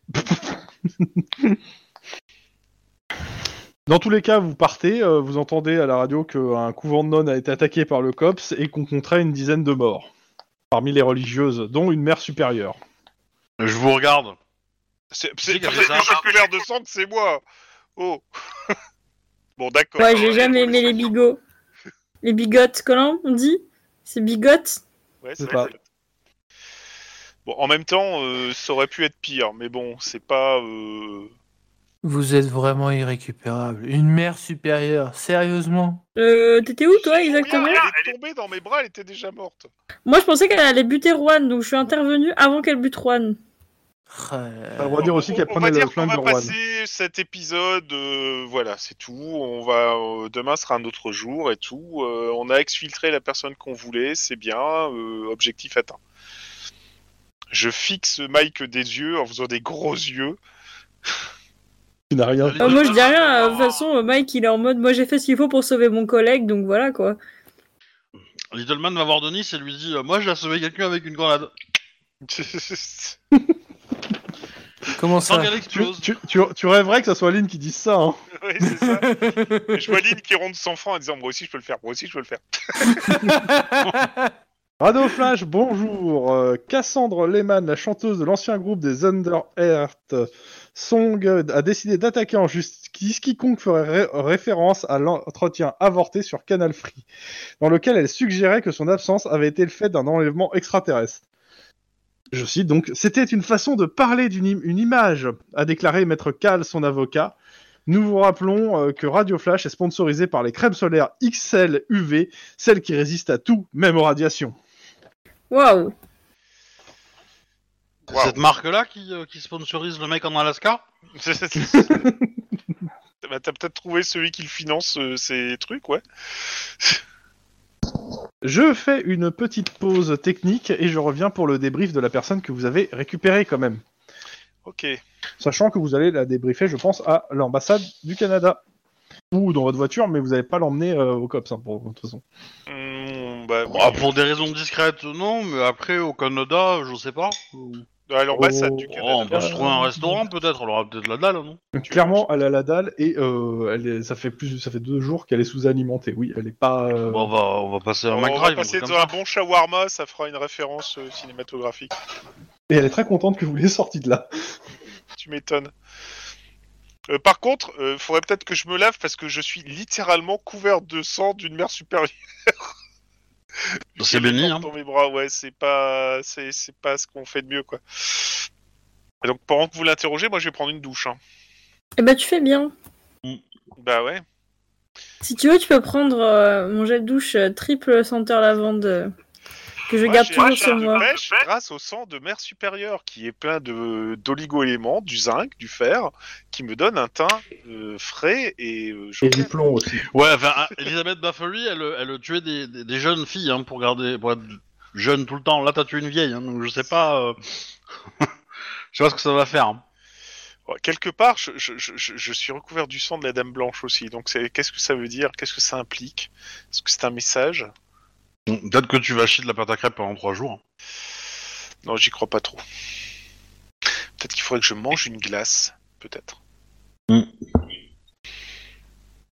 Dans tous les cas, vous partez, euh, vous entendez à la radio qu'un couvent de nonnes a été attaqué par le COPS et qu'on compterait une dizaine de morts, parmi les religieuses, dont une mère supérieure.
Je vous regarde.
C'est
sais
c'est-
qu'il y avait ça.
je suis couvert de sang, c'est moi. Oh. bon, d'accord.
Ouais, j'ai jamais aimé les bigots. Les bigotes, comment on dit C'est bigotes
Ouais,
Je
c'est
sais
vrai, c'est- Bon, en même temps, euh, ça aurait pu être pire, mais bon, c'est pas. euh,
Vous êtes vraiment irrécupérable. Une mère supérieure, sérieusement.
euh, T'étais où toi
Combien
exactement
Elle est tombée dans mes bras, elle était déjà morte.
Moi je pensais qu'elle allait buter Juan, donc je suis intervenue avant qu'elle bute Juan.
Euh,
Bah, on va dire aussi
On-
qu'elle
on va
prenait le
dire qu'on
flingue de
va
Rouen.
passer cet épisode, euh, voilà, c'est tout. On va euh, demain sera un autre jour et tout. Euh, on a exfiltré la personne qu'on voulait, c'est bien, euh, objectif atteint. Je fixe Mike des yeux en faisant des gros yeux.
Tu n'as rien.
Euh, moi je dis rien, euh, de toute façon euh, Mike il est en mode moi j'ai fait ce qu'il faut pour sauver mon collègue, donc voilà quoi.
Littleman va voir Denis et lui dit euh, Moi, j'ai sauvé quelqu'un avec une grenade.
Comment
Sans
ça
qu'elle
Tu,
explose.
tu, tu, tu rêverais que ça soit Lynn qui dise ça, hein
Oui, c'est ça. Et je vois Lynn qui ronde son franc en disant moi aussi je peux le faire, moi aussi je peux le faire.
Radio Flash, bonjour. Euh, Cassandre Lehman, la chanteuse de l'ancien groupe des Under Earth Song, euh, a décidé d'attaquer en justice quiconque ferait ré- référence à l'entretien avorté sur Canal Free, dans lequel elle suggérait que son absence avait été le fait d'un enlèvement extraterrestre. Je cite donc, c'était une façon de parler d'une im- une image, a déclaré Maître Cal, son avocat. Nous vous rappelons euh, que Radio Flash est sponsorisé par les crèmes solaires XL UV, celles qui résistent à tout, même aux radiations.
Waouh
C'est
Waouh.
Cette marque-là qui, euh, qui sponsorise le mec en Alaska
Bah, T'as peut-être trouvé celui qui le finance euh, ces trucs, ouais.
Je fais une petite pause technique et je reviens pour le débrief de la personne que vous avez récupérée quand même.
Ok.
Sachant que vous allez la débriefer, je pense, à l'ambassade du Canada. Ou dans votre voiture, mais vous n'allez pas l'emmener euh, au COPS, hein, pour, de toute façon.
Hmm, bah,
Bon, ah, pour des raisons discrètes, non, mais après, au Canada, je sais pas.
à l'ambassade
Oh,
du
Oh,
Canada.
on peut se trouver un restaurant, peut-être, elle aura peut-être la dalle, non
Clairement, elle a la dalle et euh, elle est- ça, fait plus, ça fait deux jours qu'elle est sous-alimentée. Oui, elle n'est pas. euh,
Bon, on, va, on va passer à
On
McDrive.
va
un
passer
truc comme
dans un bon shawarma, ça fera une référence euh, cinématographique.
Et elle est très contente que vous l'ayez sortie de là.
Tu m'étonnes. Euh, par contre, euh, faudrait peut-être que je me lave parce que je suis littéralement couvert de sang d'une mère supérieure.
ça. C'est béni, hein.
Dans mes bras, ouais, c'est pas, c'est, c'est pas ce qu'on fait de mieux, quoi. Et donc pendant que vous l'interrogez, moi je vais prendre une douche. hein.
Eh ben, tu fais bien.
Bah ouais.
Si tu veux, tu peux prendre euh, mon jet de douche euh, triple senteur lavande euh, que je
Moi,
garde
j'ai un
toujours
char
sur
de
moi.
pêche grâce au sang de mère supérieure qui est plein de d'oligo-éléments, du zinc, du fer, qui me donne un teint euh, frais et euh, jovial.
plomb aussi.
Ouais, enfin, hein, Elisabeth Baffery, elle, elle tuait des, des, des jeunes filles hein, pour garder pour être jeune tout le temps. Là, t'as tué une vieille, hein, donc je sais pas. euh, je sais pas ce que ça va faire. hein.
Bon, Oh, Quelque part, je, je- je- je- je suis recouvert du sang de la Dame Blanche aussi. Donc, c'est- qu'est-ce que ça veut dire Qu'est-ce que ça implique Est-ce que c'est un message
Bon, Peut-être que tu vas chier de la pâte à crêpes pendant trois jours. hein.
Non, j'y crois pas trop. Peut-être qu'il faudrait que je mange une glace. Peut-être.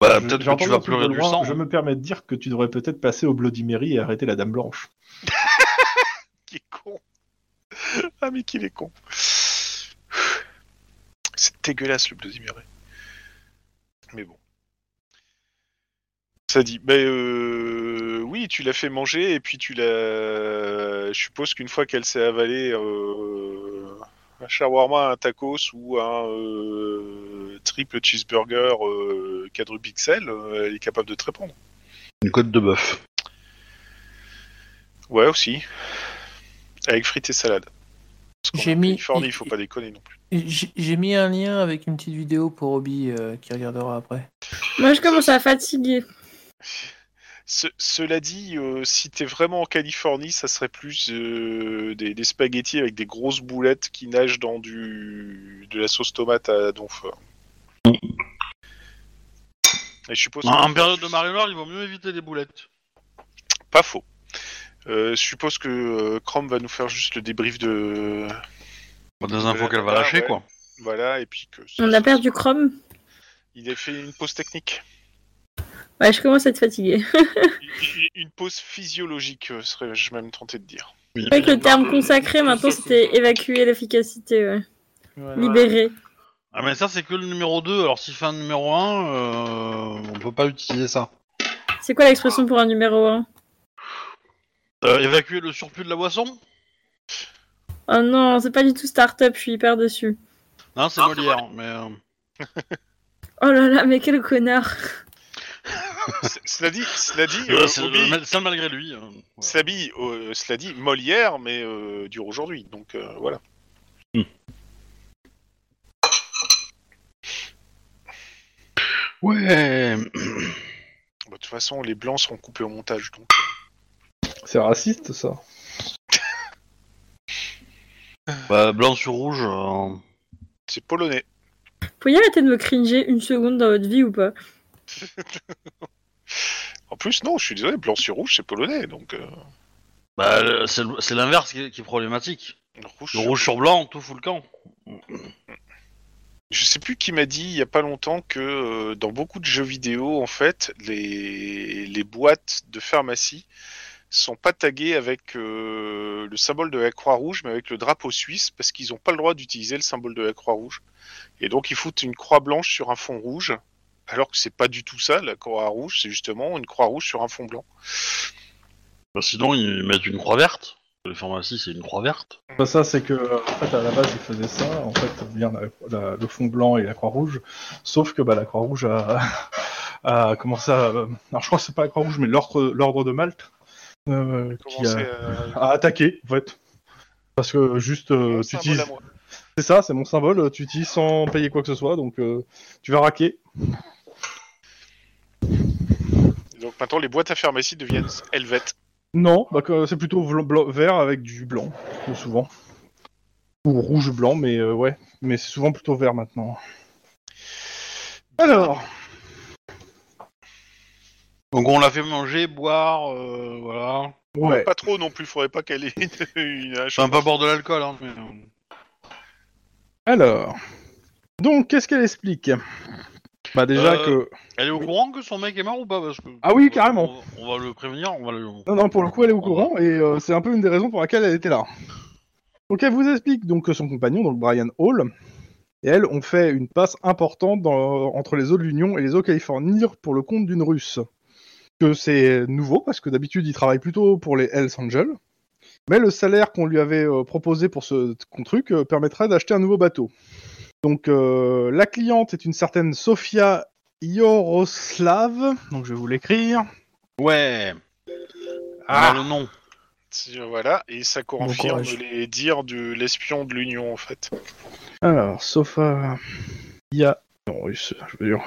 Bah, Peut-être que tu vas pleurer du sang. hein.
Je me permets de dire que tu devrais peut-être passer au Bloody Mary et arrêter la Dame Blanche.
Qui est con Ah, mais qu'il est con C'est dégueulasse le Bloody Mary. Mais bon. Ça dit, mais euh, oui, tu l'as fait manger et puis tu l'as. Je suppose qu'une fois qu'elle s'est avalée euh, un shawarma, un tacos ou un euh, triple cheeseburger euh, quadrupixel, euh, elle est capable de te répondre.
Une côte de bœuf.
Ouais, aussi. Avec frites et salade. Parce qu'on
J'ai
est en
mis-
Californie, il faut pas déconner non plus.
J'ai j'ai mis un lien avec une petite vidéo pour Obi euh, qui regardera après.
Moi, je commence à fatiguer.
Ce- cela dit, euh, si t'es vraiment en Californie, ça serait plus euh, des, des spaghettis avec des grosses boulettes qui nagent dans du de la sauce tomate à donf. Et je suppose.
En,
que-
en période de marée noire, il vaut mieux éviter les boulettes.
Pas faux. Euh, je suppose que euh, Chrome va nous faire juste le débrief de
Pas des infos
Ouais,
qu'elle va
ouais,
lâcher,
ouais.
quoi.
voilà et puis que.
On a perdu Chrome.
Il a fait une pause technique.
Ouais, je commence à être fatiguée.
Une- une pause physiologique, euh, serais je même tenté de dire.
C'est vrai que le terme consacré maintenant, c'était évacuer l'efficacité, ouais. libérer.
Ah, mais ça, c'est que le numéro 2. Alors, s'il fait un numéro 1, on peut pas utiliser ça.
C'est quoi l'expression pour un numéro 1
Euh, évacuer le surplus de la boisson
Oh non, c'est pas du tout start-up, je suis hyper dessus.
Non, c'est Molière, mais. euh,
Oh là là, mais quel connard
C- cela dit, cela dit,
Euh,
euh,
c'est
Obi-
le mal- c'est le malgré lui. euh, voilà.
cela dit, euh, cela dit, Molière, mais euh, dure aujourd'hui. Donc euh, voilà.
Ouais.
Bah, De toute façon, les blancs seront coupés au montage. Donc.
C'est raciste, ça.
Bah, blanc sur rouge. euh,
C'est polonais.
Pourriez arrêter de me cringer une seconde dans votre vie ou pas
En plus, non, je suis désolé, blanc sur rouge, c'est polonais. Donc euh,
Bah, le- c'est le- c'est l'inverse qui, est- qui est problématique.
rouge.
Le
sur-
rouge sur blanc, tout fout le camp.
Je sais plus qui m'a dit il y a pas longtemps que euh, dans beaucoup de jeux vidéo, en fait, les, les boîtes de pharmacie sont pas taguées avec euh, le symbole de la Croix-Rouge, mais avec le drapeau suisse, parce qu'ils n'ont pas le droit d'utiliser le symbole de la Croix-Rouge. Et donc ils foutent une croix blanche sur un fond rouge, alors que c'est pas du tout ça, la Croix-Rouge, c'est justement une Croix-Rouge sur un fond blanc.
Bah, sinon, ils mettent une croix verte. Les pharmacies, c'est une croix verte.
Bah, ça, c'est que, euh, en fait, à la base, ils faisaient ça. En fait, bien la- la- le fond blanc et la Croix-Rouge. Sauf que bah, la Croix-Rouge a, a commencé à. euh, Alors, je crois que c'est pas la Croix-Rouge, mais l'ordre l'ordre de Malte euh, qui
Commencez
a,
à-
a attaqué, en fait. Parce que juste, euh,
Un
tu
symbole
utilises.
à moi.
C'est ça, c'est mon symbole. Tu utilises sans payer quoi que ce soit, donc euh, tu vas raquer.
Donc Maintenant, les boîtes à pharmacie deviennent helvètes.
Non, bah, que- c'est plutôt vlo- blanc- vert avec du blanc, plus souvent. Ou rouge-blanc, mais euh, ouais. Mais c'est souvent plutôt vert maintenant. Alors,
Donc on l'a fait manger, boire, euh, voilà.
ouais.
Pas trop non plus, faudrait pas qu'elle ait une, une- un
Enfin, pas boire de l'alcool, hein, mais... euh,
Alors. Donc, qu'est-ce qu'elle explique Bah, déjà
Euh,
que.
Elle est au
Oui.
courant que son mec est mort ou pas Parce que-
Ah oui, carrément.
On va, on va le prévenir, on va le...
Non, non, pour le coup, elle est au courant et euh, c'est un peu une des raisons pour laquelle elle était là. Donc, elle vous explique donc que son compagnon, donc Brian Hall, et elle ont fait une passe importante dans- entre les eaux de l'Union et les eaux californiennes pour le compte d'une Russe. Que c'est nouveau parce que d'habitude, il travaille plutôt pour les Hells Angels. Mais le salaire qu'on lui avait euh, proposé pour ce con- truc euh, permettrait d'acheter un nouveau bateau. Donc, euh, la cliente est une certaine Sofia Yoroslav. Donc, je vais vous l'écrire.
Ouais,
Ah,
on a le nom.
si- voilà, et ça confirme
courage.
les dires de l'espion de l'Union en fait.
Alors, sauf à... Il y a... Non, russe, je veux dire.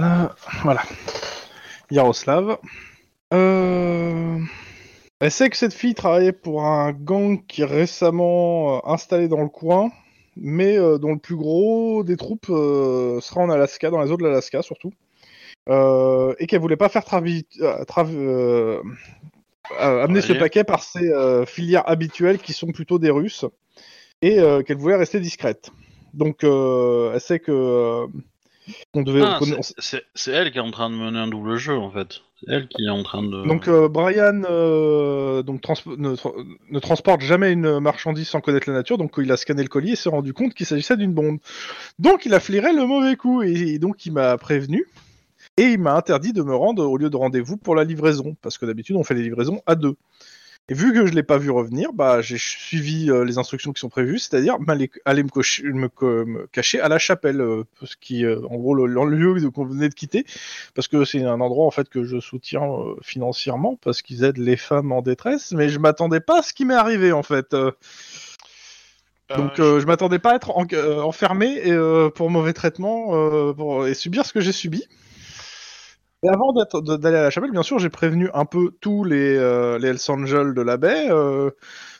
Euh, voilà. Yaroslav. Euh... Elle sait que cette fille travaillait pour un gang qui est récemment euh, installé dans le coin, mais euh, dont le plus gros des troupes euh, sera en Alaska, dans les eaux de l'Alaska surtout. Euh, et qu'elle voulait pas faire travi... euh, trav- euh, euh, amener ce
Travailler.
paquet par ses euh, filières habituelles qui sont plutôt des Russes, et euh, qu'elle voulait rester discrète. Donc euh, elle sait que euh, on devait.
Ah,
Euh, on- on-
c'est- c'est- C'est elle qui est en train de mener un double jeu, en fait. C'est elle qui est en train de...
Donc euh, Brian euh, donc, trans- ne, tra- ne transporte jamais une marchandise sans connaître la nature, donc il a scanné le colis et s'est rendu compte qu'il s'agissait d'une bombe. Donc il a flairé le mauvais coup et, et donc il m'a prévenu et il m'a interdit de me rendre au lieu de rendez-vous pour la livraison, parce que d'habitude on fait les livraisons à deux. Et vu que je l'ai pas vu revenir, bah j'ai suivi euh, les instructions qui sont prévues, c'est-à-dire m'aller- aller me, cocher- me co- me cacher à la chapelle, euh, ce qui euh, en gros le, le lieu qu'on venait de quitter, parce que c'est un endroit en fait que je soutiens euh, financièrement parce qu'ils aident les femmes en détresse, mais je m'attendais pas à ce qui m'est arrivé en fait. Euh,
Ben,
donc euh, je m'attendais pas à être en- euh, enfermé et, euh, pour mauvais traitement euh, pour- et subir ce que j'ai subi. Et avant d'être- de- d'aller à la chapelle, bien sûr, j'ai prévenu un peu tous les, euh, les Hells Angels de la baie euh,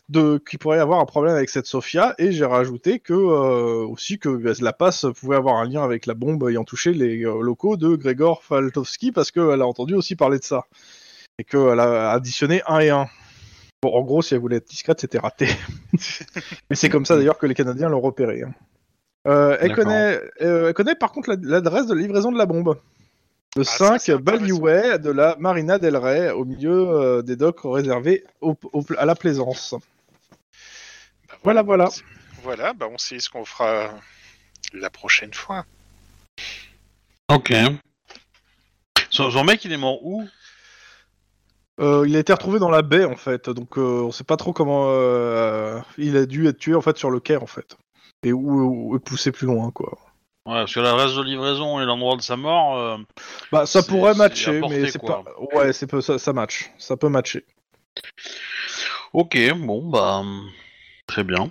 de, qui pourraient avoir un problème avec cette Sophia, et j'ai rajouté que euh, aussi que bah, la passe pouvait avoir un lien avec la bombe ayant touché les euh, locaux de Gregor Faltovski parce qu'elle a entendu aussi parler de ça et qu'elle a additionné un et un. Bon, en gros, si elle voulait être discrète, c'était raté. Mais c'est comme ça d'ailleurs que les Canadiens l'ont repéré. hein. Euh, elle,
D'accord.
connaît, euh, elle connaît par contre la- l'adresse de livraison de la bombe. Le
Ah, ça,
5
c'est intéressant.
Baliouet de la Marina del Rey, au milieu euh, des docks réservés au- au- à la plaisance.
ben,
Voilà, voilà.
Voilà, bah on sait ce qu'on fera la prochaine fois.
Ok. Son, son mec, il est mort où
Euh, il a été retrouvé dans la baie en fait, donc euh, on sait pas trop comment euh, il a dû être tué en fait sur le quai en fait, et où, où- où pousser plus loin quoi.
Ouais, parce que l'adresse de livraison et l'endroit de sa mort... euh,
Bah ça
C'est-
pourrait
c'est
matcher,
apporté,
mais c'est pas,
quoi.
ouais c'est peu- ça, ça match, ça peut matcher.
Ok, bon, bah... euh, Très bien.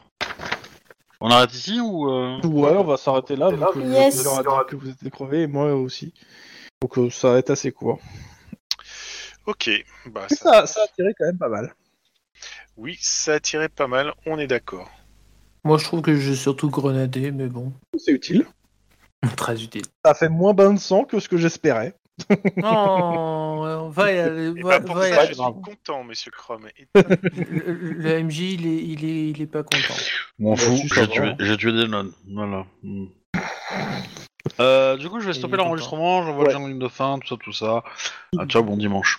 On arrête ici ou... euh,
Ouais, on va s'arrêter là. vu que vous-
Yes.
vous aurez dit que vous êtes crevé et moi aussi, donc euh, ça va être assez court.
Ok, bah
Mais Ça,
ça-
ça a tiré quand même pas mal.
oui, ça a tiré pas mal, on est d'accord.
Moi, je trouve que j'ai surtout grenadé, mais bon,
C'est utile.
très utile.
Ça a fait moins bain de sang que ce que j'espérais.
Non, va y aller.
Et
Va,
bah, pour
va y
ça,
aller.
je suis
grave.
content, monsieur Chrome. Et-
Le, le MJ, il est, il, est, il est pas content.
M'en
fous,
fous,
tu
j'ai
sais
tué,
pas.
j'ai tué des nonnes. Voilà. Mm. Euh, du coup, je vais
Il est
stopper
content.
l'enregistrement, j'envoie
Ouais.
le jingle de fin, tout ça, tout ça. Ah, ciao, bon dimanche.